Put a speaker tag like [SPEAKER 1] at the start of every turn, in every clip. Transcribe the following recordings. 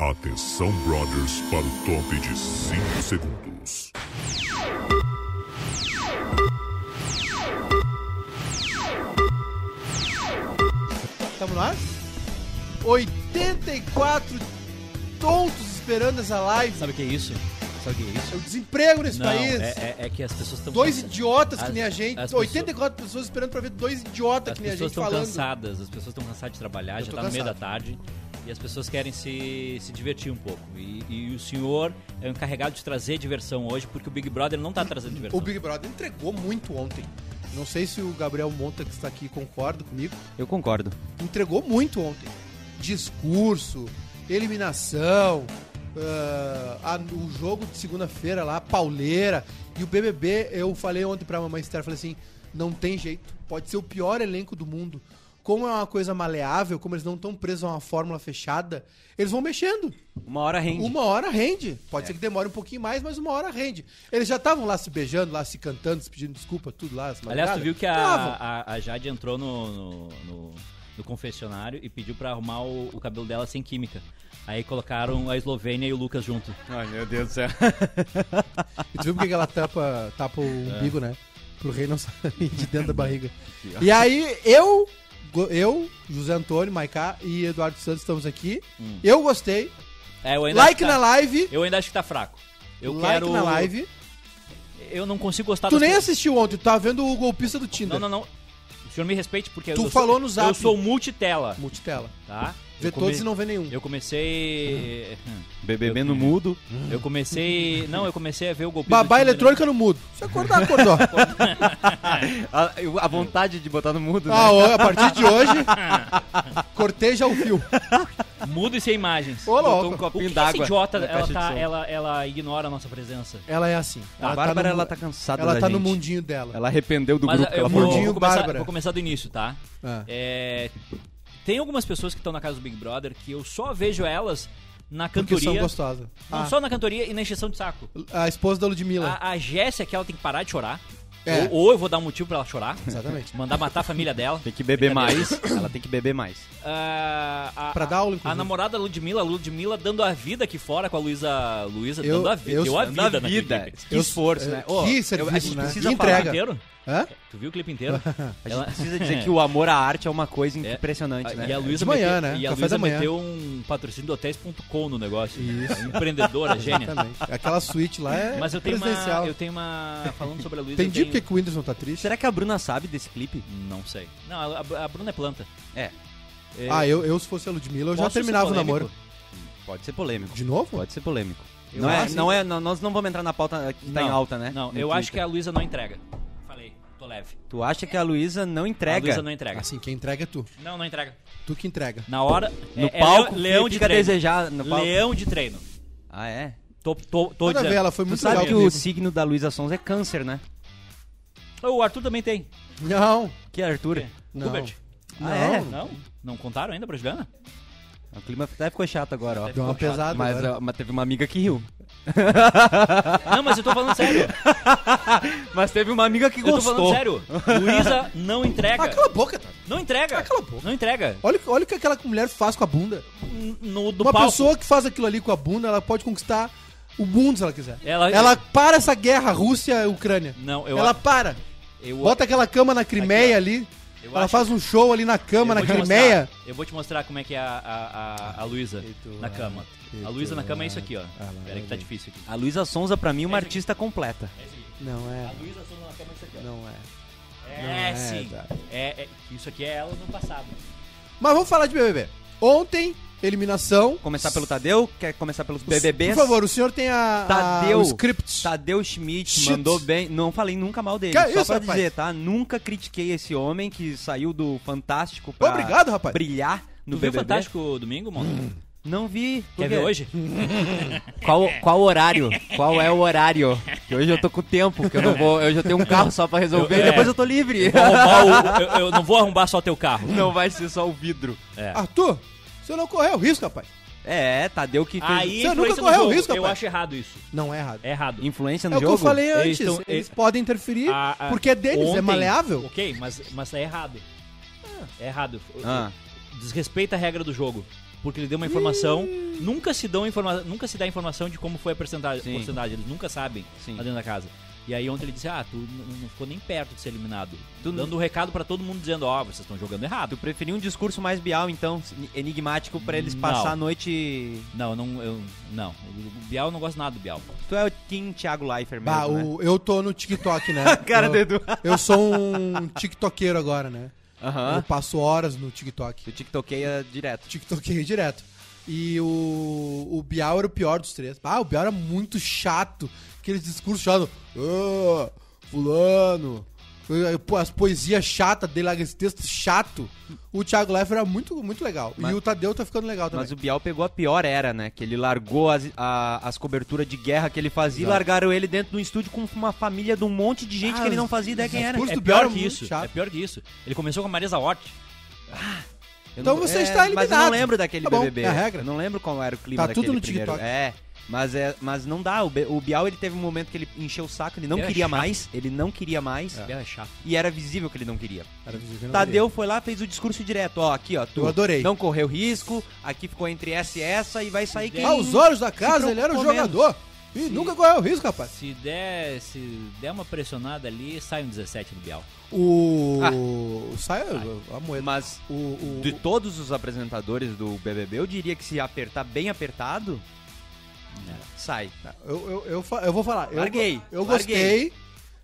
[SPEAKER 1] Atenção, brothers, para o top de 5 segundos.
[SPEAKER 2] Tamo no ar? 84 tontos esperando essa live.
[SPEAKER 3] Sabe o que é isso? Sabe o que é
[SPEAKER 2] É
[SPEAKER 3] isso?
[SPEAKER 2] o desemprego nesse
[SPEAKER 3] Não,
[SPEAKER 2] país.
[SPEAKER 3] é, é- é que as pessoas estão...
[SPEAKER 2] Dois idiotas que
[SPEAKER 3] As-
[SPEAKER 2] nem a gente.
[SPEAKER 3] as
[SPEAKER 2] 84 pessoas... esperando pra ver dois idiotas
[SPEAKER 3] As
[SPEAKER 2] que nem a
[SPEAKER 3] pessoas
[SPEAKER 2] gente
[SPEAKER 3] estão
[SPEAKER 2] falando.
[SPEAKER 3] cansadas, as pessoas estão cansadas de trabalhar,
[SPEAKER 2] Eu
[SPEAKER 3] já
[SPEAKER 2] tô
[SPEAKER 3] tá no meio da
[SPEAKER 2] cansado.
[SPEAKER 3] tarde. E as pessoas querem se, se divertir um pouco. E, e o senhor é o encarregado de trazer diversão hoje, porque o Big Brother não tá trazendo diversão.
[SPEAKER 2] O Big Brother entregou muito ontem. Não sei se o Gabriel Monta, que está aqui, concorda comigo.
[SPEAKER 4] Eu concordo.
[SPEAKER 2] Entregou muito ontem. Discurso, eliminação, ah, a- o jogo de segunda-feira lá, pauleira. E o BBB, eu falei ontem pra mamãe Esther, falei assim, não tem jeito. Pode ser o pior elenco do mundo. Como é uma coisa maleável, como eles não estão presos a uma fórmula fechada, eles vão mexendo.
[SPEAKER 4] Uma hora rende.
[SPEAKER 2] Uma hora rende.
[SPEAKER 3] É.
[SPEAKER 2] Pode ser que demore um pouquinho mais, mas uma hora rende. Eles já estavam lá se beijando, lá se cantando, se pedindo desculpa, tudo lá. as
[SPEAKER 3] Aliás, tu
[SPEAKER 2] madrugadas.
[SPEAKER 3] viu que
[SPEAKER 2] Tavam.
[SPEAKER 3] a, a, a Jade entrou no, no, no- no confessionário e pediu pra arrumar o, o cabelo dela sem química. Aí colocaram a Eslovênia e o Lucas junto.
[SPEAKER 4] Ai, meu Deus do céu.
[SPEAKER 2] E tu viu por que que ela tapa, tapa o
[SPEAKER 3] É.
[SPEAKER 2] umbigo, né? Pro rei não sair de dentro da barriga. E aí, eu, go- eu, José Antônio, Maiká e Eduardo Santos estamos aqui.
[SPEAKER 3] Hum.
[SPEAKER 2] Eu gostei.
[SPEAKER 3] É, eu ainda
[SPEAKER 2] Like
[SPEAKER 3] acho que
[SPEAKER 2] na
[SPEAKER 3] tá-
[SPEAKER 2] live.
[SPEAKER 3] Eu ainda acho que tá fraco. Eu
[SPEAKER 2] like
[SPEAKER 3] quero.
[SPEAKER 2] na live.
[SPEAKER 3] Eu não consigo gostar
[SPEAKER 2] Tu
[SPEAKER 3] das
[SPEAKER 2] nem
[SPEAKER 3] pessoas-
[SPEAKER 2] assistiu ontem, tu tava vendo o golpista do Tinder.
[SPEAKER 3] Não, não, não. O senhor me respeite porque
[SPEAKER 2] Tu
[SPEAKER 3] eu
[SPEAKER 2] falou
[SPEAKER 3] sou,
[SPEAKER 2] no zap.
[SPEAKER 3] Eu sou multitela,
[SPEAKER 2] Multitela.
[SPEAKER 3] tá?
[SPEAKER 2] Vê
[SPEAKER 3] Eu come-
[SPEAKER 2] todos e não vê um. nenhum.
[SPEAKER 3] Eu comecei.
[SPEAKER 4] BBB
[SPEAKER 3] Eu-
[SPEAKER 4] no mudo.
[SPEAKER 3] Eu comecei. Não, eu comecei a ver o golpe.
[SPEAKER 2] Babá eletrônica no mudo. Se acordar, acordou.
[SPEAKER 4] A, eu- a vontade de botar no mudo,
[SPEAKER 2] Ah,
[SPEAKER 4] né?
[SPEAKER 2] ó, a partir de hoje, cortei já o fio.
[SPEAKER 3] Mudo e sem imagens.
[SPEAKER 2] Ô, louco.
[SPEAKER 3] Botou um
[SPEAKER 4] O que
[SPEAKER 3] copinho
[SPEAKER 4] que
[SPEAKER 3] d'água.
[SPEAKER 4] essa
[SPEAKER 3] idiota,
[SPEAKER 4] na
[SPEAKER 3] ela,
[SPEAKER 4] caixa de
[SPEAKER 3] tá,
[SPEAKER 4] som?
[SPEAKER 3] ela, ela ignora a nossa presença.
[SPEAKER 2] Ela é assim.
[SPEAKER 4] A Bárbara,
[SPEAKER 2] no-
[SPEAKER 4] ela tá cansada
[SPEAKER 2] Ela
[SPEAKER 4] da
[SPEAKER 2] tá no
[SPEAKER 4] gente.
[SPEAKER 2] mundinho dela.
[SPEAKER 4] Ela arrependeu do
[SPEAKER 3] Mas é,
[SPEAKER 4] grupo que
[SPEAKER 3] eu
[SPEAKER 4] ela
[SPEAKER 3] vou,
[SPEAKER 4] formou.
[SPEAKER 2] Mundinho
[SPEAKER 3] vou começar,
[SPEAKER 2] Bárbara.
[SPEAKER 3] vou começar do início, tá?
[SPEAKER 2] Ah.
[SPEAKER 3] É, tem algumas pessoas que estão na casa do Big Brother que eu só vejo elas na
[SPEAKER 2] Porque são
[SPEAKER 3] cantoria.
[SPEAKER 2] gostosas.
[SPEAKER 3] Não
[SPEAKER 2] Ah,
[SPEAKER 3] só Ah. na cantoria e na encheção de saco.
[SPEAKER 2] A esposa da Ludmilla.
[SPEAKER 3] A, a Jéssica, que ela tem que parar de chorar.
[SPEAKER 2] É.
[SPEAKER 3] Ou, ou eu vou dar um motivo pra ela chorar.
[SPEAKER 2] Exatamente.
[SPEAKER 3] Mandar matar a família dela.
[SPEAKER 4] Tem que beber mais. Ela tem que beber mais.
[SPEAKER 3] Ah, a,
[SPEAKER 2] Pra dar aula,
[SPEAKER 3] a,
[SPEAKER 2] inclusive.
[SPEAKER 3] a namorada Ludmilla, a Ludmilla dando a vida aqui fora com a Luísa. Luísa
[SPEAKER 2] Eu-
[SPEAKER 3] dando a vida.
[SPEAKER 2] eu-
[SPEAKER 3] deu É a
[SPEAKER 2] dando
[SPEAKER 3] vida, né?
[SPEAKER 4] Da
[SPEAKER 3] naquele
[SPEAKER 4] vida.
[SPEAKER 3] clipe.
[SPEAKER 4] Que
[SPEAKER 2] Eu-
[SPEAKER 4] esforço, né?
[SPEAKER 2] que
[SPEAKER 4] Ô,
[SPEAKER 2] serviço,
[SPEAKER 4] a gente
[SPEAKER 2] né?
[SPEAKER 4] precisa
[SPEAKER 2] Que
[SPEAKER 3] Falar o
[SPEAKER 2] entrega. é
[SPEAKER 4] falar.
[SPEAKER 3] clipe inteiro?
[SPEAKER 2] Hã?
[SPEAKER 3] Tu viu o clipe inteiro?
[SPEAKER 4] A
[SPEAKER 3] Ela-
[SPEAKER 4] gente precisa dizer que o amor à arte é uma coisa
[SPEAKER 3] É.
[SPEAKER 4] impressionante, né?
[SPEAKER 3] E a
[SPEAKER 2] De
[SPEAKER 3] Luísa
[SPEAKER 2] manhã,
[SPEAKER 3] meteu,
[SPEAKER 2] né?
[SPEAKER 3] e a
[SPEAKER 2] Café
[SPEAKER 3] Luísa
[SPEAKER 2] da manhã.
[SPEAKER 3] meteu um patrocínio do hotéis.com no negócio. Isso. Empreendedora, gênia.
[SPEAKER 2] Exatamente. Aquela suíte lá é
[SPEAKER 3] Mas eu tenho
[SPEAKER 2] presidencial.
[SPEAKER 3] uma. Eu tenho uma. Falando sobre a Luísa. eu
[SPEAKER 2] Entendi
[SPEAKER 3] tenho-
[SPEAKER 2] porque que o Whindersson tá triste.
[SPEAKER 4] Será que a Bruna sabe desse clipe?
[SPEAKER 3] Não sei. Não, a, a Bruna é planta.
[SPEAKER 4] É.
[SPEAKER 3] É,
[SPEAKER 2] Ah, eu, eu se fosse a Ludmilla, eu já
[SPEAKER 3] posso ser
[SPEAKER 2] terminava o
[SPEAKER 3] polêmico?
[SPEAKER 2] namoro.
[SPEAKER 4] Pode ser polêmico.
[SPEAKER 2] De novo?
[SPEAKER 4] Pode ser polêmico.
[SPEAKER 3] Eu
[SPEAKER 4] Não é,
[SPEAKER 3] acho-
[SPEAKER 4] não é, não- nós não vamos entrar na pauta que tá em
[SPEAKER 3] Não,
[SPEAKER 4] alta, né?
[SPEAKER 3] Não,
[SPEAKER 4] No
[SPEAKER 3] eu acho que
[SPEAKER 4] Twitter.
[SPEAKER 3] a Luísa não entrega. Falei, tô leve.
[SPEAKER 4] Tu acha que a Luísa
[SPEAKER 3] A
[SPEAKER 4] não
[SPEAKER 3] Luísa
[SPEAKER 4] entrega? Ah,
[SPEAKER 3] não entrega.
[SPEAKER 2] Assim, quem entrega é tu.
[SPEAKER 3] Não, não entrega.
[SPEAKER 2] Tu que entrega.
[SPEAKER 3] Na hora.
[SPEAKER 4] No
[SPEAKER 3] é- é
[SPEAKER 4] palco,
[SPEAKER 3] leão, leão de
[SPEAKER 4] fica a
[SPEAKER 3] treino.
[SPEAKER 4] desejar no palco.
[SPEAKER 3] Leão de treino.
[SPEAKER 4] Ah, é?
[SPEAKER 3] Tô, tô, tô
[SPEAKER 2] Toda
[SPEAKER 3] dizendo.
[SPEAKER 2] vez ela foi
[SPEAKER 4] Tu
[SPEAKER 2] muito legal
[SPEAKER 4] sabe que
[SPEAKER 2] comigo.
[SPEAKER 4] o signo da Luísa Sons é câncer, né?
[SPEAKER 3] O Arthur também tem.
[SPEAKER 2] Não,
[SPEAKER 4] Que é Arthur.
[SPEAKER 2] não.
[SPEAKER 3] Kubert.
[SPEAKER 2] Não.
[SPEAKER 4] Ah, é?
[SPEAKER 3] Não? Não contaram ainda pra Juliana?
[SPEAKER 4] O clima até ficou chato agora, ó.
[SPEAKER 2] Deu uma pesada. né?
[SPEAKER 4] Mas,
[SPEAKER 2] agora.
[SPEAKER 4] ó, mas teve uma amiga que riu.
[SPEAKER 3] Não, mas eu tô falando sério.
[SPEAKER 4] Mas teve uma amiga que
[SPEAKER 3] Eu tô
[SPEAKER 4] gostou.
[SPEAKER 3] falando sério. Luísa não entrega.
[SPEAKER 2] Ah, cala a boca, tá?
[SPEAKER 3] Não entrega.
[SPEAKER 2] cala a boca.
[SPEAKER 3] Não entrega.
[SPEAKER 2] Olha, olha o que aquela mulher faz com a bunda.
[SPEAKER 3] N- No, do
[SPEAKER 2] Uma
[SPEAKER 3] palco.
[SPEAKER 2] pessoa que faz aquilo ali com a bunda, ela pode conquistar o mundo se ela quiser.
[SPEAKER 3] Ela-
[SPEAKER 2] para essa guerra Rússia-Ucrânia.
[SPEAKER 3] Não, eu
[SPEAKER 2] ela
[SPEAKER 3] acho-
[SPEAKER 2] para.
[SPEAKER 3] Eu,
[SPEAKER 2] Bota aquela cama na Crimeia ali.
[SPEAKER 3] Eu
[SPEAKER 2] Ela
[SPEAKER 3] acho-
[SPEAKER 2] faz um show ali na cama, na
[SPEAKER 3] vou te
[SPEAKER 2] Crimeia.
[SPEAKER 3] mostrar. Eu vou te mostrar como é que é a, a, a, a Luísa na cama. A Luísa na cama é isso aqui, ó. Pera aí que tá difícil aqui.
[SPEAKER 4] A Luísa Sonza, pra mim, é uma artista completa.
[SPEAKER 3] É isso aqui.
[SPEAKER 2] Não
[SPEAKER 3] A
[SPEAKER 2] é,
[SPEAKER 3] Luísa só na cama é isso aqui, ó.
[SPEAKER 2] não é.
[SPEAKER 3] É,
[SPEAKER 2] é,
[SPEAKER 3] sim.
[SPEAKER 2] tá.
[SPEAKER 3] É, é- isso aqui é ela no passado.
[SPEAKER 2] Mas vamos falar de BBB. Ontem, eliminação.
[SPEAKER 4] Começar pelo Tadeu, quer começar pelos BBBs?
[SPEAKER 2] Por favor, o senhor tem a, a
[SPEAKER 4] Tadeu.
[SPEAKER 2] o script.
[SPEAKER 4] Tadeu Schmidt
[SPEAKER 2] Shit.
[SPEAKER 4] mandou bem. Não falei nunca mal dele.
[SPEAKER 2] Que
[SPEAKER 4] só
[SPEAKER 2] isso,
[SPEAKER 4] pra
[SPEAKER 2] rapaz?
[SPEAKER 4] dizer, tá? Nunca critiquei esse homem que saiu do Fantástico pra
[SPEAKER 2] Obrigado, rapaz.
[SPEAKER 4] brilhar no
[SPEAKER 3] tu viu o
[SPEAKER 4] BBB.
[SPEAKER 3] Fantástico domingo,
[SPEAKER 2] Hum.
[SPEAKER 3] mano?
[SPEAKER 4] Não vi. Por
[SPEAKER 3] Quer
[SPEAKER 4] quê?
[SPEAKER 3] ver hoje?
[SPEAKER 4] Qual, qual horário? Qual é o horário? Que hoje eu tô com tempo, que eu não vou. Eu já tenho um carro só pra resolver
[SPEAKER 3] Eu- é.
[SPEAKER 4] e depois eu tô livre.
[SPEAKER 3] Vou arrombar o- eu, eu não vou arrombar só teu carro.
[SPEAKER 4] Não vai ser só o vidro.
[SPEAKER 3] É.
[SPEAKER 2] Arthur, você não correu risco, rapaz.
[SPEAKER 4] É, Tadeu que fez
[SPEAKER 3] Aí
[SPEAKER 2] Você nunca
[SPEAKER 3] influência no
[SPEAKER 2] correu
[SPEAKER 3] jogo.
[SPEAKER 2] risco,
[SPEAKER 3] Eu
[SPEAKER 2] rapaz.
[SPEAKER 3] acho errado isso.
[SPEAKER 2] Não é errado.
[SPEAKER 3] É errado.
[SPEAKER 4] influência
[SPEAKER 2] É
[SPEAKER 4] no
[SPEAKER 2] o que
[SPEAKER 4] jogo.
[SPEAKER 2] eu falei
[SPEAKER 3] Eles
[SPEAKER 2] antes. Eles,
[SPEAKER 3] estão- e-
[SPEAKER 2] podem interferir
[SPEAKER 3] A- a-
[SPEAKER 2] porque é deles, é
[SPEAKER 3] ah. ontem-
[SPEAKER 2] maleável.
[SPEAKER 3] Ok, mas, mas é errado. É errado.
[SPEAKER 4] Ah,
[SPEAKER 3] Desrespeita a regra do jogo. porque ele deu uma informação. nunca se dão informa nunca se dá informação de como foi a porcentagem,
[SPEAKER 4] Sim.
[SPEAKER 3] porcentagem. eles nunca sabem
[SPEAKER 4] Sim.
[SPEAKER 3] lá dentro da casa. E aí ontem ele disse: "Ah, tu n- não ficou nem perto de ser eliminado". dando um recado pra todo mundo dizendo: "Ó, vocês estão jogando errado".
[SPEAKER 4] Tu preferiu um discurso mais bial, então, enigmático, pra eles
[SPEAKER 3] Não.
[SPEAKER 4] passar a noite.
[SPEAKER 3] Não, eu não, eu não. O Bial eu não gosto nada do Bial.
[SPEAKER 4] Tu é o Team Thiago Leifert mesmo.
[SPEAKER 2] Bah,
[SPEAKER 4] né?
[SPEAKER 2] o- eu tô no TikTok, né?
[SPEAKER 4] Cara
[SPEAKER 2] eu,
[SPEAKER 4] do Edu.
[SPEAKER 2] Eu sou um TikTokeiro agora, né? Eu
[SPEAKER 4] Aham.
[SPEAKER 2] passo horas no
[SPEAKER 4] Tu
[SPEAKER 2] TikTok.
[SPEAKER 4] tiktokeia direto.
[SPEAKER 2] TikTokeio direto. E o, o Bial era o pior dos três. Ah, o Bial era muito chato. Aqueles discursos chato. Ah, fulano. Eh, pô, As poesias chatas dele, lá, esse texto chato. O Thiago Leifert era muito, muito legal.
[SPEAKER 4] Mas-
[SPEAKER 2] e o Tadeu tá ficando legal também.
[SPEAKER 4] Mas o Bial pegou a pior era, né? Que ele largou as, a- as coberturas de guerra que ele fazia e largaram ele dentro de um estúdio com uma família de um monte de gente
[SPEAKER 2] Ah,
[SPEAKER 4] que ele não
[SPEAKER 2] os-
[SPEAKER 4] fazia ideia quem
[SPEAKER 2] os
[SPEAKER 4] era.
[SPEAKER 2] cursos
[SPEAKER 3] É
[SPEAKER 2] do Bial
[SPEAKER 3] pior
[SPEAKER 2] era
[SPEAKER 3] que
[SPEAKER 2] muito
[SPEAKER 3] isso.
[SPEAKER 2] chato.
[SPEAKER 3] É pior que isso. Ele começou com a Marisa Hort.
[SPEAKER 4] Eu
[SPEAKER 2] Então
[SPEAKER 4] não-
[SPEAKER 2] você
[SPEAKER 4] é,
[SPEAKER 2] está
[SPEAKER 4] Mas eu
[SPEAKER 2] eliminado.
[SPEAKER 4] não lembro daquele
[SPEAKER 2] Tá bom,
[SPEAKER 4] BBB.
[SPEAKER 2] é a regra.
[SPEAKER 4] Eu não lembro qual era o clima
[SPEAKER 2] Tá
[SPEAKER 4] daquele
[SPEAKER 2] tudo no
[SPEAKER 4] primeiro.
[SPEAKER 2] TikTok.
[SPEAKER 4] É. Mas, é, mas não dá, o, Be- o Bial ele teve um momento que ele encheu o saco, ele não
[SPEAKER 3] Ele era
[SPEAKER 4] queria
[SPEAKER 3] chato.
[SPEAKER 4] mais, ele não queria mais,
[SPEAKER 3] Bial é chato.
[SPEAKER 4] e era visível que ele não queria.
[SPEAKER 2] Era visível, não
[SPEAKER 4] Tadeu foi lá, fez o discurso direto, ó, aqui ó, tu
[SPEAKER 2] Eu adorei.
[SPEAKER 4] não correu risco, aqui ficou entre essa e essa, e vai sair quem...
[SPEAKER 2] queria. Aos Ah, olhos da casa, ele era um
[SPEAKER 4] preocupou
[SPEAKER 2] jogador. E nunca correu risco, rapaz.
[SPEAKER 3] Se der, se der uma pressionada ali, sai um 17 do Bial.
[SPEAKER 2] O. Sai a- a moeda.
[SPEAKER 4] Mas
[SPEAKER 2] O, o-
[SPEAKER 4] Ah. de todos os apresentadores do BBB, eu diria que se apertar bem apertado,
[SPEAKER 3] É.
[SPEAKER 4] sai.
[SPEAKER 3] Tá.
[SPEAKER 2] eu, eu, eu, fa- eu vou falar. Eu,
[SPEAKER 4] Larguei,
[SPEAKER 2] Eu
[SPEAKER 4] larguei.
[SPEAKER 2] gostei.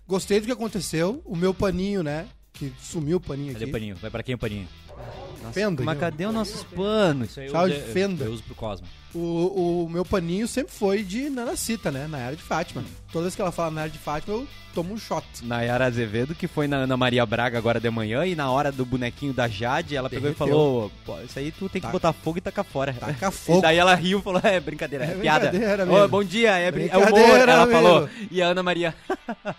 [SPEAKER 2] Gostei do que aconteceu. O meu paninho, né? Que sumiu o paninho
[SPEAKER 3] Cadê
[SPEAKER 2] aqui.
[SPEAKER 3] o paninho? Vai pra quem o paninho?
[SPEAKER 4] Nossa,
[SPEAKER 2] Fenda,
[SPEAKER 4] mas
[SPEAKER 2] né?
[SPEAKER 4] cadê os nossos panos?
[SPEAKER 3] Isso aí eu
[SPEAKER 2] Tchau,
[SPEAKER 3] uso- eu-
[SPEAKER 2] fenda.
[SPEAKER 3] Eu uso pro Cosmo.
[SPEAKER 2] O, o meu paninho sempre foi de Nanacita, né? Na era de Fátima.
[SPEAKER 4] Hum.
[SPEAKER 2] Toda vez que ela fala na era de Fátima, eu tomo um shot.
[SPEAKER 4] Nayara Azevedo, que foi na Ana Maria Braga agora de manhã, e na hora do bonequinho da Jade, ela pegou
[SPEAKER 2] Derreteu.
[SPEAKER 4] e falou: Pô, Isso aí tu tem que
[SPEAKER 2] Taca.
[SPEAKER 4] botar fogo e tacar fora.
[SPEAKER 2] Taca fogo.
[SPEAKER 4] E daí ela riu e falou: É brincadeira, é,
[SPEAKER 2] É
[SPEAKER 4] piada.
[SPEAKER 2] brincadeira
[SPEAKER 4] Ô,
[SPEAKER 2] mesmo.
[SPEAKER 4] bom dia, é, brin- é
[SPEAKER 2] Brincadeira
[SPEAKER 4] humor, ela
[SPEAKER 2] mesmo.
[SPEAKER 4] falou. E a Ana Maria: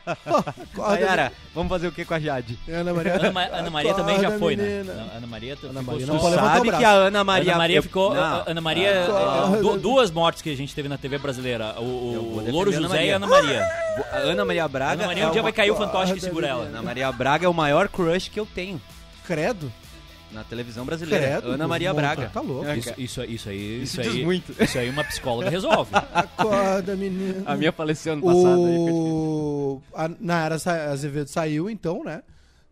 [SPEAKER 2] Acorda,
[SPEAKER 4] Nayara, vamos fazer o que com a Jade?
[SPEAKER 2] Ana Maria.
[SPEAKER 3] Ana, Ma- Ana Maria também já
[SPEAKER 2] Acorda,
[SPEAKER 3] foi,
[SPEAKER 2] menina.
[SPEAKER 3] né? Ana Maria Ana
[SPEAKER 2] Maria
[SPEAKER 3] ficou
[SPEAKER 2] não
[SPEAKER 3] só-
[SPEAKER 2] pode levantar o
[SPEAKER 4] Sabe
[SPEAKER 2] braço.
[SPEAKER 4] que a Ana Maria.
[SPEAKER 3] Ana Maria
[SPEAKER 4] eu-
[SPEAKER 3] ficou.
[SPEAKER 4] Não.
[SPEAKER 3] a- Ana Maria.
[SPEAKER 2] Ah.
[SPEAKER 3] a- du- duas mortes que a gente teve na TV brasileira. O,
[SPEAKER 4] Eu vou
[SPEAKER 3] o
[SPEAKER 4] defender
[SPEAKER 3] Louro
[SPEAKER 4] a Ana
[SPEAKER 3] José e
[SPEAKER 4] Maria.
[SPEAKER 3] a Ana Maria.
[SPEAKER 4] A Ana Maria
[SPEAKER 3] A
[SPEAKER 4] Braga.
[SPEAKER 3] Ana Maria
[SPEAKER 4] é
[SPEAKER 3] um dia
[SPEAKER 4] uma-
[SPEAKER 3] vai cair o fantoche que segura
[SPEAKER 2] menina.
[SPEAKER 3] ela.
[SPEAKER 4] Ana Maria Braga é o maior crush que eu tenho
[SPEAKER 2] Credo.
[SPEAKER 4] na televisão brasileira.
[SPEAKER 2] Credo,
[SPEAKER 4] Ana Maria
[SPEAKER 2] monta,
[SPEAKER 4] Braga.
[SPEAKER 2] tá louco.
[SPEAKER 4] É,
[SPEAKER 3] Isso,
[SPEAKER 4] cara.
[SPEAKER 3] isso, isso aí.
[SPEAKER 4] Isso
[SPEAKER 3] Isso,
[SPEAKER 4] diz
[SPEAKER 3] aí,
[SPEAKER 4] muito.
[SPEAKER 3] Isso aí uma psicóloga resolve.
[SPEAKER 2] Acorda, menina.
[SPEAKER 4] A minha faleceu ano passado. aí fica difícil.
[SPEAKER 2] O... A Nayara Sa- Azevedo saiu, então, né?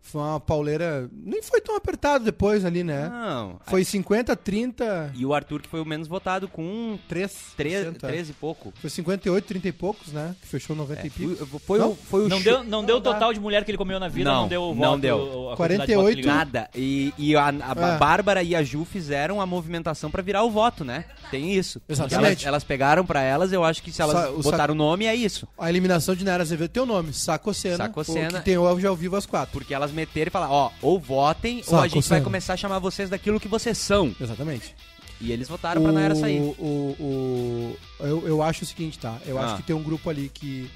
[SPEAKER 2] Foi uma pauleira. Nem foi tão apertado depois ali, né?
[SPEAKER 4] Não.
[SPEAKER 2] Foi 50, 30.
[SPEAKER 4] E o Arthur que foi o menos votado com
[SPEAKER 2] 3.
[SPEAKER 4] 13,
[SPEAKER 2] é.
[SPEAKER 4] 13 e pouco.
[SPEAKER 2] Foi 58, 30 e poucos, né? Que fechou 90 e
[SPEAKER 4] Foi,
[SPEAKER 2] pico.
[SPEAKER 4] foi
[SPEAKER 2] Não?
[SPEAKER 4] o, foi o
[SPEAKER 3] Não
[SPEAKER 4] chu-
[SPEAKER 3] deu, não deu o total de mulher que ele comeu na vida, não,
[SPEAKER 4] Não,
[SPEAKER 3] deu o
[SPEAKER 4] não
[SPEAKER 3] voto,
[SPEAKER 4] deu.
[SPEAKER 3] o- a quantidade de voto
[SPEAKER 2] 48.
[SPEAKER 3] que ele ganhou.
[SPEAKER 4] Nada. E, e a, a
[SPEAKER 2] É.
[SPEAKER 4] Bárbara e a Ju fizeram a movimentação pra virar o voto, né? Tem isso.
[SPEAKER 2] Exatamente.
[SPEAKER 4] Elas, elas pegaram pra elas, eu acho que se elas
[SPEAKER 2] Sa- o
[SPEAKER 4] botaram o nome, é isso.
[SPEAKER 2] A eliminação de Nayara Azevedo tem o nome, Sacocena.
[SPEAKER 4] Sacocena.
[SPEAKER 2] o Que tem hoje ao vivo às 4.
[SPEAKER 4] Porque elas meteram e falaram, ó, ou votem, ou a
[SPEAKER 2] Saco,
[SPEAKER 4] gente vai
[SPEAKER 2] sério.
[SPEAKER 4] começar a chamar vocês daquilo que vocês são.
[SPEAKER 2] Exatamente.
[SPEAKER 4] E eles votaram pra Nayara sair.
[SPEAKER 2] O, o- eu, eu acho o seguinte, tá? Eu
[SPEAKER 4] Ah.
[SPEAKER 2] acho que tem um grupo ali que.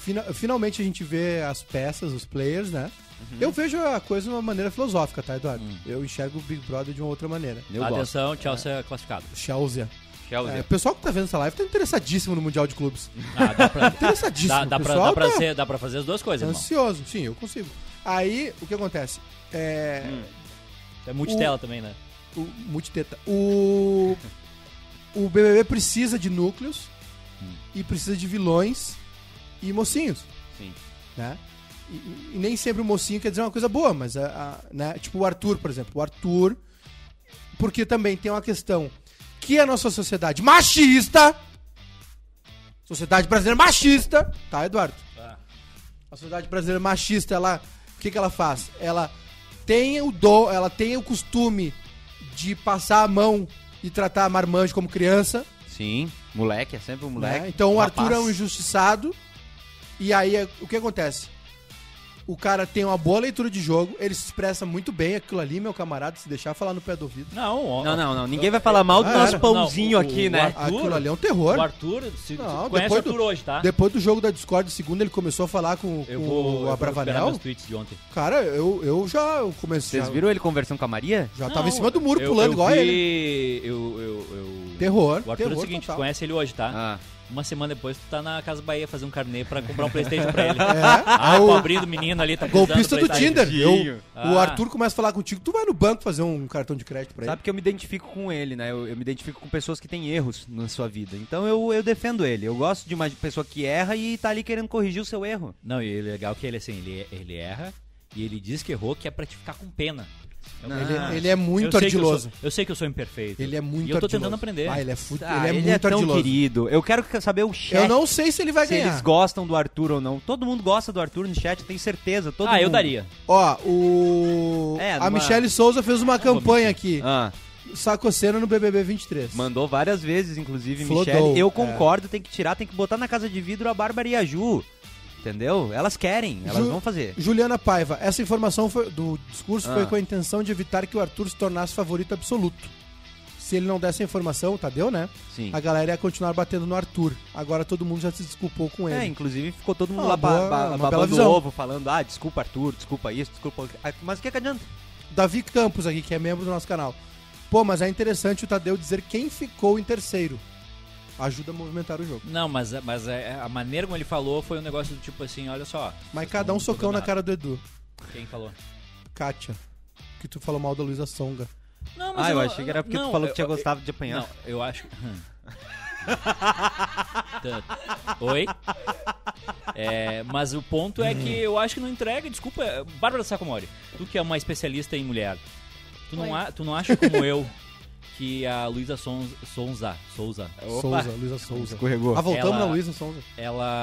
[SPEAKER 2] fina- finalmente a gente vê as peças, os players, né?
[SPEAKER 3] Uhum.
[SPEAKER 2] Eu vejo a coisa de uma maneira filosófica, tá, Eduardo?
[SPEAKER 3] Hum.
[SPEAKER 2] Eu enxergo o Big Brother de uma outra maneira.
[SPEAKER 4] Eu gosto.
[SPEAKER 3] Atenção, Chelsea é classificado.
[SPEAKER 2] Chelsea.
[SPEAKER 4] Chelsea.
[SPEAKER 2] É, o pessoal que tá vendo essa live tá interessadíssimo no Mundial de Clubes.
[SPEAKER 3] Ah, dá pra,
[SPEAKER 2] Interessadíssimo.
[SPEAKER 3] dá, dá
[SPEAKER 2] o
[SPEAKER 3] pra,
[SPEAKER 2] pessoal
[SPEAKER 3] dá, pra
[SPEAKER 2] tá Então
[SPEAKER 3] ser- dá pra fazer as duas coisas, irmão.
[SPEAKER 2] ansioso. Sim, eu consigo. Aí, o que acontece? É,
[SPEAKER 3] É multitela também, né?
[SPEAKER 2] O multiteta. O o BBB precisa de núcleos e precisa de vilões e mocinhos,
[SPEAKER 4] Sim.
[SPEAKER 2] né? E, e nem sempre o mocinho quer dizer uma coisa boa, mas a, a- né? tipo o Arthur, por exemplo, o Arthur, porque também tem uma questão que a nossa sociedade machista, sociedade brasileira machista, tá, Eduardo? A sociedade brasileira machista, ela. O que, que ela faz? Ela tem o dom, ela tem o costume de passar a mão e tratar a marmanjo como criança.
[SPEAKER 4] Sim. Moleque, é sempre um moleque.
[SPEAKER 2] né? Então o
[SPEAKER 4] Rapaz.
[SPEAKER 2] Arthur é um injustiçado. E aí é- o que acontece? O cara tem uma boa leitura de jogo, ele se expressa muito bem aquilo ali, meu camarada, se deixar falar no pé do ouvido.
[SPEAKER 3] Não, ó,
[SPEAKER 4] Não, não, não. Ninguém vai falar mal do
[SPEAKER 2] Ah,
[SPEAKER 4] nosso
[SPEAKER 2] era.
[SPEAKER 4] pãozinho
[SPEAKER 3] Não, o-
[SPEAKER 4] aqui,
[SPEAKER 3] o
[SPEAKER 4] né?
[SPEAKER 3] Arthur-
[SPEAKER 2] Aquilo ali é um terror.
[SPEAKER 3] O Arthur, se,
[SPEAKER 2] Não,
[SPEAKER 3] se conhece o
[SPEAKER 2] depois do-
[SPEAKER 3] Arthur hoje, tá?
[SPEAKER 2] Depois do jogo da Discord segunda, ele começou a falar com,
[SPEAKER 3] Eu
[SPEAKER 2] com
[SPEAKER 3] vou,
[SPEAKER 2] o
[SPEAKER 3] eu vou recuperar
[SPEAKER 2] Abravanel.
[SPEAKER 3] meus tweets de ontem.
[SPEAKER 2] Cara, eu, eu já eu comecei.
[SPEAKER 4] Vocês
[SPEAKER 2] a-
[SPEAKER 4] viram ele conversando com a Maria?
[SPEAKER 2] Já
[SPEAKER 3] Não,
[SPEAKER 2] tava em cima do muro
[SPEAKER 3] eu-
[SPEAKER 2] pulando
[SPEAKER 3] eu
[SPEAKER 2] igual
[SPEAKER 3] vi-
[SPEAKER 2] ele.
[SPEAKER 3] Eu, eu, eu-
[SPEAKER 2] Terror,
[SPEAKER 3] O Arthur é
[SPEAKER 2] terror
[SPEAKER 3] o seguinte,
[SPEAKER 2] total.
[SPEAKER 3] conhece ele hoje, tá?
[SPEAKER 4] Ah.
[SPEAKER 3] Uma semana depois, tu tá na Casa Bahia fazer um carnê pra comprar um Playstation pra ele.
[SPEAKER 2] Ah,
[SPEAKER 3] Ah,
[SPEAKER 2] o-
[SPEAKER 3] o pobrinho do menino ali tá precisando
[SPEAKER 2] Golpista do
[SPEAKER 3] PlayStation.
[SPEAKER 2] Tinder.
[SPEAKER 4] Tadinho.
[SPEAKER 2] Eu- O
[SPEAKER 3] Ah.
[SPEAKER 2] Arthur começa a falar contigo, tu vai no banco fazer um cartão de crédito pra ele.
[SPEAKER 4] Sabe que eu me identifico com ele, né? Eu, eu me identifico com pessoas que têm erros na sua vida. Então eu, eu defendo ele. Eu gosto de uma pessoa que erra e tá ali querendo corrigir o seu erro.
[SPEAKER 3] Não, e legal que ele assim, ele, ele erra e ele diz que errou, que é pra te ficar com pena. Eu-
[SPEAKER 4] Não,
[SPEAKER 3] Ah,
[SPEAKER 2] Ele, ele é muito
[SPEAKER 3] eu sei que eu
[SPEAKER 2] ardiloso.
[SPEAKER 3] sou- Eu sei que eu sou imperfeito.
[SPEAKER 2] Ele é muito
[SPEAKER 3] E eu tô
[SPEAKER 2] ardiloso.
[SPEAKER 3] tentando aprender.
[SPEAKER 2] Ah, ele é, fu-
[SPEAKER 4] Ah,
[SPEAKER 2] ele é muito
[SPEAKER 4] tão
[SPEAKER 2] ardiloso.
[SPEAKER 4] querido. Eu quero que- saber o chat.
[SPEAKER 2] Eu não sei se ele vai
[SPEAKER 4] se
[SPEAKER 2] ganhar.
[SPEAKER 4] eles gostam do Arthur ou não. Todo mundo gosta do Arthur no chat, eu tenho certeza. Todo
[SPEAKER 3] ah, eu
[SPEAKER 4] mundo.
[SPEAKER 3] daria.
[SPEAKER 2] Ó, o.
[SPEAKER 4] É,
[SPEAKER 2] a
[SPEAKER 4] numa-
[SPEAKER 2] Michelle Souza fez uma campanha aqui.
[SPEAKER 4] Ah,
[SPEAKER 2] Sacocena no BBB 23.
[SPEAKER 4] mandou várias vezes, inclusive,
[SPEAKER 2] Flodou,
[SPEAKER 4] Michelle. Eu
[SPEAKER 2] é.
[SPEAKER 4] concordo, tem que tirar, tem que botar na casa de vidro a Bárbara e a Ju. Entendeu? Elas querem, elas
[SPEAKER 2] Ju-
[SPEAKER 4] vão fazer.
[SPEAKER 2] Juliana Paiva, essa informação foi- do discurso foi
[SPEAKER 4] Ah.
[SPEAKER 2] com a intenção de evitar que o Arthur se tornasse favorito absoluto. Se ele não desse a informação, Tadeu, né?
[SPEAKER 4] Sim.
[SPEAKER 2] A galera ia continuar batendo no Arthur. Agora todo mundo já se desculpou com
[SPEAKER 4] É,
[SPEAKER 2] ele.
[SPEAKER 4] inclusive ficou todo mundo
[SPEAKER 2] Uma
[SPEAKER 4] lá
[SPEAKER 2] boa-
[SPEAKER 4] ba ba
[SPEAKER 2] uma bela
[SPEAKER 4] babando
[SPEAKER 2] visão.
[SPEAKER 4] ovo, falando, ah, desculpa Arthur, desculpa isso, desculpa... aquilo. Ah, Mas o que, que adianta?
[SPEAKER 2] Davi Campos aqui, que é membro do nosso canal. Pô, mas é interessante o Tadeu dizer quem ficou em terceiro. Ajuda a movimentar o jogo.
[SPEAKER 3] Não, mas, mas é, a, a maneira como ele falou foi um negócio do tipo assim, olha só.
[SPEAKER 2] Mas
[SPEAKER 3] vocês
[SPEAKER 2] cada
[SPEAKER 3] não
[SPEAKER 2] um socão na
[SPEAKER 3] jogam
[SPEAKER 2] cara do Edu.
[SPEAKER 3] nada. Quem falou?
[SPEAKER 2] Kátia, que tu falou mal da Luísa Songa.
[SPEAKER 3] Não,
[SPEAKER 4] Ah, eu achei que era porque tu
[SPEAKER 3] não,
[SPEAKER 4] falou
[SPEAKER 3] eu-
[SPEAKER 4] que tinha
[SPEAKER 3] eu-
[SPEAKER 4] gostado de apanhar.
[SPEAKER 3] Não, eu acho. Hum. Tá. Oi? É, mas o ponto é que eu acho que não entrega, desculpa, Bárbara Sacomori, tu que é uma especialista em mulher, tu não,
[SPEAKER 5] Oi.
[SPEAKER 3] a- tu não acha como eu que a Luísa Son- Sonza, Souza,
[SPEAKER 4] Oh.
[SPEAKER 2] Souza, Luísa Souza.
[SPEAKER 4] Escorregou.
[SPEAKER 2] Ah, voltamos
[SPEAKER 3] Ela-
[SPEAKER 2] na Luísa Sonza.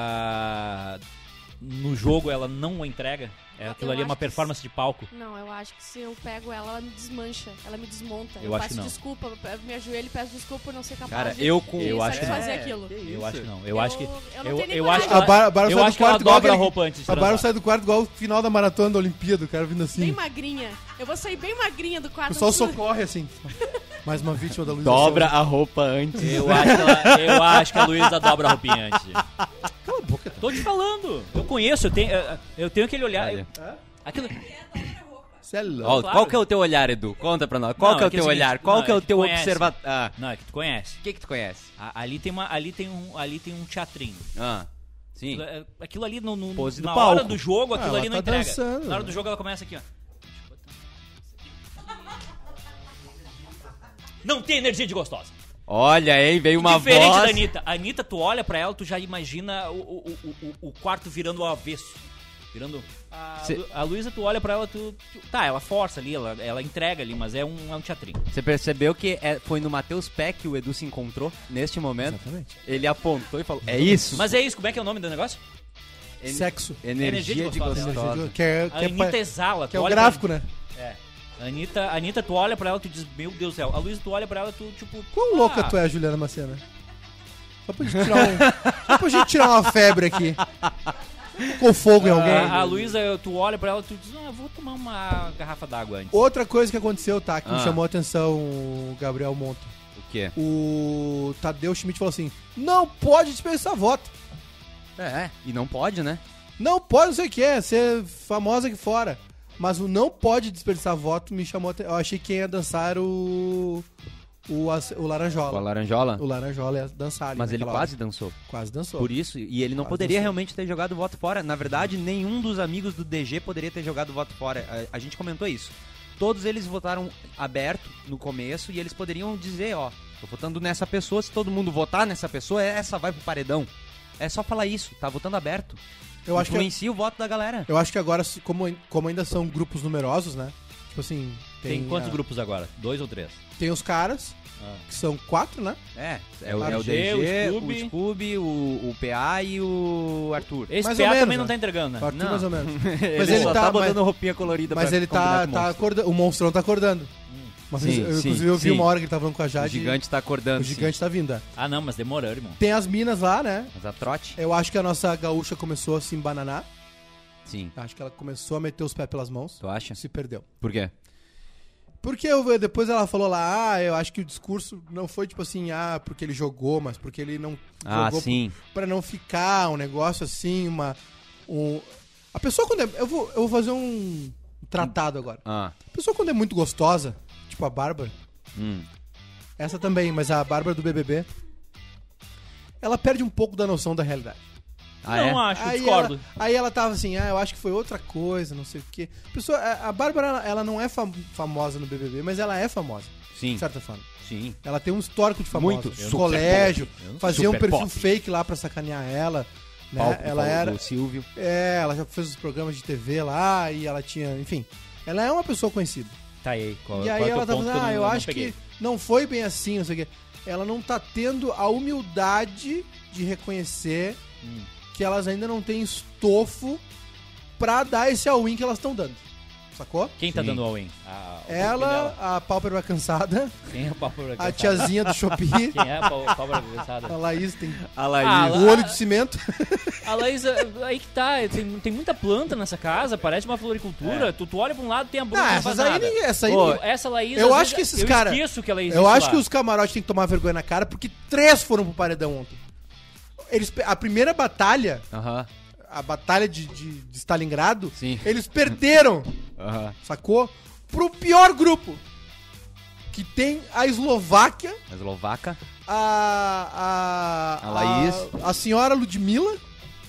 [SPEAKER 3] ela no jogo ela não entrega? É,
[SPEAKER 5] Eu
[SPEAKER 3] aquilo ali é
[SPEAKER 5] acho
[SPEAKER 3] uma
[SPEAKER 5] que
[SPEAKER 3] performance de palco.
[SPEAKER 5] Não, eu acho que se eu pego ela, ela me desmancha, ela me desmonta.
[SPEAKER 3] Eu
[SPEAKER 5] Eu,
[SPEAKER 3] acho
[SPEAKER 5] peço
[SPEAKER 3] que não.
[SPEAKER 5] desculpa, eu me ajoelho e peço desculpa por não ser capaz
[SPEAKER 4] Cara,
[SPEAKER 5] de
[SPEAKER 4] eu com...
[SPEAKER 3] Eu
[SPEAKER 5] de
[SPEAKER 3] acho que-
[SPEAKER 5] satisfazer
[SPEAKER 4] É,
[SPEAKER 5] aquilo.
[SPEAKER 4] que
[SPEAKER 3] Eu
[SPEAKER 4] isso.
[SPEAKER 3] acho que não. Eu, acho que
[SPEAKER 5] eu não
[SPEAKER 3] eu,
[SPEAKER 5] tenho nem
[SPEAKER 3] eu
[SPEAKER 5] coragem.
[SPEAKER 3] acho que ela,
[SPEAKER 2] A Bar- a Bárbara
[SPEAKER 3] eu
[SPEAKER 2] sai
[SPEAKER 3] acho
[SPEAKER 2] do
[SPEAKER 3] que ela
[SPEAKER 2] quarto igual
[SPEAKER 3] dobra a
[SPEAKER 2] aquele-
[SPEAKER 3] roupa antes de
[SPEAKER 2] A Bárbara
[SPEAKER 3] transar.
[SPEAKER 2] sai do quarto igual o final da maratona da Olimpíada, o cara vindo assim.
[SPEAKER 5] Bem magrinha. Eu vou sair bem magrinha do
[SPEAKER 2] O
[SPEAKER 5] quarto.
[SPEAKER 2] pessoal
[SPEAKER 5] antes do-
[SPEAKER 2] socorre assim. Mais uma vítima da Luísa
[SPEAKER 4] Dobra
[SPEAKER 2] Sonza.
[SPEAKER 4] a roupa antes.
[SPEAKER 3] Eu acho, que ela- eu acho que a Luísa dobra a roupinha antes. Cala a
[SPEAKER 2] boca,
[SPEAKER 3] Tô te falando. Eu conheço, eu tenho, eu- eu tenho aquele olhar.
[SPEAKER 6] Olha.
[SPEAKER 3] eu- aquilo-
[SPEAKER 2] Você é louco.
[SPEAKER 6] Ó,
[SPEAKER 3] Claro.
[SPEAKER 6] Qual que é o teu olhar, Edu? Conta pra nós. Qual
[SPEAKER 3] Não,
[SPEAKER 6] que é
[SPEAKER 3] é
[SPEAKER 6] o
[SPEAKER 3] que
[SPEAKER 6] teu
[SPEAKER 3] é o seguinte,
[SPEAKER 6] olhar? Qual
[SPEAKER 3] não,
[SPEAKER 6] que é
[SPEAKER 3] é
[SPEAKER 6] o
[SPEAKER 3] que
[SPEAKER 6] teu
[SPEAKER 3] tu conhece.
[SPEAKER 6] observatório? Ah,
[SPEAKER 3] Não, é que tu conhece.
[SPEAKER 6] o que que tu conhece?
[SPEAKER 3] A- ali, tem uma, ali, tem um, ali tem um teatrinho.
[SPEAKER 6] Ah, sim.
[SPEAKER 3] Aquilo- é, Aquilo ali no, no-
[SPEAKER 4] Pose do
[SPEAKER 3] na
[SPEAKER 4] palco.
[SPEAKER 3] hora do jogo, aquilo
[SPEAKER 2] Ah,
[SPEAKER 3] ali
[SPEAKER 2] ela
[SPEAKER 3] não
[SPEAKER 2] tá
[SPEAKER 3] entrega.
[SPEAKER 2] dançando.
[SPEAKER 3] Na hora do jogo ela começa aqui, ó. Não tem energia de gostosa.
[SPEAKER 6] Olha, hein? Veio uma
[SPEAKER 3] é Diferente
[SPEAKER 6] voz.
[SPEAKER 3] da Anitta. A Anitta, tu olha pra ela, tu já imagina o, o, o- o, o quarto virando ao avesso. Virando. A,
[SPEAKER 6] Cê-
[SPEAKER 3] Lu- a Luísa, tu olha pra ela, tu, tu- Tá, ela força ali, ela, ela entrega ali, mas é um, é um teatrinho.
[SPEAKER 6] Você percebeu que é- foi no Matheus Peck que o Edu se encontrou neste momento?
[SPEAKER 2] Exatamente.
[SPEAKER 6] Ele apontou e falou: É isso?
[SPEAKER 3] Mas é isso, como é que é o nome do negócio?
[SPEAKER 6] En-
[SPEAKER 2] Sexo.
[SPEAKER 6] Energia,
[SPEAKER 3] Energia de
[SPEAKER 6] de
[SPEAKER 3] gostosa.
[SPEAKER 6] gostosa.
[SPEAKER 2] Que é,
[SPEAKER 3] A
[SPEAKER 2] que é
[SPEAKER 3] Anitta
[SPEAKER 2] pa-
[SPEAKER 3] exala, tu
[SPEAKER 2] que é o
[SPEAKER 3] olha
[SPEAKER 2] gráfico, né?
[SPEAKER 3] pra- É. A Anitta, a Anitta, tu olha pra ela, tu diz, meu Deus do céu. A Luísa, tu olha pra ela, tu tipo.
[SPEAKER 2] Quão louca tu é, Juliana Macena? Só pra gente tirar, um, só pra gente tirar uma febre aqui. Com fogo em alguém.
[SPEAKER 3] Ah, A, a Luísa, tu olha pra ela, tu diz, ah, eu vou tomar uma garrafa d'água antes.
[SPEAKER 2] Outra coisa que aconteceu, tá, que me
[SPEAKER 6] Ah.
[SPEAKER 2] chamou a atenção, o Gabriel Monta.
[SPEAKER 6] O quê?
[SPEAKER 2] O Tadeu Schmidt falou assim: não pode dispensar voto.
[SPEAKER 6] É, e não pode, né?
[SPEAKER 2] Não pode, não sei o que é, ser famosa aqui fora. Mas o não pode dispersar voto me chamou a atenção. Eu achei que quem ia dançar era o. O, as- o
[SPEAKER 6] Com a
[SPEAKER 2] Laranjola.
[SPEAKER 6] laranjola.
[SPEAKER 2] O Laranjola ia dançar ali
[SPEAKER 6] Mas ele
[SPEAKER 2] naquela hora.
[SPEAKER 6] quase dançou.
[SPEAKER 2] Quase dançou.
[SPEAKER 6] Por isso, e ele não
[SPEAKER 2] Quase
[SPEAKER 6] poderia
[SPEAKER 2] dançou.
[SPEAKER 6] realmente ter jogado o voto fora. Na verdade, nenhum dos amigos do DG poderia ter jogado o voto fora. A, a gente comentou isso. Todos eles votaram aberto no começo e eles poderiam dizer, ó, tô votando nessa pessoa, se todo mundo votar nessa pessoa, é, essa vai pro paredão. É só falar isso, tá votando aberto.
[SPEAKER 2] eu, acho que, é
[SPEAKER 6] Influencia o voto da galera.
[SPEAKER 2] eu acho que agora, como, como ainda são grupos numerosos, né? Tipo assim.
[SPEAKER 3] Tem, quantos
[SPEAKER 2] ah,
[SPEAKER 3] grupos agora? Dois ou três?
[SPEAKER 2] Tem os caras,
[SPEAKER 3] Ah.
[SPEAKER 2] que são quatro, né?
[SPEAKER 6] É, é, o- é
[SPEAKER 2] Arthur,
[SPEAKER 6] o DG,
[SPEAKER 3] o
[SPEAKER 6] o
[SPEAKER 3] Scooby.
[SPEAKER 6] Scooby, o, o, PA e o Arthur.
[SPEAKER 3] Esse
[SPEAKER 2] Mais
[SPEAKER 3] PA
[SPEAKER 2] ou menos,
[SPEAKER 3] também não
[SPEAKER 2] né?
[SPEAKER 3] tá entregando, né?
[SPEAKER 2] Arthur,
[SPEAKER 6] Ah, Não.
[SPEAKER 2] mais ou menos.
[SPEAKER 6] Mas
[SPEAKER 2] ele
[SPEAKER 6] ele só
[SPEAKER 2] tá-
[SPEAKER 6] tá,
[SPEAKER 2] mas-
[SPEAKER 6] botando roupinha colorida
[SPEAKER 2] Mas
[SPEAKER 6] pra
[SPEAKER 2] ele
[SPEAKER 6] combinar
[SPEAKER 2] tá,
[SPEAKER 6] com o
[SPEAKER 2] tá
[SPEAKER 6] monstro.
[SPEAKER 2] acordando. O monstrão tá acordando. Mas
[SPEAKER 6] Sim,
[SPEAKER 2] eu,
[SPEAKER 6] sim,
[SPEAKER 2] inclusive, eu vi
[SPEAKER 6] sim.
[SPEAKER 2] uma hora que ele tava falando com a Jade.
[SPEAKER 6] O gigante tá acordando.
[SPEAKER 2] O gigante tá vindo. é.
[SPEAKER 3] Ah, não, mas demorou, irmão.
[SPEAKER 2] Tem as minas lá, né?
[SPEAKER 6] sim. Mas a trote?
[SPEAKER 2] Eu acho que a nossa gaúcha começou a se embananar.
[SPEAKER 6] Sim.
[SPEAKER 2] Acho que ela começou a meter os pés pelas mãos.
[SPEAKER 6] Tu acha?
[SPEAKER 2] Se perdeu.
[SPEAKER 6] Por quê?
[SPEAKER 2] Porque eu- depois ela falou lá, ah, eu acho que o discurso não foi tipo assim, ah, porque ele jogou, mas porque ele não
[SPEAKER 6] Ah,
[SPEAKER 2] jogou
[SPEAKER 6] sim.
[SPEAKER 2] pra não ficar um negócio assim, uma. Um... A pessoa quando é. Eu vou, eu vou fazer um tratado agora.
[SPEAKER 6] Ah,
[SPEAKER 2] A pessoa quando é muito gostosa, tipo a Bárbara,
[SPEAKER 6] hum.
[SPEAKER 2] essa também, mas a Bárbara do BBB. ela perde um pouco da noção da realidade.
[SPEAKER 4] Ah,
[SPEAKER 3] não
[SPEAKER 4] é?
[SPEAKER 3] acho,
[SPEAKER 2] aí
[SPEAKER 3] discordo.
[SPEAKER 2] Ela, aí ela tava assim, ah, eu acho que foi outra coisa, não sei o quê. A Pessoa, a, a Bárbara, ela- ela não é fam- famosa no BBB, mas ela é famosa,
[SPEAKER 4] Sim,
[SPEAKER 2] de certa forma.
[SPEAKER 4] sim.
[SPEAKER 2] Ela tem um histórico de famosa.
[SPEAKER 4] Muito.
[SPEAKER 2] No
[SPEAKER 4] Super
[SPEAKER 2] colégio,
[SPEAKER 4] Eu-
[SPEAKER 2] fazia um
[SPEAKER 4] super
[SPEAKER 2] perfil
[SPEAKER 4] é pop.
[SPEAKER 2] fake lá pra sacanear ela. Né?
[SPEAKER 4] Palco,
[SPEAKER 2] ela
[SPEAKER 4] falou
[SPEAKER 2] era.
[SPEAKER 4] do Silvio.
[SPEAKER 2] É, ela já fez os programas de TV lá e ela tinha, enfim. Ela é uma pessoa conhecida.
[SPEAKER 3] Tá aí, qual,
[SPEAKER 2] e
[SPEAKER 3] qual
[SPEAKER 2] aí
[SPEAKER 3] é o
[SPEAKER 2] ela
[SPEAKER 3] teu
[SPEAKER 2] tá
[SPEAKER 3] ponto
[SPEAKER 2] falando,
[SPEAKER 3] que
[SPEAKER 2] ah,
[SPEAKER 3] não-
[SPEAKER 2] eu
[SPEAKER 3] não
[SPEAKER 2] acho
[SPEAKER 3] peguei?
[SPEAKER 2] que não foi bem assim, não sei o quê. Ela não tá tendo a humildade de reconhecer
[SPEAKER 3] Hum.
[SPEAKER 2] que elas ainda não têm estofo pra dar esse all-in que elas estão dando. Sacou?
[SPEAKER 3] Quem tá
[SPEAKER 4] Sim.
[SPEAKER 3] dando all-in? A- Ah, o corpo
[SPEAKER 2] Ela, a pálpebra cansada,
[SPEAKER 3] dela. Quem é a pálpebra
[SPEAKER 2] a
[SPEAKER 3] cansada?
[SPEAKER 2] tiazinha do Shopee,
[SPEAKER 3] Quem é a pá- pálpebra cansada?
[SPEAKER 2] a Laís tem
[SPEAKER 4] A
[SPEAKER 3] Ah,
[SPEAKER 2] o olho de cimento.
[SPEAKER 3] A Laís, aí que tá, tem, tem muita planta nessa casa, parece uma floricultura. Tu, tu olha pra um lado, tem a Bruna,
[SPEAKER 2] Não,
[SPEAKER 3] não faz
[SPEAKER 2] essas aí,
[SPEAKER 3] nada.
[SPEAKER 2] ninguém- essa aí
[SPEAKER 3] Pô,
[SPEAKER 2] ninguém-
[SPEAKER 3] essa Laís,
[SPEAKER 2] Eu
[SPEAKER 3] às
[SPEAKER 2] acho
[SPEAKER 3] vezes,
[SPEAKER 2] que esses
[SPEAKER 3] eu
[SPEAKER 2] cara-
[SPEAKER 3] esqueço que ela existe
[SPEAKER 2] Eu acho
[SPEAKER 3] lá.
[SPEAKER 2] que os camarotes têm que tomar vergonha na cara, porque três foram pro paredão ontem. Eles, pe- a primeira batalha,
[SPEAKER 4] Aham,
[SPEAKER 2] a batalha de, de, de Stalingrado,
[SPEAKER 4] Sim.
[SPEAKER 2] eles perderam,
[SPEAKER 4] aham.
[SPEAKER 2] sacou? Pro pior grupo. Que tem a Eslováquia,
[SPEAKER 4] Eslovaca.
[SPEAKER 2] a. A,
[SPEAKER 4] A Laís.
[SPEAKER 2] A, a senhora Ludmilla.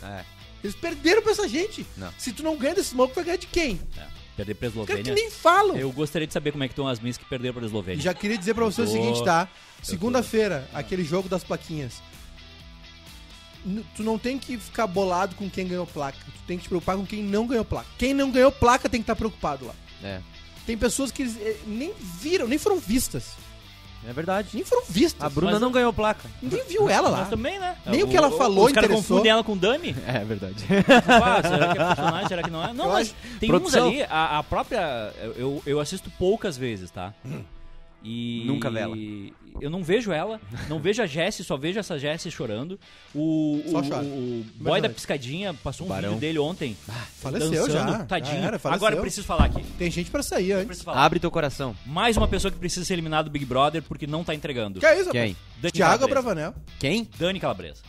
[SPEAKER 4] É.
[SPEAKER 2] Eles perderam pra essa gente.
[SPEAKER 4] Não.
[SPEAKER 2] Se tu não ganha desse maluco, tu vai ganhar de quem?
[SPEAKER 3] É, Perder pra
[SPEAKER 2] Os caras que
[SPEAKER 3] Eslovênia.
[SPEAKER 2] nem falam.
[SPEAKER 3] Eu gostaria de saber como é que estão as minhas que perderam pra
[SPEAKER 2] E
[SPEAKER 3] Eslovênia.
[SPEAKER 2] já queria dizer pra você o
[SPEAKER 3] tô-
[SPEAKER 2] seguinte, tá? Segunda-feira, aquele jogo das plaquinhas. N- Tu não tem que ficar bolado com quem ganhou placa. Tu tem que te preocupar com quem não ganhou placa. Quem não ganhou placa tem que estar preocupado lá.
[SPEAKER 4] É.
[SPEAKER 2] Tem pessoas que eles, eh, nem viram, nem foram vistas.
[SPEAKER 4] É verdade.
[SPEAKER 2] Nem foram vistas.
[SPEAKER 4] A Bruna
[SPEAKER 3] Mas-
[SPEAKER 4] não ganhou placa.
[SPEAKER 2] Ninguém viu ela lá.
[SPEAKER 3] Mas também, né?
[SPEAKER 2] Nem o que ela falou
[SPEAKER 3] Os caras
[SPEAKER 2] interessou.
[SPEAKER 3] confundem ela com o Dami.
[SPEAKER 4] É verdade.
[SPEAKER 3] Pá, será que é personagem? Será que não é? Não,
[SPEAKER 2] Eu
[SPEAKER 3] mas tem
[SPEAKER 4] Produção.
[SPEAKER 3] uns ali, a, a própria. Eu, eu assisto poucas vezes, tá? E.
[SPEAKER 4] Hum. Nunca vê ela.
[SPEAKER 3] Eu não vejo ela, não vejo a Jessie, só vejo essa Jessie chorando. O,
[SPEAKER 2] Só
[SPEAKER 3] o,
[SPEAKER 2] chora.
[SPEAKER 3] o- o boy da
[SPEAKER 2] noite.
[SPEAKER 3] piscadinha passou um
[SPEAKER 4] Barão. Ah,
[SPEAKER 3] vídeo dele ontem.
[SPEAKER 2] Faleceu
[SPEAKER 3] dançando,
[SPEAKER 2] já.
[SPEAKER 3] Tadinho.
[SPEAKER 4] É,
[SPEAKER 2] Já era, faleceu.
[SPEAKER 3] Agora eu preciso falar aqui.
[SPEAKER 2] Tem gente pra sair antes.
[SPEAKER 3] Preciso falar.
[SPEAKER 4] Abre teu coração.
[SPEAKER 3] Mais uma pessoa que precisa ser eliminada do Big Brother porque não tá entregando.
[SPEAKER 2] Que é isso,
[SPEAKER 4] Quem?
[SPEAKER 3] Dani
[SPEAKER 2] Tiago
[SPEAKER 3] Calabresa.
[SPEAKER 2] Bravanel.
[SPEAKER 4] Quem?
[SPEAKER 3] Dani Calabresa.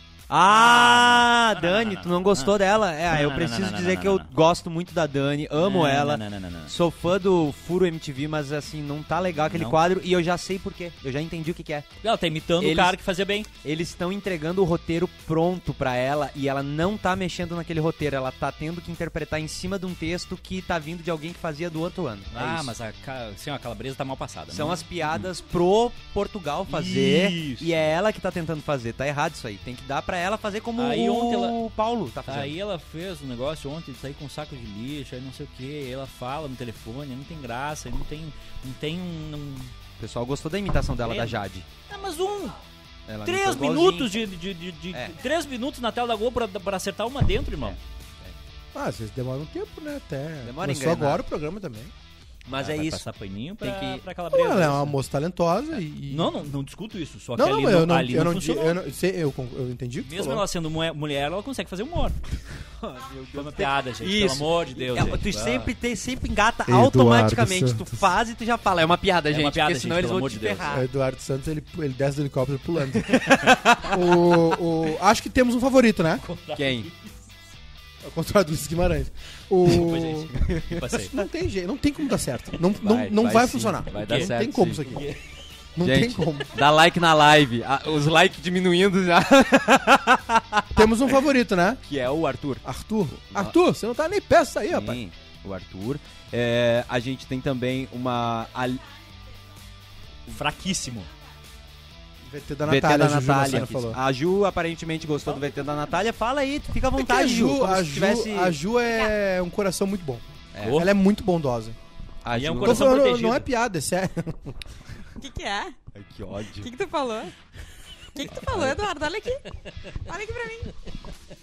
[SPEAKER 3] não,
[SPEAKER 4] Ah,
[SPEAKER 3] não, não,
[SPEAKER 4] Dani,
[SPEAKER 3] não,
[SPEAKER 4] tu não
[SPEAKER 3] não.
[SPEAKER 4] gostou dela? É,
[SPEAKER 3] Não,
[SPEAKER 4] eu
[SPEAKER 3] não,
[SPEAKER 4] preciso
[SPEAKER 3] não, não,
[SPEAKER 4] dizer
[SPEAKER 3] não,
[SPEAKER 4] que eu
[SPEAKER 3] não, não.
[SPEAKER 4] gosto muito da Dani, amo
[SPEAKER 3] Não,
[SPEAKER 4] ela.
[SPEAKER 3] Não, não, não, não, não.
[SPEAKER 4] Sou fã do Furo MTV, mas assim, não tá legal aquele
[SPEAKER 3] Não.
[SPEAKER 4] quadro e eu já sei por quê. Eu já entendi o que, que é.
[SPEAKER 3] Ela tá imitando
[SPEAKER 4] Eles-
[SPEAKER 3] o cara que fazia bem.
[SPEAKER 4] Eles estão entregando o roteiro pronto pra ela e ela não tá mexendo naquele roteiro, ela tá tendo que interpretar em cima de um texto que tá vindo de alguém que fazia do outro ano. É
[SPEAKER 3] Ah,
[SPEAKER 4] isso.
[SPEAKER 3] mas a, ca- assim, ó, a Calabresa tá mal passada.
[SPEAKER 4] são
[SPEAKER 3] Não-
[SPEAKER 4] as piadas pro Portugal fazer
[SPEAKER 3] Isso.
[SPEAKER 4] e é ela que tá tentando fazer. Tá errado isso aí. Tem que dar pra ela fazer como
[SPEAKER 3] Aí
[SPEAKER 4] o
[SPEAKER 3] ontem ela-
[SPEAKER 4] Paulo tá fazendo.
[SPEAKER 3] Aí ela fez um negócio ontem de sair com um saco de lixo, aí não sei o que, ela fala no telefone, aí não tem graça, aí não tem. Não tem um. um-
[SPEAKER 4] O pessoal gostou da imitação dela
[SPEAKER 3] É.
[SPEAKER 4] da Jade.
[SPEAKER 3] Ah, mas um!
[SPEAKER 4] Ela
[SPEAKER 3] Três
[SPEAKER 4] imitou igualzinho.
[SPEAKER 3] minutos de. de, de- de-
[SPEAKER 4] É.
[SPEAKER 3] Três minutos na tela da Globo pra, pra acertar uma dentro, irmão.
[SPEAKER 2] Ah, vocês demoram um tempo, né? Até.
[SPEAKER 4] Demora em
[SPEAKER 2] Começou
[SPEAKER 4] engrenar.
[SPEAKER 2] agora o programa também.
[SPEAKER 4] Mas
[SPEAKER 3] Ah,
[SPEAKER 4] é
[SPEAKER 3] vai
[SPEAKER 4] isso.
[SPEAKER 3] Passar paninho pra,
[SPEAKER 4] Tem que-
[SPEAKER 3] pra
[SPEAKER 2] Pô,
[SPEAKER 3] Calabresa.
[SPEAKER 2] ela é uma moça talentosa e. e-
[SPEAKER 3] Não, não, não discuto isso, só que
[SPEAKER 2] Não,
[SPEAKER 3] ali
[SPEAKER 2] não, eu não,
[SPEAKER 3] ali
[SPEAKER 2] eu não, di-
[SPEAKER 3] funcionou.
[SPEAKER 2] eu não sei, eu, con- eu entendi o que tu
[SPEAKER 3] Mesmo
[SPEAKER 2] falou.
[SPEAKER 3] ela sendo mu- mulher, ela consegue fazer humor. Foi uma piada, gente.
[SPEAKER 4] Isso.
[SPEAKER 3] Pelo amor de Deus.
[SPEAKER 4] É,
[SPEAKER 3] gente. Ah.
[SPEAKER 4] tu
[SPEAKER 3] Vai.
[SPEAKER 4] sempre, tem, sempre engata
[SPEAKER 2] Eduardo
[SPEAKER 4] automaticamente. Tu
[SPEAKER 2] Santos.
[SPEAKER 4] faz e tu já fala. É uma piada,
[SPEAKER 3] É
[SPEAKER 4] gente.
[SPEAKER 3] uma piada,
[SPEAKER 4] porque senão
[SPEAKER 3] gente,
[SPEAKER 4] eles
[SPEAKER 3] pelo
[SPEAKER 4] vão
[SPEAKER 3] amor
[SPEAKER 4] te
[SPEAKER 3] de Deus.
[SPEAKER 4] ferrar.
[SPEAKER 2] O É, Eduardo Santos, ele, ele desce do helicóptero pulando. o, o- acho que temos um favorito, né?
[SPEAKER 4] Quem?
[SPEAKER 2] Ao contrário do Luiz Guimarães. O-
[SPEAKER 3] Desculpa, gente. Passei.
[SPEAKER 2] Não tem jeito, não tem como dar certo. Não vai, não, não vai,
[SPEAKER 4] sim.
[SPEAKER 2] funcionar.
[SPEAKER 4] Vai
[SPEAKER 3] dar
[SPEAKER 2] não
[SPEAKER 4] certo,
[SPEAKER 2] tem como
[SPEAKER 4] sim.
[SPEAKER 2] isso aqui. Não tem
[SPEAKER 4] Gente,
[SPEAKER 2] como.
[SPEAKER 4] dá like na live. Ah, os likes diminuindo já.
[SPEAKER 2] Temos um favorito, né?
[SPEAKER 4] Que é o Arthur.
[SPEAKER 2] Arthur. Arthur, você não tá nem peça aí, rapaz.
[SPEAKER 4] Sim, o Arthur. É, a gente tem também uma... A,
[SPEAKER 3] Fraquíssimo.
[SPEAKER 2] VT da
[SPEAKER 4] VT
[SPEAKER 2] Natália,
[SPEAKER 4] da
[SPEAKER 2] a Juju
[SPEAKER 4] Natália.
[SPEAKER 2] Massaro falou.
[SPEAKER 4] A Ju aparentemente gostou do VT da Natália. Fala aí, tu fica à
[SPEAKER 2] É que
[SPEAKER 4] vontade,
[SPEAKER 2] a
[SPEAKER 4] Ju.
[SPEAKER 2] Ju,
[SPEAKER 4] como
[SPEAKER 2] a
[SPEAKER 4] se
[SPEAKER 2] Ju,
[SPEAKER 4] tivesse...
[SPEAKER 2] a Ju é um coração muito bom.
[SPEAKER 4] É.
[SPEAKER 2] Ela é muito bondosa.
[SPEAKER 4] A
[SPEAKER 3] E é um
[SPEAKER 4] Ju-
[SPEAKER 2] Tô
[SPEAKER 3] Coração
[SPEAKER 2] falando,
[SPEAKER 3] protegido.
[SPEAKER 2] não é piada, é sério.
[SPEAKER 7] O que, que é?
[SPEAKER 4] Ai, que ódio.
[SPEAKER 7] O que, que tu falou? O que, que tu falou, Eduardo? Olha aqui. Olha aqui pra mim.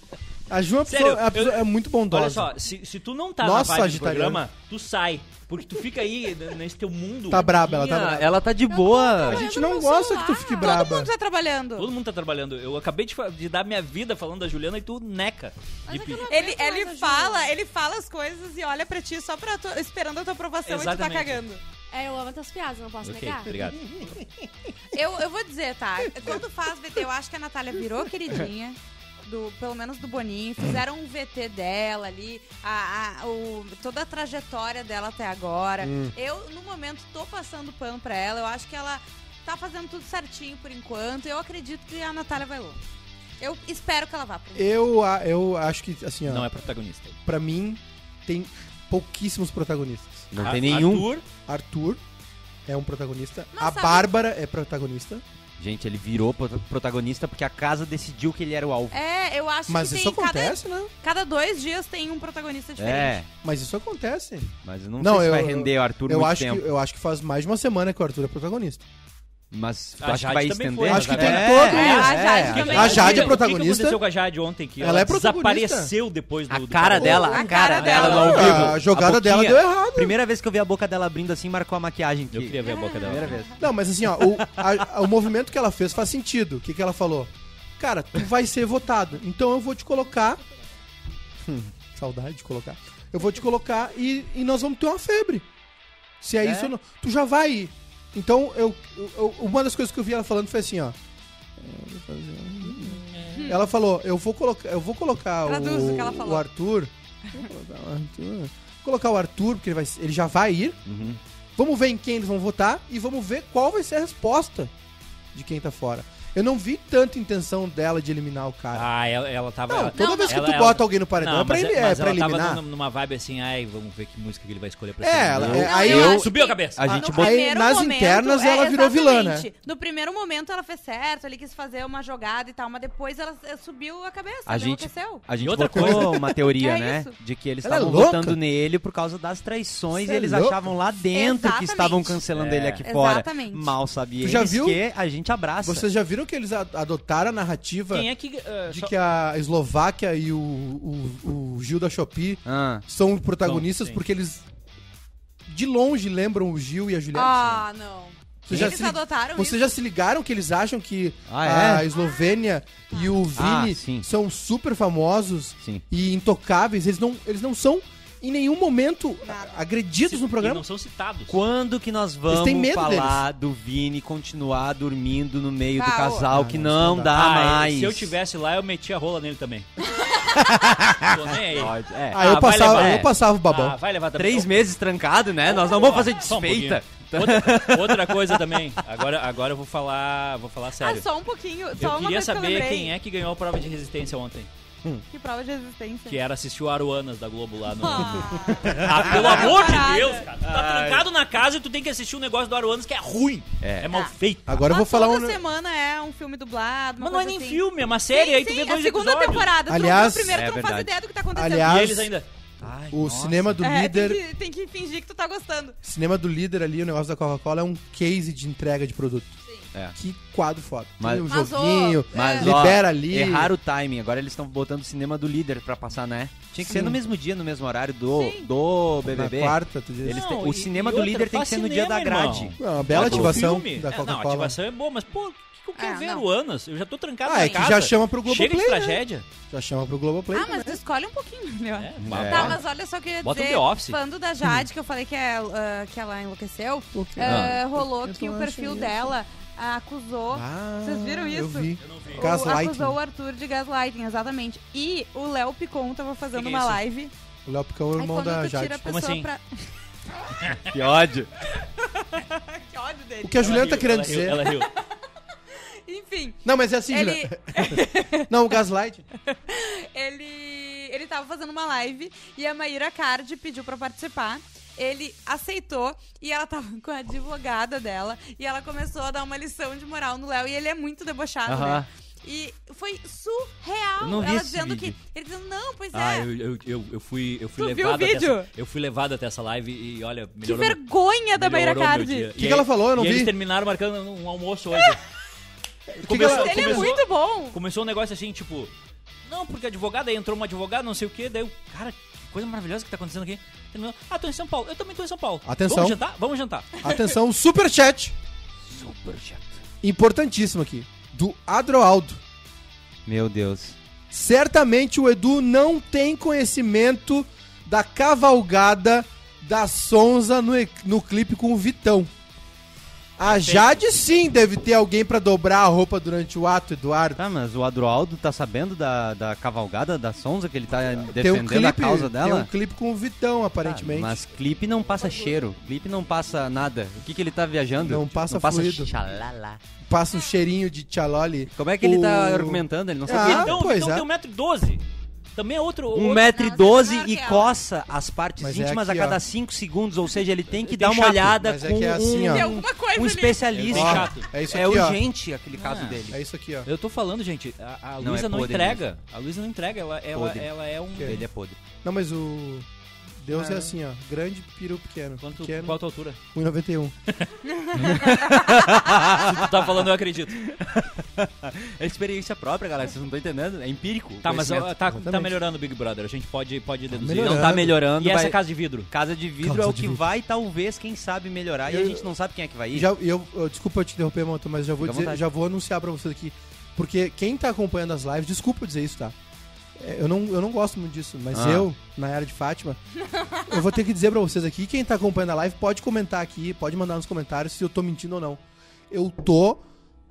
[SPEAKER 2] A Ju é, uma
[SPEAKER 3] Sério,
[SPEAKER 2] pessoa- é uma pessoa-
[SPEAKER 3] eu-
[SPEAKER 2] é muito bondosa.
[SPEAKER 3] Olha só, se, se tu não tá
[SPEAKER 2] Nossa,
[SPEAKER 3] na vibe do
[SPEAKER 2] sagitariano.
[SPEAKER 3] programa, tu sai. Porque tu fica aí n- nesse teu mundo.
[SPEAKER 2] Tá braba, ela tá
[SPEAKER 4] Ah,
[SPEAKER 2] braba.
[SPEAKER 4] ela tá de boa.
[SPEAKER 2] A gente
[SPEAKER 7] Eu
[SPEAKER 2] não
[SPEAKER 7] no
[SPEAKER 2] gosta que
[SPEAKER 7] celular.
[SPEAKER 2] tu fique
[SPEAKER 7] Todo
[SPEAKER 2] braba.
[SPEAKER 7] mundo tá trabalhando.
[SPEAKER 3] Todo mundo tá trabalhando. Eu acabei de, fa- de dar minha vida falando da Juliana e tu neca.
[SPEAKER 5] Mas
[SPEAKER 3] E
[SPEAKER 5] é que eu não
[SPEAKER 7] Ele,
[SPEAKER 5] aguento mais a
[SPEAKER 7] ele
[SPEAKER 5] Ju.
[SPEAKER 7] fala, ele fala as coisas e olha pra ti só pra tu- esperando a tua aprovação e tu
[SPEAKER 3] Exatamente.
[SPEAKER 7] tá cagando.
[SPEAKER 5] É, eu amo essas piadas, não posso
[SPEAKER 3] Ok,
[SPEAKER 5] negar.
[SPEAKER 3] obrigado.
[SPEAKER 7] Eu, eu vou dizer, tá? Quando faz VT, eu acho que a Natália virou queridinha. Do, pelo menos do Boninho, fizeram um VT dela ali, a, a- o- toda a trajetória dela até agora.
[SPEAKER 2] Hum.
[SPEAKER 7] Eu, no momento, tô passando pano pra ela, eu acho que ela tá fazendo tudo certinho por enquanto. Eu acredito que a Natália vai longe. Eu espero que ela vá pro.
[SPEAKER 2] Eu, a- eu acho que, assim, ó,
[SPEAKER 3] Não é protagonista.
[SPEAKER 2] pra mim, tem pouquíssimos protagonistas.
[SPEAKER 4] Não
[SPEAKER 3] A-
[SPEAKER 4] tem nenhum.
[SPEAKER 3] Arthur,
[SPEAKER 2] Arthur é um protagonista.
[SPEAKER 7] Mas
[SPEAKER 2] a
[SPEAKER 7] sabe-
[SPEAKER 2] Bárbara é protagonista.
[SPEAKER 4] Gente, ele virou prota- protagonista porque a casa decidiu que ele era o alvo.
[SPEAKER 7] É, eu acho
[SPEAKER 2] Mas
[SPEAKER 7] que
[SPEAKER 2] isso
[SPEAKER 7] tem cada,
[SPEAKER 2] acontece, né?
[SPEAKER 7] cada dois dias tem um protagonista diferente.
[SPEAKER 4] É,
[SPEAKER 2] Mas isso acontece.
[SPEAKER 4] mas eu não,
[SPEAKER 2] Não,
[SPEAKER 4] sei se
[SPEAKER 2] eu-
[SPEAKER 4] vai render o Arthur
[SPEAKER 2] Eu
[SPEAKER 4] muito
[SPEAKER 2] acho, que,
[SPEAKER 4] tempo.
[SPEAKER 2] eu acho que faz mais de uma semana que o Arthur é protagonista.
[SPEAKER 4] Mas tu
[SPEAKER 3] A
[SPEAKER 4] acha
[SPEAKER 3] Jade
[SPEAKER 4] que vai
[SPEAKER 3] também
[SPEAKER 4] estender?
[SPEAKER 3] foi, né?
[SPEAKER 2] Acho que tem
[SPEAKER 4] É,
[SPEAKER 2] todo
[SPEAKER 4] é,
[SPEAKER 7] isso. A Jade
[SPEAKER 4] é,
[SPEAKER 7] também.
[SPEAKER 2] A Jade é
[SPEAKER 3] O que que
[SPEAKER 2] protagonista.
[SPEAKER 3] aconteceu com a Jade ontem? Que
[SPEAKER 2] Ela
[SPEAKER 3] ela,
[SPEAKER 2] é protagonista.
[SPEAKER 3] desapareceu depois do...
[SPEAKER 4] A
[SPEAKER 3] do
[SPEAKER 4] cara
[SPEAKER 3] programa.
[SPEAKER 4] dela, a cara dela
[SPEAKER 7] dela.
[SPEAKER 4] no ao vivo.
[SPEAKER 2] A jogada dela
[SPEAKER 4] boquinha.
[SPEAKER 2] deu errado.
[SPEAKER 4] Primeira vez que eu vi a boca dela abrindo assim, marcou a maquiagem. Que...
[SPEAKER 3] Eu queria ver a boca dela.
[SPEAKER 4] Primeira vez.
[SPEAKER 2] Não, mas assim, ó, o, a- a- o movimento que ela fez faz sentido. O que, que ela falou? Cara, tu vai ser votado, então eu vou te colocar. Hum, saudade de colocar. Eu vou te colocar e, e nós vamos ter uma febre. Se é, isso ou não. Tu já vai ir. Então, eu, eu- eu- uma das coisas que eu vi ela falando foi assim, ó. Ela falou, eu vou colocar, eu vou colocar
[SPEAKER 7] Traduz
[SPEAKER 2] o,
[SPEAKER 7] o que ela falou.
[SPEAKER 2] o Arthur. Vou colocar o Arthur. Vou colocar o Arthur, porque ele, vai, ele já vai ir. Vamos ver em quem eles vão votar e vamos ver qual vai ser a resposta de quem tá fora. Eu não vi tanta intenção dela de eliminar o cara.
[SPEAKER 3] Ah, ela, ela tava...
[SPEAKER 2] não,
[SPEAKER 3] ela-
[SPEAKER 2] toda vez que
[SPEAKER 3] ela-
[SPEAKER 2] tu
[SPEAKER 3] ela-
[SPEAKER 2] bota alguém no paredão é pra,
[SPEAKER 3] mas,
[SPEAKER 2] ele, é
[SPEAKER 3] mas
[SPEAKER 2] pra
[SPEAKER 3] ela tava
[SPEAKER 2] eliminar.
[SPEAKER 3] num- numa vibe assim, ai, vamos ver que música que ele vai escolher pra
[SPEAKER 2] É,
[SPEAKER 3] ser.
[SPEAKER 2] ela,
[SPEAKER 3] Não.
[SPEAKER 2] é,
[SPEAKER 7] Não,
[SPEAKER 2] aí
[SPEAKER 7] eu
[SPEAKER 2] eu,
[SPEAKER 7] acho
[SPEAKER 3] Subiu a
[SPEAKER 7] que-
[SPEAKER 3] cabeça.
[SPEAKER 4] A
[SPEAKER 7] No
[SPEAKER 4] gente botou.
[SPEAKER 2] Aí,
[SPEAKER 7] primeiro é,
[SPEAKER 2] nas internas, ela virou vilã, né?
[SPEAKER 7] exatamente. No primeiro momento ela fez certo, ele quis fazer uma jogada e tal, mas depois ela eh, subiu a cabeça,
[SPEAKER 4] A
[SPEAKER 7] ela
[SPEAKER 4] gente-
[SPEAKER 7] enlouqueceu.
[SPEAKER 4] A gente
[SPEAKER 3] E outra
[SPEAKER 4] botou
[SPEAKER 3] coisa-
[SPEAKER 4] uma teoria,
[SPEAKER 7] É
[SPEAKER 4] né?
[SPEAKER 7] isso.
[SPEAKER 4] De que eles
[SPEAKER 2] Ela é
[SPEAKER 4] estavam
[SPEAKER 2] louca.
[SPEAKER 4] votando nele por causa das traições
[SPEAKER 2] Você
[SPEAKER 4] e eles
[SPEAKER 2] é louca.
[SPEAKER 4] achavam lá dentro que
[SPEAKER 7] Exatamente.
[SPEAKER 4] estavam cancelando
[SPEAKER 3] É.
[SPEAKER 4] ele aqui fora.
[SPEAKER 7] Exatamente.
[SPEAKER 4] Mal sabia
[SPEAKER 2] Tu já
[SPEAKER 4] eles
[SPEAKER 2] viu?
[SPEAKER 4] que a gente abraça.
[SPEAKER 2] Vocês já viram que eles a- adotaram a narrativa
[SPEAKER 3] Quem é que... ah,
[SPEAKER 2] de
[SPEAKER 3] só-
[SPEAKER 2] que a Eslováquia e o, o, o Gil da Shopee
[SPEAKER 4] Ah,
[SPEAKER 2] são protagonistas
[SPEAKER 3] sim.
[SPEAKER 2] porque eles de longe lembram o Gil e a Juliette?
[SPEAKER 7] Ah, não.
[SPEAKER 2] Vocês já
[SPEAKER 7] Eles
[SPEAKER 2] se-
[SPEAKER 7] adotaram
[SPEAKER 2] Vocês já se ligaram que eles acham que
[SPEAKER 4] Ah, é?
[SPEAKER 2] a Eslovênia e o
[SPEAKER 4] Ah,
[SPEAKER 2] Vini
[SPEAKER 4] sim.
[SPEAKER 2] são super famosos
[SPEAKER 4] sim.
[SPEAKER 2] e intocáveis? Eles não, eles não são em nenhum momento a- agredidos no
[SPEAKER 3] E
[SPEAKER 2] programa.
[SPEAKER 3] não são citados.
[SPEAKER 4] Quando que nós vamos
[SPEAKER 2] têm medo
[SPEAKER 4] falar do Vini continuar dormindo no meio do
[SPEAKER 7] Ah,
[SPEAKER 4] casal
[SPEAKER 2] ô.
[SPEAKER 4] que
[SPEAKER 2] Ah, não, isso
[SPEAKER 4] não,
[SPEAKER 2] não
[SPEAKER 4] dá
[SPEAKER 3] é,
[SPEAKER 4] mais?
[SPEAKER 3] Se eu tivesse lá, eu metia a rola nele também. Tô nem aí.
[SPEAKER 4] Pode, é.
[SPEAKER 2] Ah, eu,
[SPEAKER 3] vai
[SPEAKER 2] passava,
[SPEAKER 3] levar.
[SPEAKER 2] eu passava o babão.
[SPEAKER 3] Ah, vai levar também.
[SPEAKER 4] Três meses trancado, né? Nós não vamos fazer
[SPEAKER 3] Só um pouquinho.
[SPEAKER 4] desfeita.
[SPEAKER 3] Outra, outra coisa também. Agora, agora eu vou falar, vou falar
[SPEAKER 7] Ah,
[SPEAKER 3] sério.
[SPEAKER 7] só um pouquinho,
[SPEAKER 3] eu
[SPEAKER 7] só uma
[SPEAKER 3] queria
[SPEAKER 7] coisa que eu
[SPEAKER 3] saber
[SPEAKER 7] lembrei.
[SPEAKER 3] quem é que ganhou a prova de resistência ontem.
[SPEAKER 7] Que prova de resistência.
[SPEAKER 3] Que é. era assistir o Aruanas da Globo lá no. Ah,
[SPEAKER 7] Ah,
[SPEAKER 3] pelo amor de
[SPEAKER 7] parada.
[SPEAKER 3] Deus, cara. Tu tá trancado na casa e tu tem que assistir um negócio do Aruanas que é ruim. É, mal feito.
[SPEAKER 2] Agora eu vou
[SPEAKER 7] Mas
[SPEAKER 2] falar um.
[SPEAKER 7] Toda semana é um filme dublado, uma
[SPEAKER 3] Mas não é
[SPEAKER 7] coisa
[SPEAKER 3] nem
[SPEAKER 7] assim.
[SPEAKER 3] filme, é uma série.
[SPEAKER 7] Sim,
[SPEAKER 3] aí tu
[SPEAKER 7] sim,
[SPEAKER 3] vê
[SPEAKER 7] a
[SPEAKER 3] dois
[SPEAKER 7] segunda
[SPEAKER 3] episódio.
[SPEAKER 7] temporada.
[SPEAKER 2] Aliás-
[SPEAKER 7] tu viu o primeiro
[SPEAKER 4] É
[SPEAKER 7] que tu não faz
[SPEAKER 4] verdade.
[SPEAKER 7] ideia do que tá acontecendo.
[SPEAKER 2] Aliás,
[SPEAKER 3] E eles ainda. Ai,
[SPEAKER 2] O
[SPEAKER 3] nossa.
[SPEAKER 2] cinema do
[SPEAKER 7] é,
[SPEAKER 2] líder.
[SPEAKER 7] Tem que, tem que fingir que tu tá gostando.
[SPEAKER 2] Cinema do líder ali, o negócio da Coca-Cola é um case de entrega de produto.
[SPEAKER 4] É.
[SPEAKER 2] Que quadro foda.
[SPEAKER 4] Mas-
[SPEAKER 2] Tem o
[SPEAKER 7] Mas, ô,
[SPEAKER 2] joguinho,
[SPEAKER 4] Mas, ó,
[SPEAKER 2] É. libera ali.
[SPEAKER 4] Erraram o timing, agora eles estão botando o cinema do líder pra passar, né? Tinha que ser
[SPEAKER 2] Sim.
[SPEAKER 4] no mesmo dia, no mesmo horário do,
[SPEAKER 7] Sim.
[SPEAKER 4] do
[SPEAKER 2] na
[SPEAKER 4] BBB.
[SPEAKER 2] quarta, tu diz.
[SPEAKER 4] Eles
[SPEAKER 3] Não,
[SPEAKER 4] têm-
[SPEAKER 3] e-
[SPEAKER 4] o cinema
[SPEAKER 3] e
[SPEAKER 4] do
[SPEAKER 3] outra,
[SPEAKER 4] líder tem que
[SPEAKER 3] faz
[SPEAKER 4] ser no dia
[SPEAKER 3] cinema,
[SPEAKER 4] da grade.
[SPEAKER 3] irmão.
[SPEAKER 2] É Uma bela
[SPEAKER 3] Bota um
[SPEAKER 2] ativação
[SPEAKER 3] filme.
[SPEAKER 2] da
[SPEAKER 3] É, Não, a
[SPEAKER 2] Coca-Cola.
[SPEAKER 3] ativação é boa, mas pô, o que, que eu quero
[SPEAKER 7] Ah,
[SPEAKER 3] ver
[SPEAKER 7] não.
[SPEAKER 3] Aruanas? Eu já tô trancado
[SPEAKER 2] Ah,
[SPEAKER 3] na
[SPEAKER 2] é que
[SPEAKER 3] casa.
[SPEAKER 2] já chama pro
[SPEAKER 3] Chega de
[SPEAKER 2] Globoplay. né?
[SPEAKER 3] tragédia.
[SPEAKER 2] Já chama pro Globoplay.
[SPEAKER 7] ah, mas tu escolhe um pouquinho melhor.
[SPEAKER 3] É, uma-
[SPEAKER 4] É.
[SPEAKER 7] Tá, mas olha só que eu ia
[SPEAKER 3] Bota um
[SPEAKER 7] dizer,
[SPEAKER 3] The Office. Hum.
[SPEAKER 7] falando da Jade, que eu falei que, é, ah, que ela enlouqueceu,
[SPEAKER 2] Por quê?
[SPEAKER 7] ah, rolou
[SPEAKER 2] Eu
[SPEAKER 7] que
[SPEAKER 2] não
[SPEAKER 7] o
[SPEAKER 2] acho
[SPEAKER 7] perfil
[SPEAKER 2] isso.
[SPEAKER 7] dela acusou
[SPEAKER 2] Ah,
[SPEAKER 7] Vocês viram
[SPEAKER 2] Eu
[SPEAKER 7] isso?
[SPEAKER 2] vi.
[SPEAKER 3] Eu não vi.
[SPEAKER 7] O-
[SPEAKER 2] Gaslighting.
[SPEAKER 7] Acusou o Arthur de gaslighting, exatamente. E o Léo Picon tava fazendo
[SPEAKER 3] Quem é
[SPEAKER 7] uma
[SPEAKER 3] esse?
[SPEAKER 7] live.
[SPEAKER 2] O Léo Picão é o
[SPEAKER 7] Aí
[SPEAKER 2] irmão
[SPEAKER 7] quando
[SPEAKER 2] da
[SPEAKER 7] tu
[SPEAKER 2] Jade.
[SPEAKER 7] tira a
[SPEAKER 3] Como
[SPEAKER 7] pessoa
[SPEAKER 3] assim?
[SPEAKER 7] pra.
[SPEAKER 4] Que ódio.
[SPEAKER 7] que ódio dele.
[SPEAKER 2] O que a Juliana tá
[SPEAKER 3] Ela riu,
[SPEAKER 2] querendo
[SPEAKER 3] ela
[SPEAKER 2] dizer.
[SPEAKER 3] riu, Ela riu.
[SPEAKER 7] Enfim,
[SPEAKER 2] Não, mas é assim,
[SPEAKER 7] ele,
[SPEAKER 2] Juliana. Não, o Gaslight.
[SPEAKER 7] ele, ele tava fazendo uma live e a Maíra Cardi pediu pra participar. Ele aceitou e ela tava com a advogada dela e ela começou a dar uma lição de moral no Léo e ele é muito debochado,
[SPEAKER 4] Aham.
[SPEAKER 7] né? E foi surreal
[SPEAKER 4] Eu não vi
[SPEAKER 7] ela
[SPEAKER 4] esse
[SPEAKER 7] dizendo
[SPEAKER 4] vídeo.
[SPEAKER 7] que. Ele dizendo, não, pois
[SPEAKER 3] Ah,
[SPEAKER 7] é.
[SPEAKER 3] eu, eu, eu, eu fui, eu fui
[SPEAKER 7] Tu viu
[SPEAKER 3] levado
[SPEAKER 7] o
[SPEAKER 3] até
[SPEAKER 7] vídeo?
[SPEAKER 3] essa, Eu fui levado até essa live e olha,
[SPEAKER 7] Que
[SPEAKER 3] melhorou. meu-
[SPEAKER 7] vergonha da Maíra
[SPEAKER 3] melhorou meu
[SPEAKER 7] Cardi. Tipo,
[SPEAKER 3] dia.
[SPEAKER 2] que
[SPEAKER 3] E
[SPEAKER 2] que ela falou? Eu não
[SPEAKER 3] e
[SPEAKER 2] vi.
[SPEAKER 3] Eles terminaram marcando um almoço hoje.
[SPEAKER 2] que que ela-
[SPEAKER 7] Ele é muito bom.
[SPEAKER 3] Começou um negócio assim, tipo, não, porque advogada, aí entrou uma advogada, não sei o quê, daí eu, cara, que coisa maravilhosa que tá acontecendo aqui. Terminou, ah, tô em São Paulo, eu também tô em São Paulo.
[SPEAKER 2] Atenção.
[SPEAKER 3] Vamos jantar? Vamos jantar.
[SPEAKER 2] Atenção, um superchat. Importantíssimo aqui. Do Adroaldo.
[SPEAKER 4] Meu Deus.
[SPEAKER 2] Certamente o Edu não tem conhecimento da cavalgada da Sonza no, e- no clipe com o Vitão. A Jade sim deve ter alguém pra dobrar a roupa durante o ato, Eduardo.
[SPEAKER 4] Tá, mas o Adroaldo tá sabendo da, da cavalgada da Sonza que ele tá
[SPEAKER 2] Tem
[SPEAKER 4] defendendo
[SPEAKER 2] um clipe,
[SPEAKER 4] a causa dela? Ah,
[SPEAKER 2] tem um clipe com o Vitão, aparentemente.
[SPEAKER 4] Mas clipe não passa cheiro, clipe não passa nada. O que, que ele tá viajando?
[SPEAKER 2] Não passa fluido.
[SPEAKER 4] xalala.
[SPEAKER 2] Passa um cheirinho de tchaloli.
[SPEAKER 4] Como é que ele tá
[SPEAKER 2] O-
[SPEAKER 4] argumentando? Ele não
[SPEAKER 2] Ah,
[SPEAKER 4] sabe.
[SPEAKER 3] então,
[SPEAKER 2] pois
[SPEAKER 3] então
[SPEAKER 2] é.
[SPEAKER 3] tem 1,12m. Também é outro. outro-
[SPEAKER 4] 1,12m e
[SPEAKER 7] Não,
[SPEAKER 4] coça as partes
[SPEAKER 2] Mas é
[SPEAKER 4] íntimas
[SPEAKER 2] aqui,
[SPEAKER 4] a cada
[SPEAKER 2] ó. É
[SPEAKER 4] 5 segundos, ou seja, ele tem que
[SPEAKER 3] Tem
[SPEAKER 4] dar uma
[SPEAKER 3] chato,
[SPEAKER 4] olhada
[SPEAKER 2] mas
[SPEAKER 4] com
[SPEAKER 2] é que é assim, ó.
[SPEAKER 4] um,
[SPEAKER 7] Tem alguma coisa
[SPEAKER 4] um
[SPEAKER 7] ali.
[SPEAKER 4] especialista.
[SPEAKER 3] Tem
[SPEAKER 2] Ó,
[SPEAKER 3] chato.
[SPEAKER 2] É isso
[SPEAKER 4] É
[SPEAKER 2] aqui, ó.
[SPEAKER 4] urgente aquele caso
[SPEAKER 3] Ah.
[SPEAKER 4] dele.
[SPEAKER 2] É isso aqui, ó.
[SPEAKER 3] Eu tô falando, gente, a, a
[SPEAKER 4] Não,
[SPEAKER 3] Luísa
[SPEAKER 4] é
[SPEAKER 3] não,
[SPEAKER 4] podre
[SPEAKER 3] entrega. A Luísa não entrega, ela, ela,
[SPEAKER 4] Podre.
[SPEAKER 3] ela é um.
[SPEAKER 4] Ele é podre.
[SPEAKER 2] Não, mas o... Deus é assim, ó. Grande, peru pequeno.
[SPEAKER 3] Quanto,
[SPEAKER 2] pequeno,
[SPEAKER 3] qual a tua altura?
[SPEAKER 2] 1,91.
[SPEAKER 3] Tu tá falando, eu acredito.
[SPEAKER 4] É experiência própria, galera. Vocês não estão entendendo? É empírico.
[SPEAKER 3] Tá, mas ó, tá, tá
[SPEAKER 2] Exatamente.
[SPEAKER 3] melhorando o Big Brother. A gente pode, pode deduzir.
[SPEAKER 2] melhorando.
[SPEAKER 4] não tá melhorando.
[SPEAKER 3] E essa
[SPEAKER 4] vai-
[SPEAKER 3] casa de vidro?
[SPEAKER 4] Casa de vidro
[SPEAKER 2] Casa
[SPEAKER 4] é o
[SPEAKER 2] de
[SPEAKER 4] que
[SPEAKER 2] vidro.
[SPEAKER 4] vai, talvez, quem sabe, melhorar. E a
[SPEAKER 2] Eu-
[SPEAKER 4] gente não sabe quem é que vai ir.
[SPEAKER 2] Já, eu, eu- desculpa eu te interromper, Monta, mas já vou,
[SPEAKER 4] Fica à
[SPEAKER 2] dizer,
[SPEAKER 4] vontade.
[SPEAKER 2] já vou anunciar pra vocês aqui. Porque quem tá acompanhando as lives, desculpa eu dizer isso, tá? É, Eu não, eu não gosto muito disso, mas
[SPEAKER 4] Ah.
[SPEAKER 2] eu, na era de Fátima, eu vou ter que dizer pra vocês aqui. Quem tá acompanhando a live pode comentar aqui, pode mandar nos comentários se eu tô mentindo ou não. Eu tô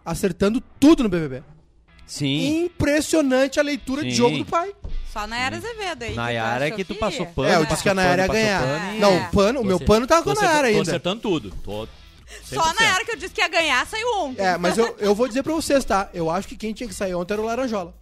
[SPEAKER 2] acertando tudo no BBB.
[SPEAKER 4] Sim.
[SPEAKER 2] Impressionante a leitura de
[SPEAKER 4] Sim.
[SPEAKER 2] jogo do pai.
[SPEAKER 7] Só Nayara Azevedo aí.
[SPEAKER 4] Nayara é
[SPEAKER 7] achou
[SPEAKER 4] que tu passou pano.
[SPEAKER 2] é, eu
[SPEAKER 4] passou
[SPEAKER 2] disse que a Nayara ia
[SPEAKER 4] pano,
[SPEAKER 2] ganhar.
[SPEAKER 4] passou pano.
[SPEAKER 7] pano e-
[SPEAKER 2] Não, o pano, o meu
[SPEAKER 3] Você-
[SPEAKER 2] pano tava Tá
[SPEAKER 3] Tô
[SPEAKER 2] com a Nayara
[SPEAKER 3] acertando- Tô
[SPEAKER 2] ainda.
[SPEAKER 3] acertando tudo. Tô...
[SPEAKER 7] Só a
[SPEAKER 3] 100%.
[SPEAKER 7] Nayara que eu disse que ia ganhar saiu ontem.
[SPEAKER 2] É, mas eu, eu vou dizer pra vocês, tá? Eu acho que quem tinha que sair ontem era o Laranjola.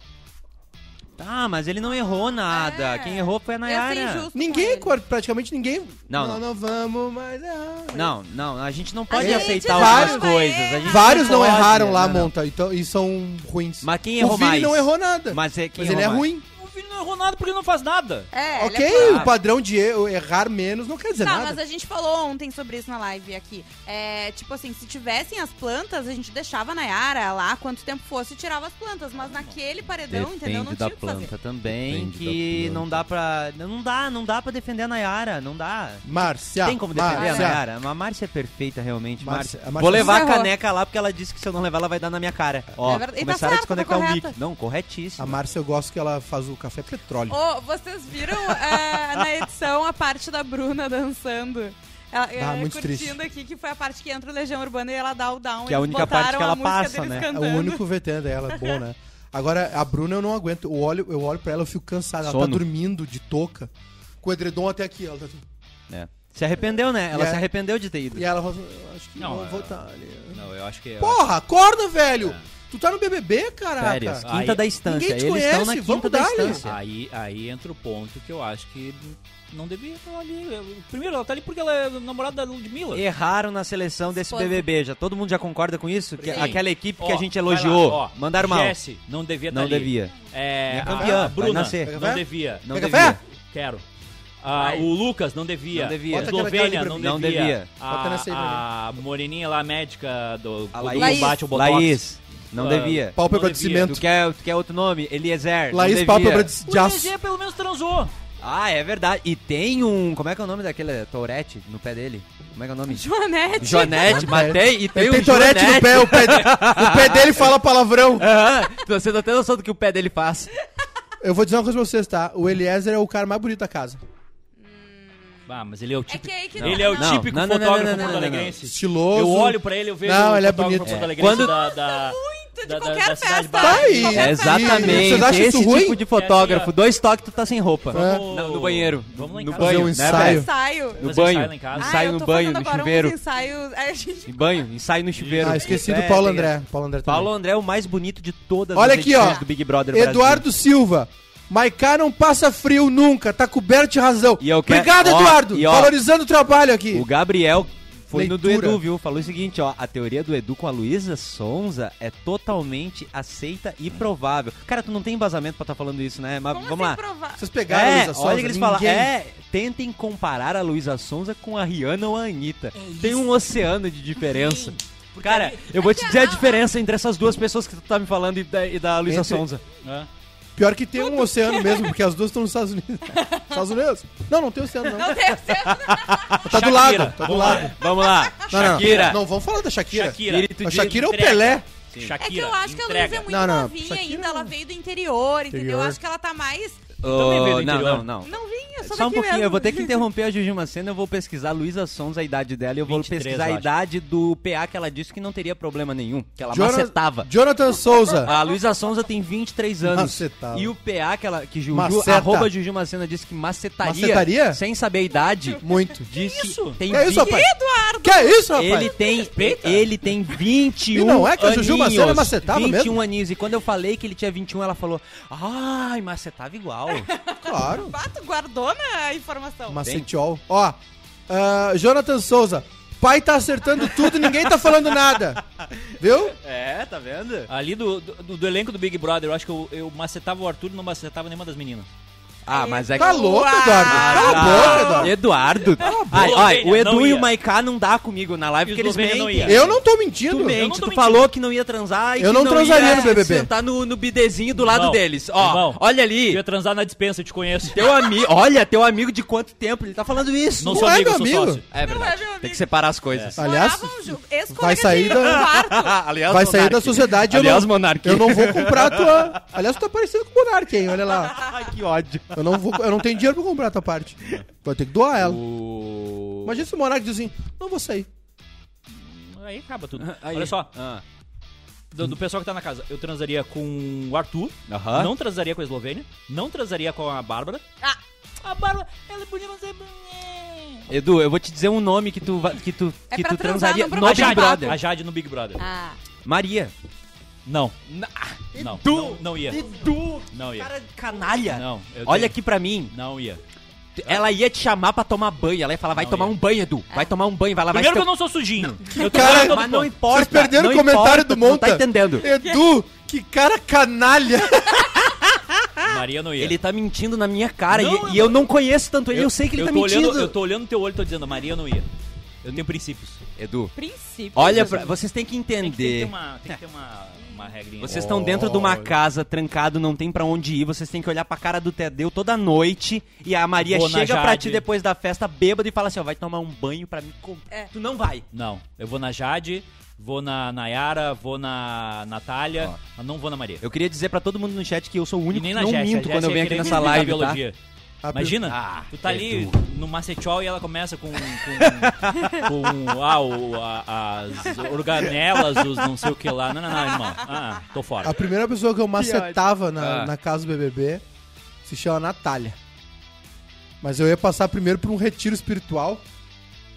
[SPEAKER 4] Ah, mas ele não errou nada.
[SPEAKER 7] É.
[SPEAKER 4] Quem errou foi a
[SPEAKER 7] Ia ser
[SPEAKER 4] Nayara.
[SPEAKER 7] injusto. com
[SPEAKER 2] Ninguém,
[SPEAKER 7] ele.
[SPEAKER 2] quar- praticamente ninguém.
[SPEAKER 4] Não,
[SPEAKER 2] não,
[SPEAKER 4] não.
[SPEAKER 2] vamos mais
[SPEAKER 7] é, ah,
[SPEAKER 2] errar.
[SPEAKER 7] né?
[SPEAKER 4] Não, não, a gente não pode
[SPEAKER 7] gente
[SPEAKER 4] aceitar
[SPEAKER 7] não
[SPEAKER 4] algumas
[SPEAKER 2] vai
[SPEAKER 4] coisas.
[SPEAKER 7] errar.
[SPEAKER 4] a gente
[SPEAKER 2] Vários não
[SPEAKER 4] pode,
[SPEAKER 2] erraram lá,
[SPEAKER 4] não, não.
[SPEAKER 2] Monta, então, e são ruins.
[SPEAKER 4] Mas quem
[SPEAKER 2] o
[SPEAKER 4] errou
[SPEAKER 2] Vini
[SPEAKER 4] mais?
[SPEAKER 2] não errou nada. Mas,
[SPEAKER 4] Mas, é, quem
[SPEAKER 2] ele é
[SPEAKER 4] errou mais?
[SPEAKER 2] ruim.
[SPEAKER 3] O Vini não errou nada porque ele não faz nada.
[SPEAKER 7] É, ele
[SPEAKER 2] ok,
[SPEAKER 7] é
[SPEAKER 2] o padrão de er- errar menos não quer dizer
[SPEAKER 7] Tá, mas
[SPEAKER 2] nada.
[SPEAKER 7] a gente falou ontem sobre isso na live aqui. É, tipo assim, se tivessem as plantas, a gente deixava a Nayara lá quanto tempo fosse e tirava as plantas. Mas naquele paredão, Então, entendeu? Não
[SPEAKER 4] Depende
[SPEAKER 7] tinha
[SPEAKER 4] da
[SPEAKER 7] o que fazer.
[SPEAKER 4] planta também,
[SPEAKER 6] Depende
[SPEAKER 4] que
[SPEAKER 6] da planta.
[SPEAKER 4] não dá pra... Não dá, não dá pra defender a Nayara, não dá.
[SPEAKER 2] Márcia.
[SPEAKER 4] Tem como defender
[SPEAKER 2] Márcia.
[SPEAKER 4] a Nayara? A Márcia é perfeita, realmente,
[SPEAKER 2] Márcia,
[SPEAKER 4] Márcia.
[SPEAKER 2] a Márcia
[SPEAKER 4] Vou levar a
[SPEAKER 7] Errou.
[SPEAKER 4] caneca lá, porque ela disse que se eu não levar, ela vai dar na minha cara. Ó,
[SPEAKER 7] É verdade. E tá
[SPEAKER 4] começaram a
[SPEAKER 7] certa, tá
[SPEAKER 4] desconectar o
[SPEAKER 7] correta.
[SPEAKER 4] mic. Não, corretíssimo.
[SPEAKER 2] A Márcia, eu gosto que ela faz o café petróleo.
[SPEAKER 7] Ô, vocês viram é, na edição a parte da Bruna dançando? Ela,
[SPEAKER 4] Ah,
[SPEAKER 7] é,
[SPEAKER 2] muito
[SPEAKER 7] curtindo
[SPEAKER 2] triste.
[SPEAKER 7] aqui, que foi a parte que entra o Legião Urbana e ela dá o down.
[SPEAKER 4] Que é a
[SPEAKER 7] eles
[SPEAKER 4] única parte
[SPEAKER 7] botaram
[SPEAKER 4] que ela
[SPEAKER 7] a música
[SPEAKER 4] passa,
[SPEAKER 7] deles
[SPEAKER 4] né? É o
[SPEAKER 2] É
[SPEAKER 7] Cantando.
[SPEAKER 2] o único VT dela, é bom, né? Agora, a Bruna eu não aguento. Eu olho, eu olho pra ela, eu fico cansado. Ela tá
[SPEAKER 4] Sono.
[SPEAKER 2] dormindo de touca, com o edredom até aqui. Ela tá...
[SPEAKER 4] É. Se arrependeu, né? Ela
[SPEAKER 2] E
[SPEAKER 4] se
[SPEAKER 2] a-
[SPEAKER 4] arrependeu de ter ido.
[SPEAKER 2] E ela fala, assim, "Eu acho que
[SPEAKER 3] Não,
[SPEAKER 2] não, vou
[SPEAKER 3] é-
[SPEAKER 2] voltar ali.
[SPEAKER 3] Não, eu acho que.
[SPEAKER 2] Porra, acorda, velho! Tu tá no BBB, caraca!
[SPEAKER 4] Férias,
[SPEAKER 3] Ah,
[SPEAKER 4] quinta
[SPEAKER 3] aí-
[SPEAKER 4] da instância.
[SPEAKER 2] Ninguém te
[SPEAKER 4] Eles estão na
[SPEAKER 2] conhece,
[SPEAKER 4] quinta
[SPEAKER 2] vamos
[SPEAKER 4] da
[SPEAKER 2] dar-lhe.
[SPEAKER 4] instância.
[SPEAKER 3] Aí, aí entra o ponto que eu acho que não devia estar ali. Primeiro, ela tá ali porque ela é namorada da Ludmilla.
[SPEAKER 4] É, Erraram na seleção desse
[SPEAKER 7] Esposa.
[SPEAKER 4] BBB. Já todo mundo já concorda com isso? Que,
[SPEAKER 3] Sim.
[SPEAKER 4] aquela equipe que
[SPEAKER 3] Ó,
[SPEAKER 4] a gente
[SPEAKER 3] vai lá,
[SPEAKER 4] elogiou.
[SPEAKER 3] ó,
[SPEAKER 4] mandaram mal.
[SPEAKER 3] Jesse, não devia estar
[SPEAKER 4] Não
[SPEAKER 3] ali.
[SPEAKER 4] devia.
[SPEAKER 3] É,
[SPEAKER 4] Minha
[SPEAKER 3] a-
[SPEAKER 4] campeã,
[SPEAKER 3] a
[SPEAKER 4] vai
[SPEAKER 3] Bruna,
[SPEAKER 4] nascer.
[SPEAKER 2] Quer
[SPEAKER 3] não
[SPEAKER 2] café?
[SPEAKER 3] devia.
[SPEAKER 4] Não
[SPEAKER 2] Quer
[SPEAKER 4] devia.
[SPEAKER 2] café?
[SPEAKER 3] Quero. Ah, o Lucas, não devia.
[SPEAKER 4] Não devia.
[SPEAKER 3] A
[SPEAKER 4] Bota
[SPEAKER 3] Eslovênia,
[SPEAKER 2] aquela
[SPEAKER 3] não
[SPEAKER 2] ali
[SPEAKER 3] devia.
[SPEAKER 4] pra mim. Não devia.
[SPEAKER 2] Bota nessa aí pra
[SPEAKER 3] A, a moreninha lá, médica do,
[SPEAKER 4] A
[SPEAKER 3] do
[SPEAKER 4] Laís.
[SPEAKER 3] combate ao Botox.
[SPEAKER 4] Laís, não
[SPEAKER 3] Ah,
[SPEAKER 4] devia.
[SPEAKER 2] Pálpebra
[SPEAKER 3] não
[SPEAKER 2] de
[SPEAKER 3] devia.
[SPEAKER 2] cimento.
[SPEAKER 4] Tu quer, tu quer outro nome? Eliezer. não
[SPEAKER 2] Laís
[SPEAKER 4] devia.
[SPEAKER 2] Pálpebra de,
[SPEAKER 3] O
[SPEAKER 2] de aço.
[SPEAKER 3] GG pelo menos transou.
[SPEAKER 4] Ah, é verdade. E tem um. Como é que é o nome daquele? Tourette no pé dele? Como é que é o nome?
[SPEAKER 7] Joanete.
[SPEAKER 4] Jonete, matei e tem
[SPEAKER 2] Ele
[SPEAKER 4] um
[SPEAKER 2] tem torete no
[SPEAKER 4] Jonete.
[SPEAKER 2] pé, o pé, o pé dele fala palavrão.
[SPEAKER 4] Aham, Você não tem noção do que o pé dele faz.
[SPEAKER 2] Eu vou dizer uma coisa pra vocês, tá? O Eliezer é o cara mais bonito da casa.
[SPEAKER 3] Ah, mas ele é o
[SPEAKER 7] É
[SPEAKER 3] típico.
[SPEAKER 7] que tipo aí que
[SPEAKER 3] ele é o
[SPEAKER 4] não,
[SPEAKER 3] típico
[SPEAKER 4] não, não, não,
[SPEAKER 3] fotógrafo
[SPEAKER 4] não, não, não,
[SPEAKER 3] porto-alegrense.
[SPEAKER 2] Estiloso.
[SPEAKER 3] Eu olho pra ele, eu vejo
[SPEAKER 2] Não,
[SPEAKER 3] o
[SPEAKER 2] ele é
[SPEAKER 3] fotógrafo
[SPEAKER 2] bonito.
[SPEAKER 3] porto-alegrense
[SPEAKER 4] Quando-
[SPEAKER 3] da, da,
[SPEAKER 7] muito de
[SPEAKER 3] da- da-
[SPEAKER 7] qualquer
[SPEAKER 3] da cidade
[SPEAKER 7] festa.
[SPEAKER 2] Tá
[SPEAKER 3] baixa.
[SPEAKER 2] aí.
[SPEAKER 7] É,
[SPEAKER 4] exatamente.
[SPEAKER 2] Vocês acham
[SPEAKER 4] Esse
[SPEAKER 2] isso ruim?
[SPEAKER 4] tipo de fotógrafo. Dois toques, tu tá sem roupa.
[SPEAKER 3] Vamos-
[SPEAKER 4] Não, no banheiro.
[SPEAKER 3] Vamos lá em
[SPEAKER 4] no
[SPEAKER 3] casa.
[SPEAKER 4] banho,
[SPEAKER 2] Fazer um
[SPEAKER 4] né,
[SPEAKER 2] ensaio.
[SPEAKER 4] velho?
[SPEAKER 7] Ensaio.
[SPEAKER 4] No
[SPEAKER 3] Fazer um ensaio
[SPEAKER 4] banho.
[SPEAKER 3] lá em casa.
[SPEAKER 7] Ah,
[SPEAKER 4] Ensaio
[SPEAKER 7] eu
[SPEAKER 4] no
[SPEAKER 7] tô
[SPEAKER 4] banho,
[SPEAKER 7] fazendo
[SPEAKER 4] no
[SPEAKER 7] agora
[SPEAKER 4] chuveiro.
[SPEAKER 7] Uns ensaios. Aí a gente
[SPEAKER 4] Em banho, ensaio no chuveiro.
[SPEAKER 2] Ah, esqueci do
[SPEAKER 4] É,
[SPEAKER 2] Paulo
[SPEAKER 4] tem-
[SPEAKER 2] André. Paulo André também.
[SPEAKER 4] Paulo André é o mais bonito de todas
[SPEAKER 2] Olha
[SPEAKER 4] as
[SPEAKER 2] aqui, ó.
[SPEAKER 4] edições do Big Brother Brasil.
[SPEAKER 2] Eduardo Silva. Maiká não passa frio nunca, tá coberto de razão.
[SPEAKER 4] E eu quero-
[SPEAKER 2] Obrigado,
[SPEAKER 4] ó,
[SPEAKER 2] Eduardo!
[SPEAKER 4] e ó.
[SPEAKER 2] valorizando o trabalho aqui.
[SPEAKER 4] O Gabriel foi no do
[SPEAKER 2] Leitura.
[SPEAKER 4] Edu, viu? Falou o seguinte, ó. A teoria do Edu com a Luísa Sonza é totalmente aceita e provável. Cara, tu não tem embasamento pra tá falando isso, né? Mas
[SPEAKER 7] Como
[SPEAKER 4] vamos
[SPEAKER 7] assim
[SPEAKER 4] lá.
[SPEAKER 7] provar?
[SPEAKER 2] Vocês pegaram a
[SPEAKER 4] É,
[SPEAKER 2] Luísa Sonza?
[SPEAKER 4] olha que eles falam.
[SPEAKER 2] Ninguém.
[SPEAKER 4] É, tentem comparar a Luísa Sonza com a Rihanna ou a Anitta. Tem um oceano de diferença. Cara, eu vou te dizer a diferença entre essas duas pessoas que tu tá me falando e da, e da Luísa
[SPEAKER 2] Entre-
[SPEAKER 4] Sonza.
[SPEAKER 3] É.
[SPEAKER 2] Pior que tem um oceano mesmo, porque as duas estão nos Estados Unidos. Estados Unidos? Não, não tem oceano, não.
[SPEAKER 7] Não tem certeza.
[SPEAKER 2] Tá do
[SPEAKER 3] Shakira.
[SPEAKER 2] lado, tá do
[SPEAKER 3] Vamos lá.
[SPEAKER 2] lado.
[SPEAKER 4] Vamos lá.
[SPEAKER 2] Não, não.
[SPEAKER 4] Shakira.
[SPEAKER 2] Não, vamos falar da Shakira.
[SPEAKER 3] Shakira.
[SPEAKER 2] A Shakira é o
[SPEAKER 3] Entrega.
[SPEAKER 2] Pelé.
[SPEAKER 3] Shakira,
[SPEAKER 7] É que eu acho que a Luísa
[SPEAKER 3] entrega.
[SPEAKER 7] é muito
[SPEAKER 2] Não, não,
[SPEAKER 7] novinha
[SPEAKER 2] Shakira
[SPEAKER 7] ainda.
[SPEAKER 2] não.
[SPEAKER 7] Ela veio do interior, entendeu?
[SPEAKER 2] Interior.
[SPEAKER 7] Eu acho que ela tá mais
[SPEAKER 4] Oh,
[SPEAKER 3] veio do
[SPEAKER 4] não,
[SPEAKER 3] interior.
[SPEAKER 4] não, não.
[SPEAKER 7] novinha, eu sou
[SPEAKER 4] Só um
[SPEAKER 7] daqui
[SPEAKER 4] pouquinho,
[SPEAKER 7] mesmo.
[SPEAKER 4] eu vou ter que interromper a Jujuma Sena, eu vou pesquisar Luísa Sons, a idade dela, e eu vou
[SPEAKER 3] 23,
[SPEAKER 4] pesquisar
[SPEAKER 3] eu
[SPEAKER 4] a
[SPEAKER 3] acho.
[SPEAKER 4] idade do PA que ela disse que não teria problema nenhum, que ela
[SPEAKER 2] Jonas-
[SPEAKER 4] macetava. Ah.
[SPEAKER 2] Jonathan Souza.
[SPEAKER 4] A Luísa Sonza tem 23 anos.
[SPEAKER 2] Macetava.
[SPEAKER 4] E o PA que, ela, que Juju,
[SPEAKER 2] Maceta.
[SPEAKER 4] arroba Juju Macena, disse que macetaria,
[SPEAKER 2] Macetaria?
[SPEAKER 4] sem saber a idade.
[SPEAKER 2] Muito.
[SPEAKER 4] Disse
[SPEAKER 3] isso?
[SPEAKER 4] que tem
[SPEAKER 2] Que é isso,
[SPEAKER 4] 20
[SPEAKER 2] rapaz? Que é isso, rapaz?
[SPEAKER 4] Ele tem, ele tem 21
[SPEAKER 2] E não é que a Juju Macena
[SPEAKER 4] aninhos.
[SPEAKER 2] macetava
[SPEAKER 4] 21
[SPEAKER 2] mesmo?
[SPEAKER 4] aninhos. E quando eu falei que ele tinha 21, ela falou, ai, macetava igual.
[SPEAKER 2] Claro.
[SPEAKER 7] Ah, tu guardou na informação.
[SPEAKER 2] Macetiol. Ó, ah, Jonathan Souza. Pai tá acertando tudo e ninguém tá falando nada. Viu?
[SPEAKER 4] é, tá vendo?
[SPEAKER 3] Ali do, do, do elenco do Big Brother, eu acho que eu, eu macetava o Arthur e não macetava nenhuma das meninas.
[SPEAKER 4] Ah, mas é que...
[SPEAKER 2] Tá louco, Eduardo. Cala a boca, Eduardo.
[SPEAKER 4] Eduardo. Ai,
[SPEAKER 3] boca,
[SPEAKER 4] ai, o
[SPEAKER 3] Não
[SPEAKER 4] Edu e
[SPEAKER 3] ia.
[SPEAKER 4] o Maiká não dá comigo na live
[SPEAKER 3] E
[SPEAKER 4] porque
[SPEAKER 3] os
[SPEAKER 4] eles
[SPEAKER 3] Lovenia não
[SPEAKER 4] mentem.
[SPEAKER 3] ia.
[SPEAKER 2] Eu não tô
[SPEAKER 4] Tu
[SPEAKER 2] mentindo.
[SPEAKER 3] eu não
[SPEAKER 4] mente,
[SPEAKER 3] tô
[SPEAKER 4] tu
[SPEAKER 3] mentindo.
[SPEAKER 4] falou que não ia transar e
[SPEAKER 2] Eu
[SPEAKER 4] que
[SPEAKER 2] não transaria
[SPEAKER 4] ia
[SPEAKER 2] no BBB.
[SPEAKER 4] sentar no, no bidezinho do lado
[SPEAKER 3] Irmão,
[SPEAKER 4] deles. Ó,
[SPEAKER 3] irmão,
[SPEAKER 4] olha
[SPEAKER 3] Eu
[SPEAKER 4] ali.
[SPEAKER 3] ia transar na dispensa, eu te conheço.
[SPEAKER 4] Teu amigo, olha, teu amigo de quanto tempo ele tá falando isso.
[SPEAKER 3] Não
[SPEAKER 2] Não
[SPEAKER 3] sou É.
[SPEAKER 2] é
[SPEAKER 3] amigo,
[SPEAKER 2] meu
[SPEAKER 3] sou
[SPEAKER 2] amigo.
[SPEAKER 3] sócio.
[SPEAKER 4] É
[SPEAKER 7] Não é
[SPEAKER 4] verdade.
[SPEAKER 7] meu amigo.
[SPEAKER 4] Tem que separar as coisas. Ah,
[SPEAKER 2] Aliás,
[SPEAKER 7] Moravam junto. Esse
[SPEAKER 2] vai
[SPEAKER 7] colega
[SPEAKER 2] sair
[SPEAKER 7] de
[SPEAKER 2] da-
[SPEAKER 7] quarto.
[SPEAKER 3] É
[SPEAKER 4] Aliás,
[SPEAKER 2] vai sair da
[SPEAKER 3] né?
[SPEAKER 4] Monark.
[SPEAKER 2] sociedade. eu
[SPEAKER 4] Aliás,
[SPEAKER 2] não-
[SPEAKER 4] monarquia.
[SPEAKER 2] Eu não vou comprar a tua. Aliás, tu tá parecendo com o Monark, hein? Olha lá.
[SPEAKER 4] Ai, que ódio.
[SPEAKER 2] Eu não, vou, eu não tenho dinheiro pra comprar a tua parte. Vou ter que doar ela.
[SPEAKER 4] O...
[SPEAKER 2] Imagina se o Monark diz assim: não vou sair.
[SPEAKER 3] Aí acaba tudo.
[SPEAKER 4] Aí.
[SPEAKER 3] Olha só,
[SPEAKER 4] Ah.
[SPEAKER 3] do, do pessoal que tá na casa, eu transaria com o Arthur,
[SPEAKER 4] Aham.
[SPEAKER 3] não transaria com a Eslovênia, não transaria com a Bárbara.
[SPEAKER 7] Ah.
[SPEAKER 3] A Bárbara, ela é bonita, mas é...
[SPEAKER 4] Edu, eu vou te dizer um nome que tu, va- que tu,
[SPEAKER 7] É
[SPEAKER 4] que
[SPEAKER 7] pra
[SPEAKER 4] tu
[SPEAKER 7] transar,
[SPEAKER 4] transaria
[SPEAKER 7] não pra
[SPEAKER 4] no
[SPEAKER 3] a
[SPEAKER 4] Big
[SPEAKER 3] Jade,
[SPEAKER 4] Brother.
[SPEAKER 3] a Jade no Big Brother.
[SPEAKER 7] Ah,
[SPEAKER 4] Maria.
[SPEAKER 3] Não,
[SPEAKER 4] Na-
[SPEAKER 3] não,
[SPEAKER 4] Edu,
[SPEAKER 3] não, não ia.
[SPEAKER 4] Edu,
[SPEAKER 3] Não ia.
[SPEAKER 4] cara de canalha.
[SPEAKER 3] Não, eu
[SPEAKER 4] Olha
[SPEAKER 3] tenho-
[SPEAKER 4] aqui pra mim.
[SPEAKER 3] Não ia.
[SPEAKER 4] Ela ia te chamar pra tomar banho. Ela ia falar, vai
[SPEAKER 3] Não
[SPEAKER 4] tomar
[SPEAKER 3] ia.
[SPEAKER 4] um banho, Edu. Vai tomar um banho, vai um lavar
[SPEAKER 3] Primeiro que eu
[SPEAKER 4] esse teu-
[SPEAKER 3] não sou sujinho. Eu tô
[SPEAKER 2] É. Cara,
[SPEAKER 3] falando todo
[SPEAKER 4] Mas não
[SPEAKER 3] mundo.
[SPEAKER 4] importa.
[SPEAKER 2] Vocês perderam
[SPEAKER 4] não
[SPEAKER 2] o comentário
[SPEAKER 4] importa,
[SPEAKER 2] do
[SPEAKER 4] tu Não tá
[SPEAKER 2] Monta.
[SPEAKER 4] entendendo.
[SPEAKER 2] Edu, que cara canalha.
[SPEAKER 3] Maria não ia.
[SPEAKER 4] Ele tá mentindo na minha cara
[SPEAKER 3] Não,
[SPEAKER 4] e,
[SPEAKER 3] eu
[SPEAKER 4] e eu não conheço tanto ele, eu, sei que ele
[SPEAKER 3] eu
[SPEAKER 4] tá
[SPEAKER 3] tô
[SPEAKER 4] mentindo.
[SPEAKER 3] Olhando, eu tô olhando teu olho e tô dizendo, a Maria não ia. Eu tenho princípios.
[SPEAKER 4] Edu,
[SPEAKER 7] princípio.
[SPEAKER 4] olha, pra- vocês têm que
[SPEAKER 3] Tem é que, tem que ter
[SPEAKER 4] entender.
[SPEAKER 3] uma, tem que ter uma, uma regrinha.
[SPEAKER 4] Vocês estão dentro de uma casa, trancado, não tem pra onde ir. Vocês têm que olhar pra cara do Tadeu toda noite. E a Maria
[SPEAKER 3] Vou na
[SPEAKER 4] chega pra
[SPEAKER 3] Jade.
[SPEAKER 4] ti depois da festa, bêbada, e fala assim: ó, vai tomar um banho pra mim. com-
[SPEAKER 7] É.
[SPEAKER 4] Tu não vai.
[SPEAKER 3] Não, eu vou na Jade, vou na Nayara, vou na Natália, mas não vou na Maria.
[SPEAKER 4] Eu queria dizer pra todo mundo no chat que eu sou o
[SPEAKER 3] E
[SPEAKER 4] único
[SPEAKER 3] nem
[SPEAKER 4] que
[SPEAKER 3] na
[SPEAKER 4] não
[SPEAKER 3] Jéssica.
[SPEAKER 4] minto
[SPEAKER 3] a
[SPEAKER 4] quando eu
[SPEAKER 3] Jéssica é
[SPEAKER 4] venho aqui
[SPEAKER 3] que nem
[SPEAKER 4] nessa
[SPEAKER 3] vive na
[SPEAKER 4] live, tá?
[SPEAKER 3] biologia.
[SPEAKER 2] A pri-
[SPEAKER 3] Imagina,
[SPEAKER 4] Ah,
[SPEAKER 3] tu tá ali
[SPEAKER 4] Edu.
[SPEAKER 3] no macetiol e ela começa com, com, com ah, o- a- as organelas, os não sei o que lá. Não, não, não, irmão. Ah, tô
[SPEAKER 2] A
[SPEAKER 3] fora.
[SPEAKER 2] primeira pessoa que eu macetava na,
[SPEAKER 4] Ah.
[SPEAKER 2] na casa do BBB se chama Natália. Mas eu ia passar primeiro por um retiro espiritual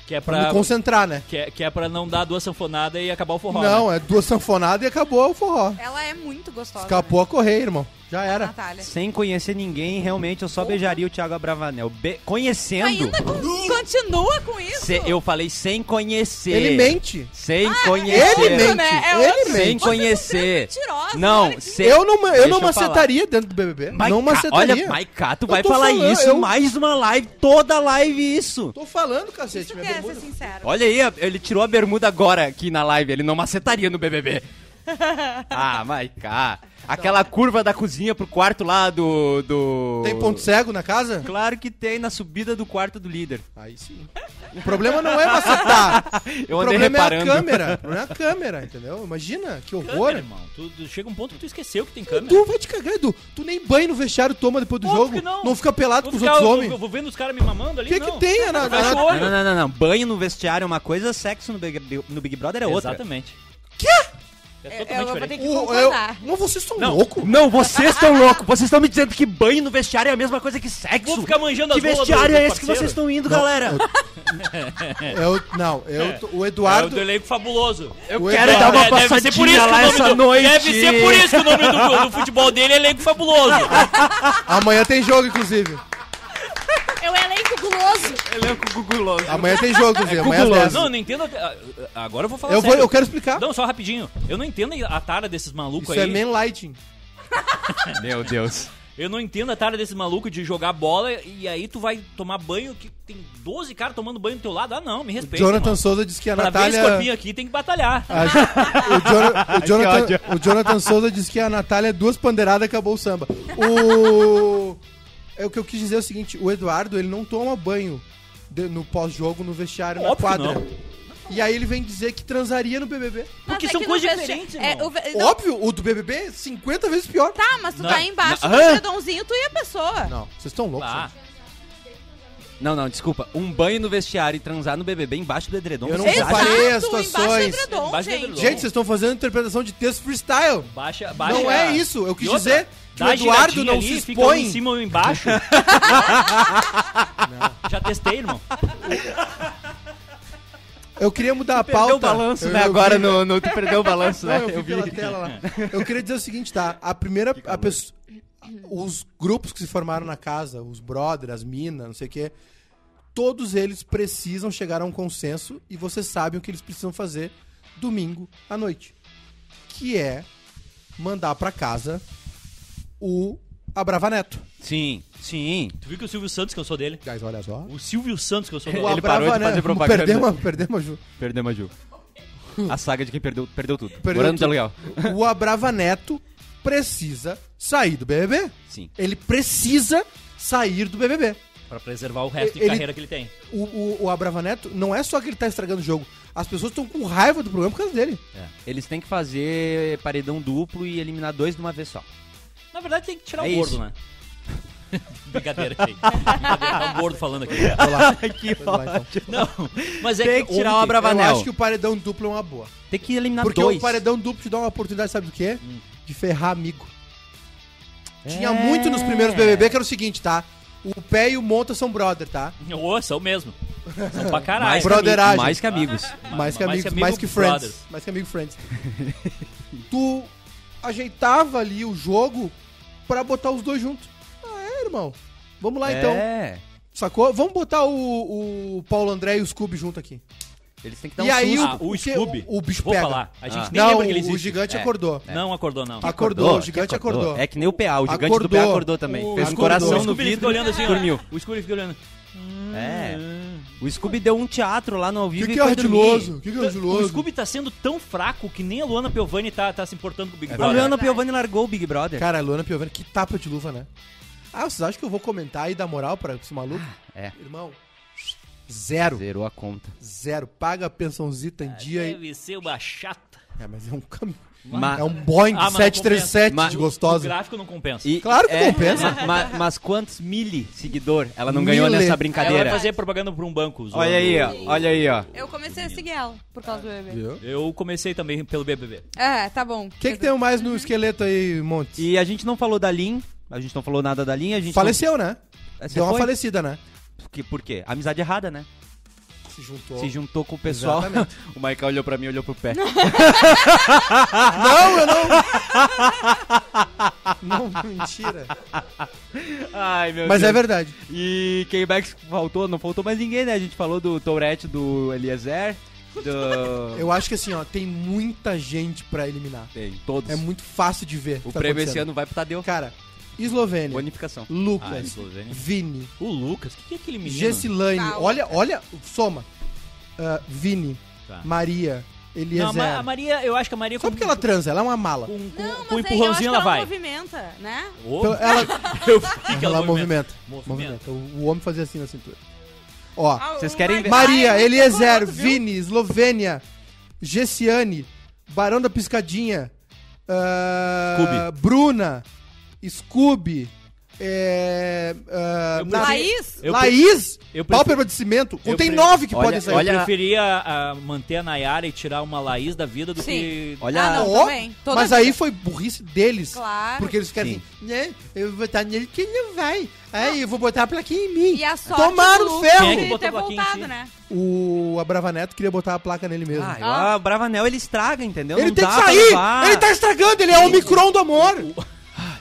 [SPEAKER 3] Que é
[SPEAKER 2] pra
[SPEAKER 3] pra,
[SPEAKER 2] me concentrar, né?
[SPEAKER 3] que é, que é pra não dar duas sanfonadas e acabar o forró. né?
[SPEAKER 2] Não, é duas sanfonadas e acabou o forró.
[SPEAKER 7] Ela é muito gostosa.
[SPEAKER 2] Escapou a correr, irmão. Já
[SPEAKER 7] né?
[SPEAKER 2] era.
[SPEAKER 7] Natália.
[SPEAKER 4] Sem conhecer ninguém, realmente eu só beijaria o Thiago Abravanel. Be- conhecendo.
[SPEAKER 7] Ainda con- continua com isso? Ah,
[SPEAKER 4] Se- eu falei sem conhecer.
[SPEAKER 2] Ele mente.
[SPEAKER 4] Sem
[SPEAKER 2] Ele
[SPEAKER 4] conhecer.
[SPEAKER 2] mente.
[SPEAKER 7] né? É
[SPEAKER 2] ele
[SPEAKER 7] outro-
[SPEAKER 4] sem
[SPEAKER 2] mente.
[SPEAKER 4] conhecer.
[SPEAKER 7] Mentirosa.
[SPEAKER 4] Não,
[SPEAKER 7] olha que-
[SPEAKER 4] sem.
[SPEAKER 2] Eu não, eu
[SPEAKER 4] Deixa
[SPEAKER 2] não
[SPEAKER 4] eu
[SPEAKER 2] macetaria dentro do BBB.
[SPEAKER 4] Maica,
[SPEAKER 2] não macetaria.
[SPEAKER 4] Olha, Maica, tu
[SPEAKER 2] Eu
[SPEAKER 4] vai
[SPEAKER 2] tô
[SPEAKER 4] falar
[SPEAKER 2] falando,
[SPEAKER 4] isso
[SPEAKER 2] eu-
[SPEAKER 4] mais uma live, toda live isso.
[SPEAKER 2] Tô falando, cacete.
[SPEAKER 7] Isso que
[SPEAKER 2] minha tá
[SPEAKER 7] é ser
[SPEAKER 2] bermuda.
[SPEAKER 7] sincero.
[SPEAKER 4] Olha aí, ele tirou a bermuda agora aqui na live, ele não macetaria no BBB. ah, Maica. Aquela curva da cozinha pro quarto lá do... do...
[SPEAKER 2] Tem ponto cego na casa?
[SPEAKER 4] Claro que tem, na subida do quarto do líder.
[SPEAKER 2] Aí sim. O problema não é macetar.
[SPEAKER 4] Eu
[SPEAKER 2] o problema
[SPEAKER 4] andei reparando.
[SPEAKER 2] é a câmera. Não é a câmera, entendeu? Imagina, que horror.
[SPEAKER 3] Câmera, irmão. Tu, tu chega um ponto que tu esqueceu que tem câmera.
[SPEAKER 2] Edu, vai te cagar, Edu. Tu nem banho no vestiário toma depois do
[SPEAKER 3] Óbvio
[SPEAKER 2] jogo.
[SPEAKER 3] que
[SPEAKER 2] Não.
[SPEAKER 3] não.
[SPEAKER 2] fica pelado
[SPEAKER 3] Vou
[SPEAKER 2] com os
[SPEAKER 3] ficar-
[SPEAKER 2] outros
[SPEAKER 3] eu-
[SPEAKER 2] homens.
[SPEAKER 3] Eu vou vendo os caras me mamando
[SPEAKER 2] O
[SPEAKER 3] ali,
[SPEAKER 2] que
[SPEAKER 3] não.
[SPEAKER 2] que tem, Ana?
[SPEAKER 3] Eu fecho o
[SPEAKER 2] Ana-
[SPEAKER 4] Não,
[SPEAKER 3] olho.
[SPEAKER 4] não, não, não, não. Banho no vestiário é uma coisa, sexo no Big, no Big Brother é outra.
[SPEAKER 3] Exatamente. Quê? É
[SPEAKER 7] Eu,
[SPEAKER 3] totalmente
[SPEAKER 7] eu vou ter
[SPEAKER 3] diferente.
[SPEAKER 7] que
[SPEAKER 2] O- eu-
[SPEAKER 7] concordar.
[SPEAKER 2] Não, vocês são
[SPEAKER 4] Não,
[SPEAKER 2] loucos.
[SPEAKER 4] não, vocês estão loucos. Vocês estão me dizendo que banho no vestiário é a mesma coisa que sexo.
[SPEAKER 3] Vou ficar manjando
[SPEAKER 4] que
[SPEAKER 3] as rolas
[SPEAKER 4] vestiário
[SPEAKER 3] do-
[SPEAKER 4] é
[SPEAKER 3] do
[SPEAKER 4] esse que
[SPEAKER 3] parceiro?
[SPEAKER 4] vocês estão indo, galera?
[SPEAKER 2] Eu, não, eu, tô- o
[SPEAKER 3] É o
[SPEAKER 2] Eduardo.
[SPEAKER 3] do elenco fabuloso.
[SPEAKER 4] Eu
[SPEAKER 2] O Eduardo-
[SPEAKER 4] quero dar uma
[SPEAKER 3] É, deve ser por isso que
[SPEAKER 4] passadinha lá
[SPEAKER 3] o nome
[SPEAKER 4] essa
[SPEAKER 3] do-
[SPEAKER 4] noite.
[SPEAKER 3] Deve ser por isso que o nome do, do futebol dele é elenco fabuloso.
[SPEAKER 2] Amanhã tem jogo, inclusive.
[SPEAKER 5] Eu é elenco guloso.
[SPEAKER 4] Elenco guguloso.
[SPEAKER 2] Amanhã tem jogo, inclusive. Amanhã às 10.
[SPEAKER 4] cuculoso.
[SPEAKER 3] É Não, eu não entendo. até- ah, ah, Agora eu vou falar
[SPEAKER 2] Eu, vou,
[SPEAKER 3] sério.
[SPEAKER 2] eu quero explicar.
[SPEAKER 3] Não, só rapidinho. Eu não entendo a tara desses malucos
[SPEAKER 2] Isso é
[SPEAKER 3] aí.
[SPEAKER 2] man lighting.
[SPEAKER 4] Meu Deus.
[SPEAKER 3] Eu não entendo a tara desses malucos de jogar bola e aí tu vai tomar banho que tem 12 caras tomando banho do teu lado. Ah, não, me respeita.
[SPEAKER 2] Jonathan
[SPEAKER 3] irmão.
[SPEAKER 2] Souza disse que a
[SPEAKER 3] Pra ver
[SPEAKER 2] Natália. Ah,
[SPEAKER 3] escorpinho aqui tem que batalhar.
[SPEAKER 2] a Jo- o, Jona- o Jonathan, o Jonathan Souza disse que a Natália é duas pandeiradas e acabou o samba. O. É o que eu quis dizer é o seguinte: o Eduardo ele não toma banho de- no pós-jogo, no vestiário, na
[SPEAKER 3] Óbvio que
[SPEAKER 2] quadra.
[SPEAKER 3] não.
[SPEAKER 2] E aí ele vem dizer que transaria no BBB.
[SPEAKER 7] Mas
[SPEAKER 3] Porque
[SPEAKER 7] é
[SPEAKER 3] são
[SPEAKER 7] que no
[SPEAKER 3] coisas
[SPEAKER 7] vesti-
[SPEAKER 3] diferentes,
[SPEAKER 7] é,
[SPEAKER 3] irmão.
[SPEAKER 7] o ve- não,
[SPEAKER 2] Óbvio, o do BBB é 50 vezes pior.
[SPEAKER 7] Tá, mas tu
[SPEAKER 3] Não.
[SPEAKER 7] tá embaixo
[SPEAKER 4] Não.
[SPEAKER 7] do
[SPEAKER 4] Hã?
[SPEAKER 7] edredonzinho, tu e a pessoa.
[SPEAKER 2] Não, vocês estão loucos.
[SPEAKER 3] Ah,
[SPEAKER 2] gente.
[SPEAKER 4] Não, não, desculpa. Um banho no vestiário e transar no BBB embaixo do edredom.
[SPEAKER 2] Eu não
[SPEAKER 4] vocês
[SPEAKER 2] faria.
[SPEAKER 4] acham-
[SPEAKER 2] Comparei as
[SPEAKER 7] Exato, embaixo do
[SPEAKER 2] situações.
[SPEAKER 7] edredom,
[SPEAKER 3] Embaixo do
[SPEAKER 7] gente.
[SPEAKER 3] edredom.
[SPEAKER 2] Gente, vocês estão fazendo interpretação de texto freestyle.
[SPEAKER 3] Baixa, baixa.
[SPEAKER 2] Não é isso, eu quis
[SPEAKER 3] E outra,
[SPEAKER 2] dizer que
[SPEAKER 3] dá
[SPEAKER 2] o
[SPEAKER 3] a
[SPEAKER 2] Eduardo
[SPEAKER 3] giradinha
[SPEAKER 2] não
[SPEAKER 3] ali,
[SPEAKER 2] se
[SPEAKER 3] Fica um
[SPEAKER 2] expõe.
[SPEAKER 3] em cima ou embaixo. Já testei, irmão.
[SPEAKER 2] Eu queria mudar a pauta.
[SPEAKER 8] Perdeu o balanço,
[SPEAKER 2] Eu-
[SPEAKER 8] né?
[SPEAKER 2] eu
[SPEAKER 8] Agora
[SPEAKER 2] queria-
[SPEAKER 8] no, no- tu perdeu o balanço, né?
[SPEAKER 2] Não, É, eu vi pela tela lá. Eu queria dizer o seguinte, tá? A primeira. A pessoa, os grupos que se formaram na casa, os brothers, as minas, não sei o quê, todos eles precisam chegar a um consenso e vocês sabem o que eles precisam fazer domingo à noite. Que é mandar pra casa o Abrava Neto.
[SPEAKER 4] Sim, sim.
[SPEAKER 3] Tu viu que o Silvio Santos cansou dele?
[SPEAKER 2] Guys, olha só.
[SPEAKER 3] O Silvio Santos cansou
[SPEAKER 2] O
[SPEAKER 3] dele.
[SPEAKER 8] Ele parou de fazer propaganda.
[SPEAKER 2] Perdemos, perdemos, Ju.
[SPEAKER 4] Perdemos a Ju. A saga de quem perdeu, perdeu tudo. tá
[SPEAKER 2] Perdeu
[SPEAKER 4] Morando de
[SPEAKER 2] tudo.
[SPEAKER 4] aluguel.
[SPEAKER 2] O Abrava Neto precisa sair do BBB.
[SPEAKER 4] Sim.
[SPEAKER 2] Ele precisa sair do BBB.
[SPEAKER 3] Pra preservar o resto de
[SPEAKER 2] Ele-
[SPEAKER 3] carreira que ele tem.
[SPEAKER 2] O, o, o Abrava Neto, não é só que ele tá estragando o jogo. As pessoas estão com raiva do programa por causa dele.
[SPEAKER 4] Eles têm que fazer paredão duplo e eliminar dois de uma vez só.
[SPEAKER 3] Na verdade, tem que
[SPEAKER 2] Tá um
[SPEAKER 3] tirar
[SPEAKER 4] É
[SPEAKER 3] o gordo,
[SPEAKER 4] isso.
[SPEAKER 3] né? Brincadeira, gente. Brincadeira, tá o gordo falando aqui.
[SPEAKER 2] Vou lá.
[SPEAKER 8] Que
[SPEAKER 2] Vou lá, então.
[SPEAKER 3] Não, mas é
[SPEAKER 4] Tem que tirar o
[SPEAKER 3] ontem-
[SPEAKER 2] Eu
[SPEAKER 4] Abravanel.
[SPEAKER 2] acho que o paredão duplo é uma boa.
[SPEAKER 4] Tem que eliminar
[SPEAKER 2] Porque
[SPEAKER 4] dois.
[SPEAKER 2] o paredão duplo te dá uma oportunidade, sabe do quê? De ferrar amigo. Tinha muito nos primeiros BBB que era o seguinte, tá? O pé e o monta são brother, tá?
[SPEAKER 3] Ô, são mesmo. São pra caralho. Ah.
[SPEAKER 2] que brother- brotheragem.
[SPEAKER 4] mais que amigos.
[SPEAKER 2] Mais que
[SPEAKER 3] mais
[SPEAKER 2] amigos,
[SPEAKER 3] que amigo,
[SPEAKER 2] mais que friends.
[SPEAKER 3] brother.
[SPEAKER 2] Mais que amigo friends. tu ajeitava ali o jogo pra botar os dois juntos. Ah, é, irmão. Vamos lá então.
[SPEAKER 4] É.
[SPEAKER 2] Sacou? Vamos botar o, o Paulo André e o Scooby junto aqui.
[SPEAKER 4] Eles têm que dar um
[SPEAKER 2] e aí
[SPEAKER 4] susto.
[SPEAKER 3] Ah, o
[SPEAKER 2] o que-
[SPEAKER 3] Scooby.
[SPEAKER 2] o bicho
[SPEAKER 3] Vou
[SPEAKER 2] pega.
[SPEAKER 3] falar. A gente
[SPEAKER 4] Ah.
[SPEAKER 3] nem
[SPEAKER 2] Não,
[SPEAKER 3] lembra que ele
[SPEAKER 2] o,
[SPEAKER 3] existe.
[SPEAKER 2] gigante
[SPEAKER 4] É.
[SPEAKER 2] acordou.
[SPEAKER 3] Não acordou, não.
[SPEAKER 2] Acordou, o gigante acordou.
[SPEAKER 4] É que nem o PA, o gigante
[SPEAKER 2] Acordou.
[SPEAKER 4] do PA acordou também.
[SPEAKER 2] O-
[SPEAKER 4] Fez um
[SPEAKER 2] acordou.
[SPEAKER 3] O
[SPEAKER 2] Não,
[SPEAKER 4] coração no
[SPEAKER 3] Scooby ele fica
[SPEAKER 4] vidro.
[SPEAKER 3] olhando assim, ó.
[SPEAKER 4] Dormiu.
[SPEAKER 3] O Scooby fica olhando.
[SPEAKER 4] É.
[SPEAKER 2] Hum.
[SPEAKER 4] O Scooby deu um teatro lá no ao
[SPEAKER 2] Que
[SPEAKER 4] vivo
[SPEAKER 2] que
[SPEAKER 4] e
[SPEAKER 2] é
[SPEAKER 4] foi dormir.
[SPEAKER 2] ardiloso? Que que é
[SPEAKER 3] O
[SPEAKER 2] ardiloso?
[SPEAKER 3] Scooby tá sendo tão fraco que nem a Luana Piovani tá, tá se importando com o Big
[SPEAKER 2] É
[SPEAKER 4] A
[SPEAKER 3] Brother.
[SPEAKER 4] Luana Piovani largou é o Big
[SPEAKER 3] é.
[SPEAKER 4] Brother.
[SPEAKER 2] Cara, Luana Piovani, que tapa de luva, né? Ah, vocês acham que eu vou comentar e dar moral pra esse maluco?
[SPEAKER 3] Ah,
[SPEAKER 4] é.
[SPEAKER 2] Irmão, zero. Zero.
[SPEAKER 4] Zerou a conta.
[SPEAKER 2] Paga a pensãozita em dia e...
[SPEAKER 3] Deve ser uma chata.
[SPEAKER 2] É, mas é um caminho.
[SPEAKER 4] Ma-
[SPEAKER 2] É um Boeing
[SPEAKER 3] Ah, mas não
[SPEAKER 2] 737
[SPEAKER 4] compensa.
[SPEAKER 2] de
[SPEAKER 3] O
[SPEAKER 2] gostosa.
[SPEAKER 3] gráfico não compensa.
[SPEAKER 4] E-
[SPEAKER 2] Claro que
[SPEAKER 4] é,
[SPEAKER 2] compensa.
[SPEAKER 4] ma- ma- mas quantos mili seguidor ela não ganhou
[SPEAKER 2] Mille.
[SPEAKER 4] nessa
[SPEAKER 3] Ela vai
[SPEAKER 4] brincadeira?
[SPEAKER 3] fazer propaganda pra um banco. zoando.
[SPEAKER 8] Olha aí, ó. Olha aí, ó.
[SPEAKER 7] Eu comecei a seguir ela por causa do bebê.
[SPEAKER 2] Viu?
[SPEAKER 3] Eu comecei também pelo BBB.
[SPEAKER 7] É, tá bom.
[SPEAKER 2] O que, que tem um mais no esqueleto aí, Montes?
[SPEAKER 4] E a gente não falou da Lin, a gente não falou nada da Lin, a gente
[SPEAKER 2] Faleceu, né?
[SPEAKER 4] não... Você
[SPEAKER 2] Deu uma
[SPEAKER 4] foi?
[SPEAKER 2] falecida, né?
[SPEAKER 4] Que- Por quê? Amizade errada, né?
[SPEAKER 2] Se juntou.
[SPEAKER 4] Se juntou com o pessoal.
[SPEAKER 2] Exatamente.
[SPEAKER 4] o Michael olhou pra mim e olhou pro pé.
[SPEAKER 2] Não, eu não. não, mentira.
[SPEAKER 4] Ai, meu
[SPEAKER 2] Mas
[SPEAKER 4] Deus.
[SPEAKER 2] é verdade.
[SPEAKER 4] E quem mais faltou? Não faltou mais ninguém, né? A gente falou do Tourette, do Eliezer, do...
[SPEAKER 2] Eu acho que assim, ó, tem muita gente pra eliminar.
[SPEAKER 4] Tem todos.
[SPEAKER 2] É muito fácil de ver.
[SPEAKER 4] O
[SPEAKER 2] tá
[SPEAKER 4] prêmio esse
[SPEAKER 2] acontecendo.
[SPEAKER 4] ano vai pro Tadeu.
[SPEAKER 2] Cara, Eslovênia,
[SPEAKER 4] Bonificação.
[SPEAKER 3] Ah,
[SPEAKER 2] Lucas,
[SPEAKER 3] Eslovênia.
[SPEAKER 2] Vini,
[SPEAKER 3] O Lucas, o que, que é aquele menino?
[SPEAKER 2] Gessilane.
[SPEAKER 7] Calma.
[SPEAKER 2] Olha, olha, soma. Ah, Vini,
[SPEAKER 3] Tá.
[SPEAKER 2] Maria, Eliezer.
[SPEAKER 3] Não, a Ma- a Maria, eu acho que a Maria
[SPEAKER 2] Só porque é. ela transa, ela é uma mala.
[SPEAKER 3] com, com,
[SPEAKER 7] Não, mas
[SPEAKER 3] com um
[SPEAKER 7] aí eu acho que
[SPEAKER 3] empurrãozinho ela
[SPEAKER 7] ela
[SPEAKER 3] vai.
[SPEAKER 7] movimenta, né?
[SPEAKER 3] Ô,
[SPEAKER 2] Então, ela,
[SPEAKER 3] eu vi que é
[SPEAKER 2] ela
[SPEAKER 3] ela movimenta.
[SPEAKER 2] movimenta.
[SPEAKER 3] Movimenta.
[SPEAKER 2] Movimenta. O, o homem fazia assim na cintura.
[SPEAKER 7] Ah,
[SPEAKER 2] Ó,
[SPEAKER 4] Vocês querem ver-
[SPEAKER 2] Maria,
[SPEAKER 7] é
[SPEAKER 2] Eliezer,
[SPEAKER 7] Vini.
[SPEAKER 2] Vini, Eslovênia, Gessiane, Barão da Piscadinha, ah, Bruna, Scooby, é, ah,
[SPEAKER 3] Eu
[SPEAKER 2] na-
[SPEAKER 7] Laís?
[SPEAKER 3] Eu
[SPEAKER 2] Laís,
[SPEAKER 3] eu prefiro-
[SPEAKER 2] pálpebra de cimento.
[SPEAKER 3] eu
[SPEAKER 2] Contém
[SPEAKER 3] prefiro-
[SPEAKER 2] nove que
[SPEAKER 4] Olha-
[SPEAKER 2] podem sair.
[SPEAKER 3] Eu
[SPEAKER 4] olha-
[SPEAKER 3] preferia ah, manter a Nayara e tirar uma Laís da vida do
[SPEAKER 7] Sim.
[SPEAKER 3] que.
[SPEAKER 4] Olha,
[SPEAKER 7] Ah, não.
[SPEAKER 2] Ó,
[SPEAKER 7] também. Toda
[SPEAKER 2] Tá mas
[SPEAKER 7] vida.
[SPEAKER 2] aí foi burrice deles.
[SPEAKER 7] Claro.
[SPEAKER 2] Porque eles querem, né? Eu vou botar nele que ele não vai. Aí eu vou botar a plaquinha em mim.
[SPEAKER 7] E a sorte
[SPEAKER 2] Tomaram
[SPEAKER 7] do
[SPEAKER 2] o
[SPEAKER 7] Lucas
[SPEAKER 2] ferro.
[SPEAKER 3] Quem é que
[SPEAKER 7] de
[SPEAKER 3] botou
[SPEAKER 7] ter
[SPEAKER 3] a plaquinha em si?
[SPEAKER 7] voltado, né?
[SPEAKER 2] O Abrava Neto queria botar a placa nele mesmo.
[SPEAKER 4] Ah,
[SPEAKER 7] Ah.
[SPEAKER 4] o Bravanel ele estraga, entendeu?
[SPEAKER 2] ele
[SPEAKER 4] Não
[SPEAKER 2] tem que
[SPEAKER 4] dá pra
[SPEAKER 2] sair!
[SPEAKER 4] levar.
[SPEAKER 2] Ele tá estragando, ele é o Omicron do amor!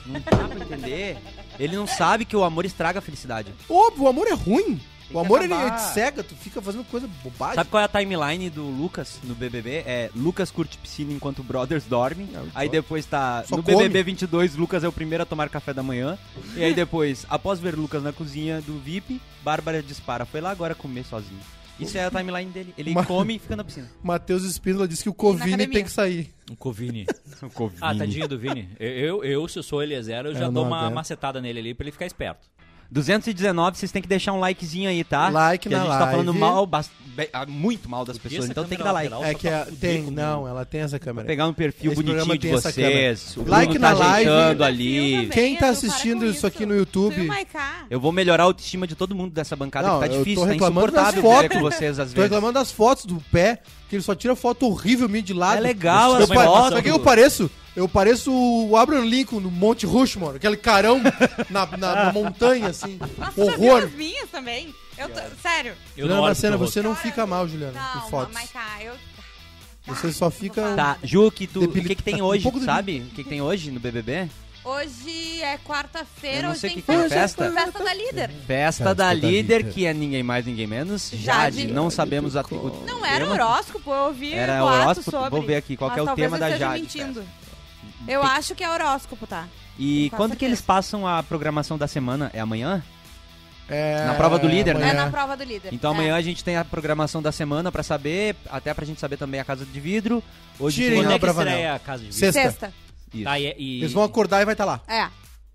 [SPEAKER 4] Não dá pra entender. Ele não sabe que o amor estraga a felicidade.
[SPEAKER 2] Óbvio, o amor é ruim.
[SPEAKER 4] que
[SPEAKER 2] O amor ele
[SPEAKER 4] acabar.
[SPEAKER 2] te cega, tu fica fazendo coisa bobagem.
[SPEAKER 4] Sabe qual é a timeline do Lucas no BBB? É Lucas curte piscina enquanto o Brothers dorme. aí depois tá
[SPEAKER 2] Só
[SPEAKER 4] no
[SPEAKER 2] come.
[SPEAKER 4] BBB 22, Lucas é o primeiro a tomar café da manhã. E aí depois, após ver Lucas na cozinha do VIP, Bárbara dispara. Foi lá agora comer sozinho. Isso é a timeline dele. Ele
[SPEAKER 2] Mas-
[SPEAKER 4] come e fica na piscina.
[SPEAKER 2] Matheus Espíndola disse que o Covini
[SPEAKER 7] academia.
[SPEAKER 2] tem que sair.
[SPEAKER 3] Um Covini.
[SPEAKER 4] Ah, tá
[SPEAKER 3] Ah, tadinho do Vini. Eu, eu, eu, se eu sou ele zero, eu já
[SPEAKER 2] Eu
[SPEAKER 3] dou
[SPEAKER 2] não
[SPEAKER 3] uma
[SPEAKER 2] aguento.
[SPEAKER 3] macetada nele ali pra ele ficar esperto.
[SPEAKER 4] 219, vocês têm que deixar um likezinho aí, tá?
[SPEAKER 2] Like
[SPEAKER 4] que
[SPEAKER 2] na
[SPEAKER 4] a gente tá
[SPEAKER 2] live.
[SPEAKER 4] falando mal, bas- be- ah, muito mal das
[SPEAKER 3] Podia
[SPEAKER 4] pessoas,
[SPEAKER 3] essa
[SPEAKER 4] então tem que
[SPEAKER 3] câmera
[SPEAKER 4] dar like.
[SPEAKER 3] lateral
[SPEAKER 2] É
[SPEAKER 3] só
[SPEAKER 2] que
[SPEAKER 3] pra
[SPEAKER 2] a-
[SPEAKER 3] fuder
[SPEAKER 2] tem,
[SPEAKER 3] comigo.
[SPEAKER 2] não, ela tem essa câmera.
[SPEAKER 4] Pegar um perfil
[SPEAKER 2] Esse
[SPEAKER 4] bonitinho
[SPEAKER 2] programa
[SPEAKER 4] de
[SPEAKER 2] tem essa
[SPEAKER 4] vocês. O
[SPEAKER 2] Like
[SPEAKER 4] Bruno
[SPEAKER 2] na
[SPEAKER 4] tá
[SPEAKER 2] live.
[SPEAKER 4] ajeitando
[SPEAKER 7] Perfil
[SPEAKER 4] ali.
[SPEAKER 7] também,
[SPEAKER 2] Quem tá
[SPEAKER 7] Edu,
[SPEAKER 2] assistindo
[SPEAKER 7] para com
[SPEAKER 2] isso aqui no
[SPEAKER 7] Tu e o
[SPEAKER 2] YouTube?
[SPEAKER 7] Maiká.
[SPEAKER 4] Eu vou melhorar a autoestima de todo mundo dessa bancada
[SPEAKER 2] Não,
[SPEAKER 4] que tá
[SPEAKER 2] eu tô
[SPEAKER 4] difícil, tá
[SPEAKER 2] reclamando das
[SPEAKER 4] insuportável ver
[SPEAKER 2] fotos.
[SPEAKER 4] com vocês às
[SPEAKER 2] Tô
[SPEAKER 4] vezes.
[SPEAKER 2] reclamando das fotos do pé, que ele só tira foto horrível minha de lado.
[SPEAKER 4] É legal
[SPEAKER 2] eu
[SPEAKER 4] as
[SPEAKER 2] pa-
[SPEAKER 4] fotos.
[SPEAKER 2] Sabe quem eu pareço? Eu pareço o Abraham Lincoln no Monte Rushmore, aquele carão na, na- na montanha, assim.
[SPEAKER 7] Nossa, já viu
[SPEAKER 2] Horror.
[SPEAKER 7] as minhas também? Eu tô- sério.
[SPEAKER 3] Eu
[SPEAKER 2] Juliana
[SPEAKER 3] não olho pro
[SPEAKER 2] Macena,
[SPEAKER 3] teu rosto.
[SPEAKER 2] você não
[SPEAKER 7] Cara,
[SPEAKER 2] fica mal, Juliana,
[SPEAKER 7] Não,
[SPEAKER 2] com fotos.
[SPEAKER 7] Maiká, eu...
[SPEAKER 2] Você só fica.
[SPEAKER 4] Tá, Ju, que tu, o
[SPEAKER 2] Depili-
[SPEAKER 4] que que
[SPEAKER 2] um
[SPEAKER 4] tem hoje,
[SPEAKER 2] pouco de-
[SPEAKER 4] sabe? O que que tem hoje no BBB?
[SPEAKER 7] Hoje é
[SPEAKER 4] Eu
[SPEAKER 7] quarta-feira,
[SPEAKER 4] não
[SPEAKER 7] hoje
[SPEAKER 4] sei
[SPEAKER 7] tem
[SPEAKER 4] o que que é
[SPEAKER 7] festa.
[SPEAKER 4] festa.
[SPEAKER 7] Festa da líder.
[SPEAKER 4] Festa da líder, que é ninguém mais, ninguém menos.
[SPEAKER 7] Jade.
[SPEAKER 4] Jade, não sabemos a- o
[SPEAKER 7] Não era um horóscopo, eu ouvi
[SPEAKER 4] Era
[SPEAKER 7] boato
[SPEAKER 4] horóscopo?
[SPEAKER 7] sobre.
[SPEAKER 4] Vou ver aqui, qual
[SPEAKER 7] Mas
[SPEAKER 4] que é o
[SPEAKER 7] talvez
[SPEAKER 4] tema
[SPEAKER 7] eu
[SPEAKER 4] da
[SPEAKER 7] esteja
[SPEAKER 4] Jade,
[SPEAKER 7] mentindo. Eu
[SPEAKER 4] Tem-
[SPEAKER 7] acho que é horóscopo, tá?
[SPEAKER 4] E
[SPEAKER 7] Com
[SPEAKER 4] quando que
[SPEAKER 7] certeza.
[SPEAKER 4] eles passam a programação da semana? É amanhã?
[SPEAKER 2] É,
[SPEAKER 4] Na prova do líder, né?
[SPEAKER 7] É,
[SPEAKER 2] amanhã.
[SPEAKER 7] na prova do líder.
[SPEAKER 4] Então
[SPEAKER 7] É.
[SPEAKER 4] amanhã a gente tem a programação da semana pra saber, até pra gente saber também a casa de vidro. Hoje
[SPEAKER 2] Tirem
[SPEAKER 4] tem
[SPEAKER 3] Quando
[SPEAKER 2] Não,
[SPEAKER 3] é que
[SPEAKER 2] brava
[SPEAKER 3] estreia a casa de
[SPEAKER 4] é
[SPEAKER 3] vidro?
[SPEAKER 2] Sexta.
[SPEAKER 7] Sexta.
[SPEAKER 4] Isso,
[SPEAKER 3] Tá, e- e-
[SPEAKER 2] Eles vão acordar e vai estar lá.
[SPEAKER 7] É.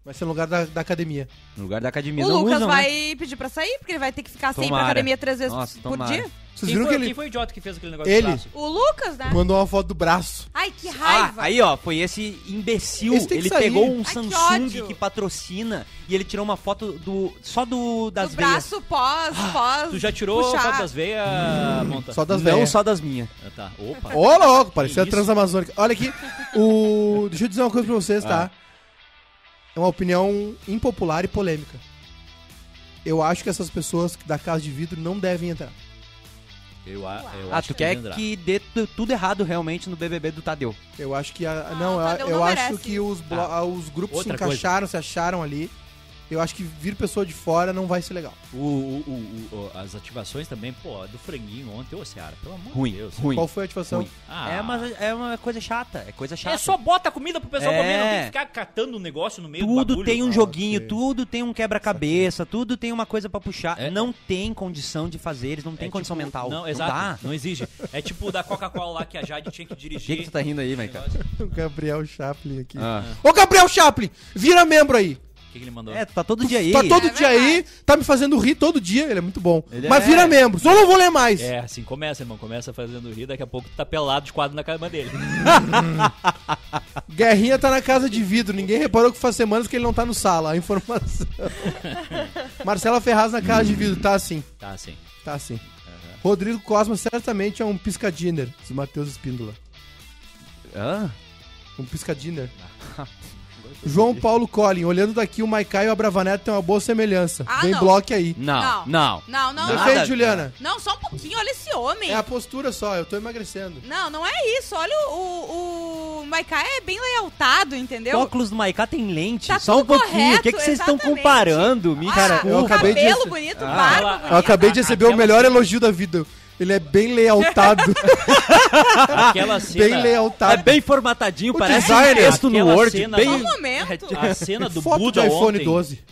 [SPEAKER 2] Vai ser no lugar da, da academia.
[SPEAKER 4] no lugar da academia.
[SPEAKER 7] o
[SPEAKER 4] não
[SPEAKER 7] Lucas
[SPEAKER 4] usam, né?
[SPEAKER 7] vai pedir pra sair, porque ele vai ter que ficar sem pra
[SPEAKER 4] Tomara.
[SPEAKER 7] academia três vezes
[SPEAKER 4] Nossa,
[SPEAKER 7] por
[SPEAKER 4] tomara.
[SPEAKER 7] dia.
[SPEAKER 2] Vocês
[SPEAKER 3] Quem
[SPEAKER 2] viram
[SPEAKER 3] foi,
[SPEAKER 2] que
[SPEAKER 3] quem
[SPEAKER 2] ele
[SPEAKER 3] foi o idiota que fez aquele negócio
[SPEAKER 2] Ele.
[SPEAKER 3] de braço?
[SPEAKER 7] O Lucas, né?
[SPEAKER 2] mandou uma foto do braço?
[SPEAKER 7] Ai, que
[SPEAKER 4] Ah,
[SPEAKER 7] raiva.
[SPEAKER 4] aí ó, foi esse imbecil.
[SPEAKER 2] Esse tem que
[SPEAKER 4] ele
[SPEAKER 2] sair.
[SPEAKER 4] pegou um
[SPEAKER 7] que
[SPEAKER 4] Samsung que,
[SPEAKER 7] ódio.
[SPEAKER 4] patrocina e ele tirou uma foto do só do das
[SPEAKER 7] do
[SPEAKER 4] veias. Ah,
[SPEAKER 7] braço pós, pós.
[SPEAKER 3] Tu já tirou
[SPEAKER 7] puxar.
[SPEAKER 3] foto das veias, Monta?
[SPEAKER 2] Hum, Só das
[SPEAKER 4] não
[SPEAKER 2] velhas.
[SPEAKER 4] só das minhas.
[SPEAKER 3] Ah, tá. Opa.
[SPEAKER 2] Ô, louco, parecia a
[SPEAKER 3] Que isso?
[SPEAKER 2] Transamazônica. Olha aqui, o... deixa eu dizer uma coisa pra vocês, tá? É uma opinião impopular e polêmica. Eu acho que essas pessoas da casa de vidro não devem entrar.
[SPEAKER 3] Eu, a- eu
[SPEAKER 4] Ah,
[SPEAKER 3] acho é
[SPEAKER 4] tu quer
[SPEAKER 3] Leandra-
[SPEAKER 4] que dê tu- tudo errado realmente no BBB do Tadeu.
[SPEAKER 2] Eu acho que a...
[SPEAKER 7] Ah,
[SPEAKER 2] não,
[SPEAKER 7] o
[SPEAKER 2] eu-
[SPEAKER 7] Tadeu
[SPEAKER 2] eu
[SPEAKER 7] não
[SPEAKER 2] acho
[SPEAKER 7] merece.
[SPEAKER 2] que os, blo- ah, os grupos se
[SPEAKER 3] Tá. Outra
[SPEAKER 2] encaixaram, se acharam ali. Eu acho que vir pessoa de fora não vai ser legal.
[SPEAKER 3] O, o- o- o- o- as ativações também, pô, do franguinho ontem, ô Seara, pelo amor
[SPEAKER 4] Ruim,
[SPEAKER 3] de Deus.
[SPEAKER 4] ruim.
[SPEAKER 2] Qual foi a ativação?
[SPEAKER 4] Ruim.
[SPEAKER 3] Ah,
[SPEAKER 4] É, mas é uma coisa chata, é coisa chata.
[SPEAKER 3] É só bota comida pro pessoal
[SPEAKER 4] É.
[SPEAKER 3] comer, não tem que ficar catando um negócio no meio do
[SPEAKER 4] Tudo
[SPEAKER 3] bagulho. né?
[SPEAKER 4] tem um
[SPEAKER 2] Ah,
[SPEAKER 4] joguinho,
[SPEAKER 2] ok.
[SPEAKER 4] tudo tem um quebra-cabeça, tudo tem uma coisa pra puxar.
[SPEAKER 3] É.
[SPEAKER 4] Não tem condição de fazer, eles não têm
[SPEAKER 3] É
[SPEAKER 4] condição
[SPEAKER 3] tipo-
[SPEAKER 4] mental.
[SPEAKER 3] Não, exato. Não,
[SPEAKER 4] dá.
[SPEAKER 3] exige. É tipo da Coca-Cola lá que a Jade tinha que
[SPEAKER 4] Por que,
[SPEAKER 3] dirigir.
[SPEAKER 4] que tu tá rindo aí, Maica?
[SPEAKER 2] O Gabriel Chaplin aqui.
[SPEAKER 4] Ah.
[SPEAKER 2] Ô, Gabriel Chaplin, vira membro aí.
[SPEAKER 3] O que, que ele mandou?
[SPEAKER 4] É, tu tá todo dia aí.
[SPEAKER 2] Tá todo
[SPEAKER 7] É
[SPEAKER 2] dia aí, tá me fazendo rir todo dia, ele é muito bom.
[SPEAKER 4] Ele
[SPEAKER 2] Mas
[SPEAKER 4] é.
[SPEAKER 2] vira membro, só não vou ler mais.
[SPEAKER 3] É, assim, começa, irmão. Começa fazendo rir, daqui a pouco tu tá pelado de quadro na cama dele.
[SPEAKER 2] Guerrinha tá na casa de vidro, ninguém reparou que faz semanas que ele não tá no sala, a informação. Marcela Ferraz na casa de vidro, tá assim,
[SPEAKER 3] Tá, assim.
[SPEAKER 2] tá assim. Rodrigo Cosma certamente é um piscadiner, diz o Matheus Espíndola.
[SPEAKER 4] Hã?
[SPEAKER 2] Um piscadiner. João Paulo Collin, olhando daqui o Maikai e o Abravaneta tem uma boa semelhança.
[SPEAKER 7] Ah,
[SPEAKER 2] Vem
[SPEAKER 7] não.
[SPEAKER 2] bloque aí.
[SPEAKER 4] Não,
[SPEAKER 7] Não.
[SPEAKER 4] não.
[SPEAKER 7] Não, não,
[SPEAKER 4] Nada.
[SPEAKER 7] não.
[SPEAKER 2] Defende, Juliana.
[SPEAKER 7] Não, só um pouquinho, olha esse homem.
[SPEAKER 2] É a postura só, eu tô emagrecendo.
[SPEAKER 7] Não, não é isso. Olha o. O, o Maiká é bem lealtado,
[SPEAKER 4] O
[SPEAKER 7] entendeu?
[SPEAKER 4] óculos do Maiká tem lente,
[SPEAKER 7] Tá
[SPEAKER 4] só um
[SPEAKER 7] tudo
[SPEAKER 4] pouquinho. o que,
[SPEAKER 7] correto,
[SPEAKER 4] que vocês estão
[SPEAKER 7] exatamente.
[SPEAKER 4] comparando? Me
[SPEAKER 2] Cara,
[SPEAKER 7] Ah,
[SPEAKER 2] eu acabei de-
[SPEAKER 7] cabelo bonito,
[SPEAKER 4] Ah.
[SPEAKER 7] barba
[SPEAKER 3] ela-
[SPEAKER 7] bonita.
[SPEAKER 2] Eu acabei de receber o
[SPEAKER 3] Aquela
[SPEAKER 2] melhor
[SPEAKER 3] cena-
[SPEAKER 2] elogio da vida. Ele é bem lealtado.
[SPEAKER 3] Aquela cena...
[SPEAKER 2] bem
[SPEAKER 4] Tá
[SPEAKER 3] É
[SPEAKER 2] lealtado.
[SPEAKER 4] bem formatadinho, parece
[SPEAKER 2] designer,
[SPEAKER 4] um texto no
[SPEAKER 3] aquela
[SPEAKER 4] Word.
[SPEAKER 3] cena- É,
[SPEAKER 4] Bem...
[SPEAKER 7] Só um momento.
[SPEAKER 3] A cena do
[SPEAKER 2] Foto
[SPEAKER 3] Buda
[SPEAKER 2] do iPhone
[SPEAKER 3] ontem,
[SPEAKER 2] 12.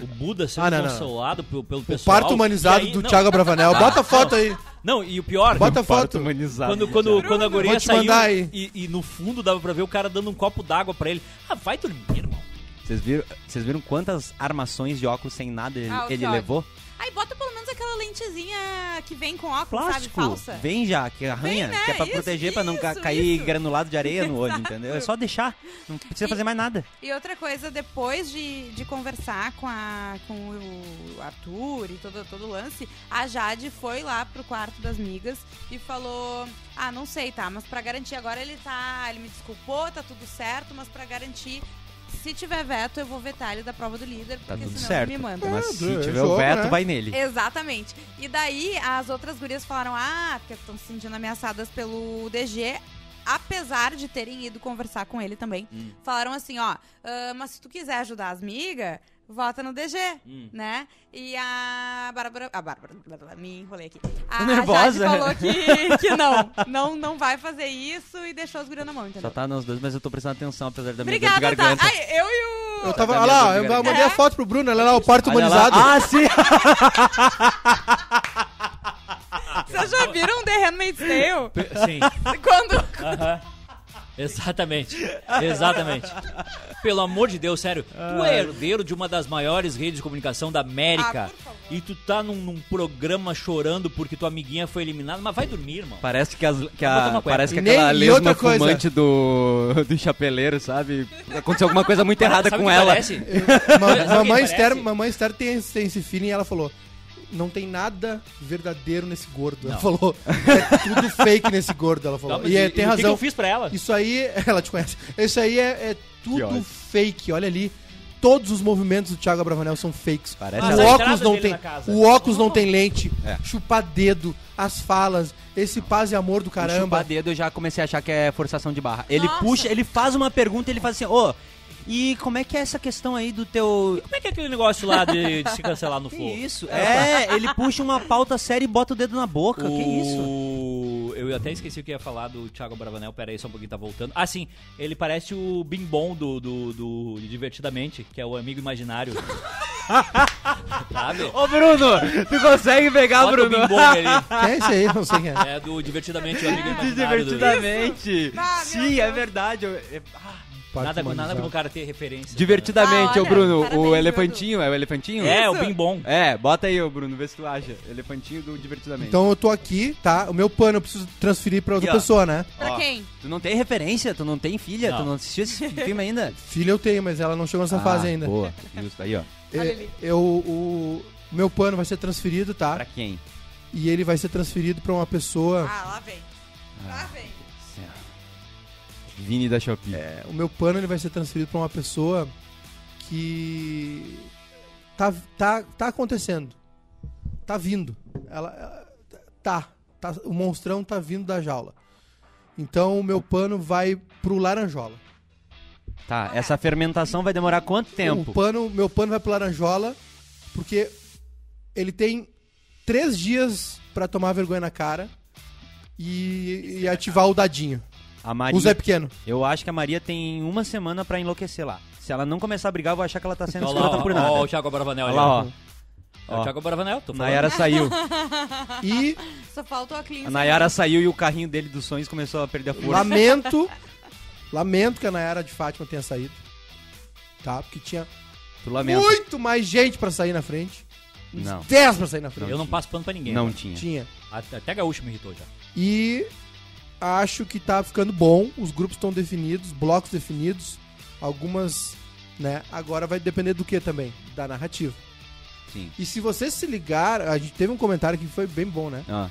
[SPEAKER 3] O Buda sendo
[SPEAKER 2] Ah, não, não.
[SPEAKER 3] consolado pelo, pelo
[SPEAKER 2] O
[SPEAKER 3] pessoal.
[SPEAKER 2] parto humanizado
[SPEAKER 3] E aí-
[SPEAKER 2] do
[SPEAKER 3] não,
[SPEAKER 2] Thiago Abravanel. Bota a foto aí.
[SPEAKER 3] Não, e o pior...
[SPEAKER 2] Bota a
[SPEAKER 4] Parto
[SPEAKER 2] foto.
[SPEAKER 4] um humanizado.
[SPEAKER 3] Quando, quando, quando a
[SPEAKER 2] vou
[SPEAKER 3] guria
[SPEAKER 2] te
[SPEAKER 3] saiu
[SPEAKER 2] mandar aí.
[SPEAKER 3] e, e no fundo dava pra ver o cara dando um copo d'água pra ele. Ah, vai dormir, irmão.
[SPEAKER 4] Vocês viram, vocês viram quantas armações de óculos sem nada ele,
[SPEAKER 7] Ah, o
[SPEAKER 4] ele
[SPEAKER 7] que ódio.
[SPEAKER 4] levou?
[SPEAKER 7] Aí bota pelo menos aquela lentezinha que vem com óculos,
[SPEAKER 4] Plástico.
[SPEAKER 7] sabe? Falsa.
[SPEAKER 4] Vem já, que arranha,
[SPEAKER 7] Vem, né?
[SPEAKER 4] que é pra
[SPEAKER 7] Isso,
[SPEAKER 4] proteger, pra não ca-
[SPEAKER 7] isso,
[SPEAKER 4] cair
[SPEAKER 7] isso.
[SPEAKER 4] granulado de areia no olho, entendeu? É só deixar, não precisa
[SPEAKER 7] E-
[SPEAKER 4] fazer mais nada.
[SPEAKER 7] E outra coisa, depois de, de conversar com, a, com o Arthur e todo, todo o lance, a Jade foi lá pro quarto das migas e falou: Ah, não sei, tá, mas pra garantir, agora ele tá. Ele me desculpou, tá tudo certo, mas pra garantir, se tiver veto, eu vou vetar ele da prova do líder,
[SPEAKER 4] Tá
[SPEAKER 7] porque
[SPEAKER 4] tudo
[SPEAKER 7] senão
[SPEAKER 4] certo.
[SPEAKER 7] ele me manda.
[SPEAKER 4] Mas
[SPEAKER 2] É,
[SPEAKER 4] se
[SPEAKER 2] é
[SPEAKER 4] tiver o
[SPEAKER 2] jogo,
[SPEAKER 4] veto,
[SPEAKER 2] né?
[SPEAKER 4] vai nele.
[SPEAKER 7] Exatamente. E daí as outras gurias falaram: ah, porque estão se sentindo ameaçadas pelo DG. Apesar de terem ido conversar com ele também,
[SPEAKER 4] Hum.
[SPEAKER 7] falaram assim: ó, "Ah, mas se tu quiser ajudar as migas, vota no DG,
[SPEAKER 4] Hum.
[SPEAKER 7] né? E a Bárbara. A Bárbara. blá, blá, blá, Me enrolei aqui. A,
[SPEAKER 4] Tô
[SPEAKER 7] a
[SPEAKER 4] nervosa. né?
[SPEAKER 7] Jade falou que, que não, não, não vai fazer isso e deixou as gurias na mão,
[SPEAKER 4] Só
[SPEAKER 7] entendeu?
[SPEAKER 4] tá nos dois, mas eu tô prestando atenção, apesar da minha dor de
[SPEAKER 7] Obrigada, tá?
[SPEAKER 4] garganta.
[SPEAKER 7] Ai, eu e o.
[SPEAKER 2] Eu tava.
[SPEAKER 4] Tá
[SPEAKER 2] Olha lá,
[SPEAKER 4] mesmo,
[SPEAKER 2] eu
[SPEAKER 4] obrigado.
[SPEAKER 3] É.
[SPEAKER 2] mandei a foto pro Bruno. Olha lá, o parto
[SPEAKER 4] Olha lá.
[SPEAKER 2] humanizado.
[SPEAKER 4] Ah, sim!
[SPEAKER 7] Vocês já viram The Handmaid's Tale?
[SPEAKER 3] Sim.
[SPEAKER 7] Quando,
[SPEAKER 3] Aham. Exatamente, exatamente. Pelo amor de Deus, sério. Tu é herdeiro de uma das maiores redes de comunicação da América.
[SPEAKER 7] Ah, por favor.
[SPEAKER 3] e tu tá num, num programa chorando porque tua amiguinha foi eliminada. Mas vai dormir, irmão.
[SPEAKER 4] Parece que, as, que,
[SPEAKER 3] botar
[SPEAKER 4] a,
[SPEAKER 3] uma cueca.
[SPEAKER 4] parece que
[SPEAKER 2] E nem-
[SPEAKER 4] aquela
[SPEAKER 2] e
[SPEAKER 4] lesma
[SPEAKER 2] outra coisa.
[SPEAKER 4] fumante do, do chapeleiro, sabe? Aconteceu alguma coisa muito errada
[SPEAKER 3] Sabe o
[SPEAKER 4] com
[SPEAKER 3] que
[SPEAKER 4] ela.
[SPEAKER 3] parece?
[SPEAKER 2] Ma-
[SPEAKER 3] Sabe o que
[SPEAKER 2] mamãe,
[SPEAKER 3] parece?
[SPEAKER 2] Esther, mamãe Esther tem, esse- tem esse feeling e ela falou: Não tem nada verdadeiro nesse gordo. Ela
[SPEAKER 3] Não.
[SPEAKER 2] falou: É tudo fake nesse gordo. Ela falou.
[SPEAKER 3] Tá, mas
[SPEAKER 2] e, é,
[SPEAKER 3] o
[SPEAKER 2] tem
[SPEAKER 3] que que
[SPEAKER 2] razão.
[SPEAKER 3] eu fiz pra ela?
[SPEAKER 2] Isso aí, ela te conhece. Isso aí é, é tudo
[SPEAKER 4] ódio.
[SPEAKER 2] fake. Olha ali. Todos os movimentos do Thiago Abravanel são fakes.
[SPEAKER 4] Parece
[SPEAKER 3] Mas
[SPEAKER 2] o
[SPEAKER 3] a
[SPEAKER 2] óculos
[SPEAKER 3] entrada
[SPEAKER 2] não
[SPEAKER 3] dele
[SPEAKER 2] tem,
[SPEAKER 3] na casa.
[SPEAKER 2] o óculos não tem lente.
[SPEAKER 4] É.
[SPEAKER 2] Chupar dedo, as falas, esse paz e amor do
[SPEAKER 4] O
[SPEAKER 2] caramba.
[SPEAKER 4] chupa-dedo eu já comecei a achar que é forçação de barra. Ele
[SPEAKER 7] Nossa.
[SPEAKER 4] puxa, ele faz uma pergunta e ele faz assim, ô, e como é que é essa questão aí do teu...
[SPEAKER 3] Como é que é aquele negócio lá de, de se cancelar no
[SPEAKER 4] Que
[SPEAKER 3] fogo?
[SPEAKER 4] isso? É, ele puxa uma pauta séria e bota o dedo na boca, que é isso?
[SPEAKER 3] O- Eu até esqueci o que ia falar do Thiago Bravanel. Pera aí, só um pouquinho, tá voltando. Ah, sim. Ele parece o Bim Bom do, do, do Divertidamente, que é o amigo imaginário. Sabe?
[SPEAKER 4] Ô, Bruno, tu consegue pegar,
[SPEAKER 3] Bota o Bim Bom ali.
[SPEAKER 2] Quem é esse aí? Não sei quem é.
[SPEAKER 3] É do Divertidamente, o amigo imaginário. do-
[SPEAKER 4] Divertidamente.
[SPEAKER 7] Ah, meu
[SPEAKER 4] Sim, é verdade. eu- é-
[SPEAKER 3] Nada, nada
[SPEAKER 2] Parque
[SPEAKER 3] como o cara ter referência.
[SPEAKER 4] Divertidamente,
[SPEAKER 7] Ah,
[SPEAKER 4] ô
[SPEAKER 7] olha,
[SPEAKER 4] Bruno,
[SPEAKER 7] parabéns,
[SPEAKER 4] o
[SPEAKER 7] Bruno.
[SPEAKER 4] elefantinho, é o elefantinho?
[SPEAKER 3] É, o Bim Bom.
[SPEAKER 4] É, bota aí, ô Bruno, vê se tu acha. Elefantinho do Divertidamente.
[SPEAKER 2] Então eu tô aqui, tá? O meu pano eu preciso transferir pra outra
[SPEAKER 4] Aqui, ó.
[SPEAKER 2] pessoa, né?
[SPEAKER 7] Pra
[SPEAKER 4] Ó.
[SPEAKER 7] quem?
[SPEAKER 4] Tu não tem referência, tu não tem filha,
[SPEAKER 3] Não.
[SPEAKER 4] tu não assistiu esse filme ainda?
[SPEAKER 2] Filha eu tenho, mas ela não chegou nessa
[SPEAKER 4] Ah,
[SPEAKER 2] fase ainda.
[SPEAKER 4] Boa, justo aí, ó.
[SPEAKER 2] É, eu, o o meu pano vai ser transferido, tá?
[SPEAKER 4] Pra quem?
[SPEAKER 2] E ele vai ser transferido pra uma pessoa.
[SPEAKER 7] Ah, lá vem.
[SPEAKER 4] Ah.
[SPEAKER 7] Lá vem.
[SPEAKER 4] Vini da Shopee.
[SPEAKER 2] É, O meu pano ele vai ser transferido pra uma pessoa que tá tá tá acontecendo. Tá vindo. Ela, ela- tá, tá- o monstrão tá vindo da jaula. Então o meu pano vai pro laranjola.
[SPEAKER 4] Tá, essa fermentação vai demorar
[SPEAKER 2] O
[SPEAKER 4] quanto tempo?
[SPEAKER 2] pano, meu pano vai pro Laranjola, porque ele tem três dias pra tomar vergonha na cara e, e ativar o dadinho.
[SPEAKER 4] A
[SPEAKER 2] O Zé
[SPEAKER 4] Maria.
[SPEAKER 2] Pequeno.
[SPEAKER 4] Eu acho que a Maria tem uma semana pra enlouquecer lá. Se ela não começar a brigar, eu vou achar que ela tá sendo
[SPEAKER 3] Olha lá,
[SPEAKER 4] escrota
[SPEAKER 3] ó,
[SPEAKER 4] por
[SPEAKER 3] ó,
[SPEAKER 4] nada.
[SPEAKER 3] o Thiago Bravanel.
[SPEAKER 4] Olha
[SPEAKER 3] ali,
[SPEAKER 4] lá,
[SPEAKER 3] ó.
[SPEAKER 4] ó.
[SPEAKER 3] É o
[SPEAKER 4] Ó.
[SPEAKER 3] Thiago Bravanel, tô falando.
[SPEAKER 4] Nayara saiu.
[SPEAKER 2] E
[SPEAKER 7] Só faltou a clean.
[SPEAKER 4] A Nayara saiu e o carrinho dele dos sonhos começou a perder a força.
[SPEAKER 2] lamento, lamento que a Nayara de Fátima tenha saído. Tá? Porque tinha
[SPEAKER 4] Tu lamenta.
[SPEAKER 2] muito mais gente pra sair na frente. Uns
[SPEAKER 4] Não.
[SPEAKER 2] 10 pra sair na frente.
[SPEAKER 3] Eu não passo pano pra ninguém.
[SPEAKER 4] Não tinha.
[SPEAKER 2] Tinha.
[SPEAKER 3] Até, até Gaúcho me irritou já.
[SPEAKER 2] E acho que tá ficando bom. Os grupos estão definidos, blocos definidos. Algumas, né? Agora vai depender do que também? Da narrativa.
[SPEAKER 4] Sim.
[SPEAKER 2] E se você se ligar, a gente teve um comentário que foi bem bom, né?
[SPEAKER 4] Ah,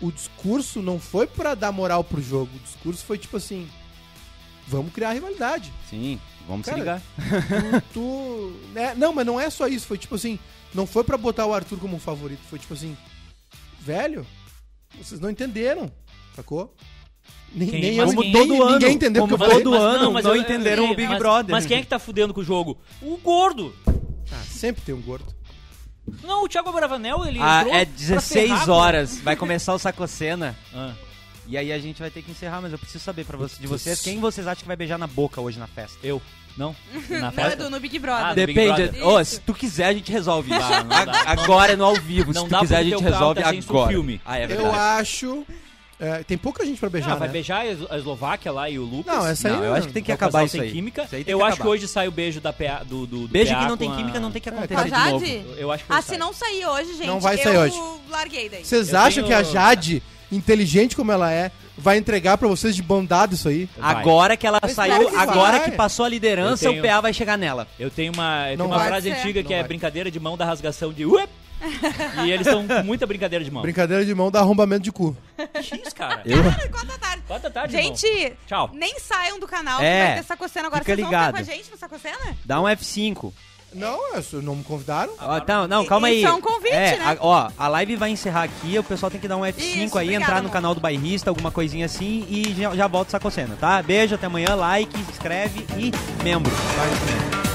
[SPEAKER 2] O discurso não foi pra dar moral pro jogo. O discurso foi tipo assim: vamos criar rivalidade.
[SPEAKER 4] sim. Vamos
[SPEAKER 2] Cara,
[SPEAKER 4] se ligar.
[SPEAKER 2] Tu, né? Não, mas não é só isso. Foi tipo assim: não foi pra botar o Arthur como um favorito. Foi tipo assim: velho, vocês não entenderam, sacou? Nem,
[SPEAKER 3] Quem-
[SPEAKER 2] nem
[SPEAKER 3] mas
[SPEAKER 2] eu,
[SPEAKER 3] como
[SPEAKER 2] ninguém,
[SPEAKER 4] todo ano,
[SPEAKER 2] ninguém entendeu o que eu
[SPEAKER 4] como
[SPEAKER 2] falei.
[SPEAKER 4] todo ano não
[SPEAKER 3] eu- eu-
[SPEAKER 4] entenderam
[SPEAKER 3] eu-
[SPEAKER 4] o Big
[SPEAKER 3] mas-
[SPEAKER 4] Brother.
[SPEAKER 3] Mas quem é que tá fudendo com o jogo? O gordo.
[SPEAKER 2] Ah, sempre tem um gordo.
[SPEAKER 3] Não, o Thiago Bravanel, ele
[SPEAKER 4] Ah,
[SPEAKER 3] entrou
[SPEAKER 4] é
[SPEAKER 3] pra
[SPEAKER 4] 16
[SPEAKER 3] ferrar.
[SPEAKER 4] horas. Vai começar o Sacocena.
[SPEAKER 3] Ah.
[SPEAKER 4] E aí a gente vai ter que encerrar, mas eu preciso saber pra você, de vocês quem vocês acham que vai beijar na boca hoje na festa.
[SPEAKER 3] Eu? Não? tá Na
[SPEAKER 7] Não, é
[SPEAKER 3] festa?
[SPEAKER 7] Edu, no Big
[SPEAKER 3] Ah,
[SPEAKER 7] Brother.
[SPEAKER 3] do Big
[SPEAKER 4] Depende.
[SPEAKER 3] Brother.
[SPEAKER 4] Ó, se tu quiser, a gente resolve isso.
[SPEAKER 3] Não, não dá.
[SPEAKER 4] A- agora é no ao vivo.
[SPEAKER 3] Não
[SPEAKER 4] se
[SPEAKER 3] dá
[SPEAKER 4] tu quiser, a
[SPEAKER 3] porque
[SPEAKER 4] gente
[SPEAKER 3] teu carro
[SPEAKER 4] resolve
[SPEAKER 3] tá sem
[SPEAKER 4] agora.
[SPEAKER 3] filme.
[SPEAKER 4] Ah, é
[SPEAKER 2] eu
[SPEAKER 4] verdade.
[SPEAKER 2] acho. é, tem pouca gente pra beijar.
[SPEAKER 3] Ah, vai
[SPEAKER 2] né?
[SPEAKER 3] beijar a Eslo- a Eslováquia lá e o Lucas.
[SPEAKER 2] Não, essa aí
[SPEAKER 4] Não, eu acho que tem que
[SPEAKER 3] É o
[SPEAKER 4] acabar
[SPEAKER 3] casal
[SPEAKER 4] isso
[SPEAKER 3] sem
[SPEAKER 4] aí.
[SPEAKER 3] química.
[SPEAKER 4] Isso aí tem
[SPEAKER 3] eu
[SPEAKER 4] que
[SPEAKER 3] acho que
[SPEAKER 4] acabar.
[SPEAKER 3] hoje sai o beijo da PA, do, do, do
[SPEAKER 4] Beijo
[SPEAKER 3] PA
[SPEAKER 4] que não tem
[SPEAKER 3] com a-
[SPEAKER 4] química não tem que
[SPEAKER 7] Com
[SPEAKER 4] acontecer
[SPEAKER 7] a
[SPEAKER 4] de
[SPEAKER 7] Jade?
[SPEAKER 4] novo.
[SPEAKER 3] Eu acho que
[SPEAKER 7] Ah,
[SPEAKER 3] hoje
[SPEAKER 7] se
[SPEAKER 3] sai.
[SPEAKER 7] não sair hoje, gente,
[SPEAKER 2] Não vai
[SPEAKER 7] eu
[SPEAKER 2] sair hoje.
[SPEAKER 7] larguei daí.
[SPEAKER 2] Vocês
[SPEAKER 3] Eu
[SPEAKER 2] acham
[SPEAKER 3] tenho-
[SPEAKER 2] que a Jade, inteligente como ela é, vai entregar pra vocês de bandado isso aí?
[SPEAKER 3] Vai.
[SPEAKER 4] Agora que ela
[SPEAKER 2] claro
[SPEAKER 4] saiu,
[SPEAKER 2] que
[SPEAKER 4] agora
[SPEAKER 2] vai.
[SPEAKER 4] que passou a liderança,
[SPEAKER 3] Eu tenho-
[SPEAKER 4] o PA vai chegar nela.
[SPEAKER 3] Eu tenho uma, eu
[SPEAKER 2] Não
[SPEAKER 3] tenho uma
[SPEAKER 2] vai.
[SPEAKER 3] frase
[SPEAKER 7] Pode ser.
[SPEAKER 3] antiga que
[SPEAKER 2] Não
[SPEAKER 3] é
[SPEAKER 2] vai.
[SPEAKER 3] brincadeira de mão da rasgação de uep. e eles estão com muita brincadeira de mão.
[SPEAKER 2] Brincadeira de mão dá arrombamento de cu.
[SPEAKER 3] Que isso, cara?
[SPEAKER 4] Eu?
[SPEAKER 7] Quatro da tarde.
[SPEAKER 3] Quatro da tarde, irmão.
[SPEAKER 7] Gente,
[SPEAKER 3] Tchau.
[SPEAKER 7] nem saiam do canal,
[SPEAKER 4] É,
[SPEAKER 7] que vai ter Sacocena agora.
[SPEAKER 4] fica
[SPEAKER 7] Vocês
[SPEAKER 4] ligado.
[SPEAKER 7] vão ficar com a gente no Sacocena?
[SPEAKER 4] Dá um F5.
[SPEAKER 2] Não, é só- não me convidaram.
[SPEAKER 4] Ó, tá, não,
[SPEAKER 7] E-
[SPEAKER 4] calma aí.
[SPEAKER 7] isso é um convite,
[SPEAKER 4] É,
[SPEAKER 7] né?
[SPEAKER 4] a- ó, a live vai encerrar aqui, o pessoal tem que dar um F5 aí,
[SPEAKER 7] Isso, obrigada,
[SPEAKER 4] entrar no
[SPEAKER 7] amor.
[SPEAKER 4] canal do bairrista, alguma coisinha assim, e já, já volta o Sacocena, tá? Beijo, até amanhã, like, se inscreve e membro.
[SPEAKER 2] Vai.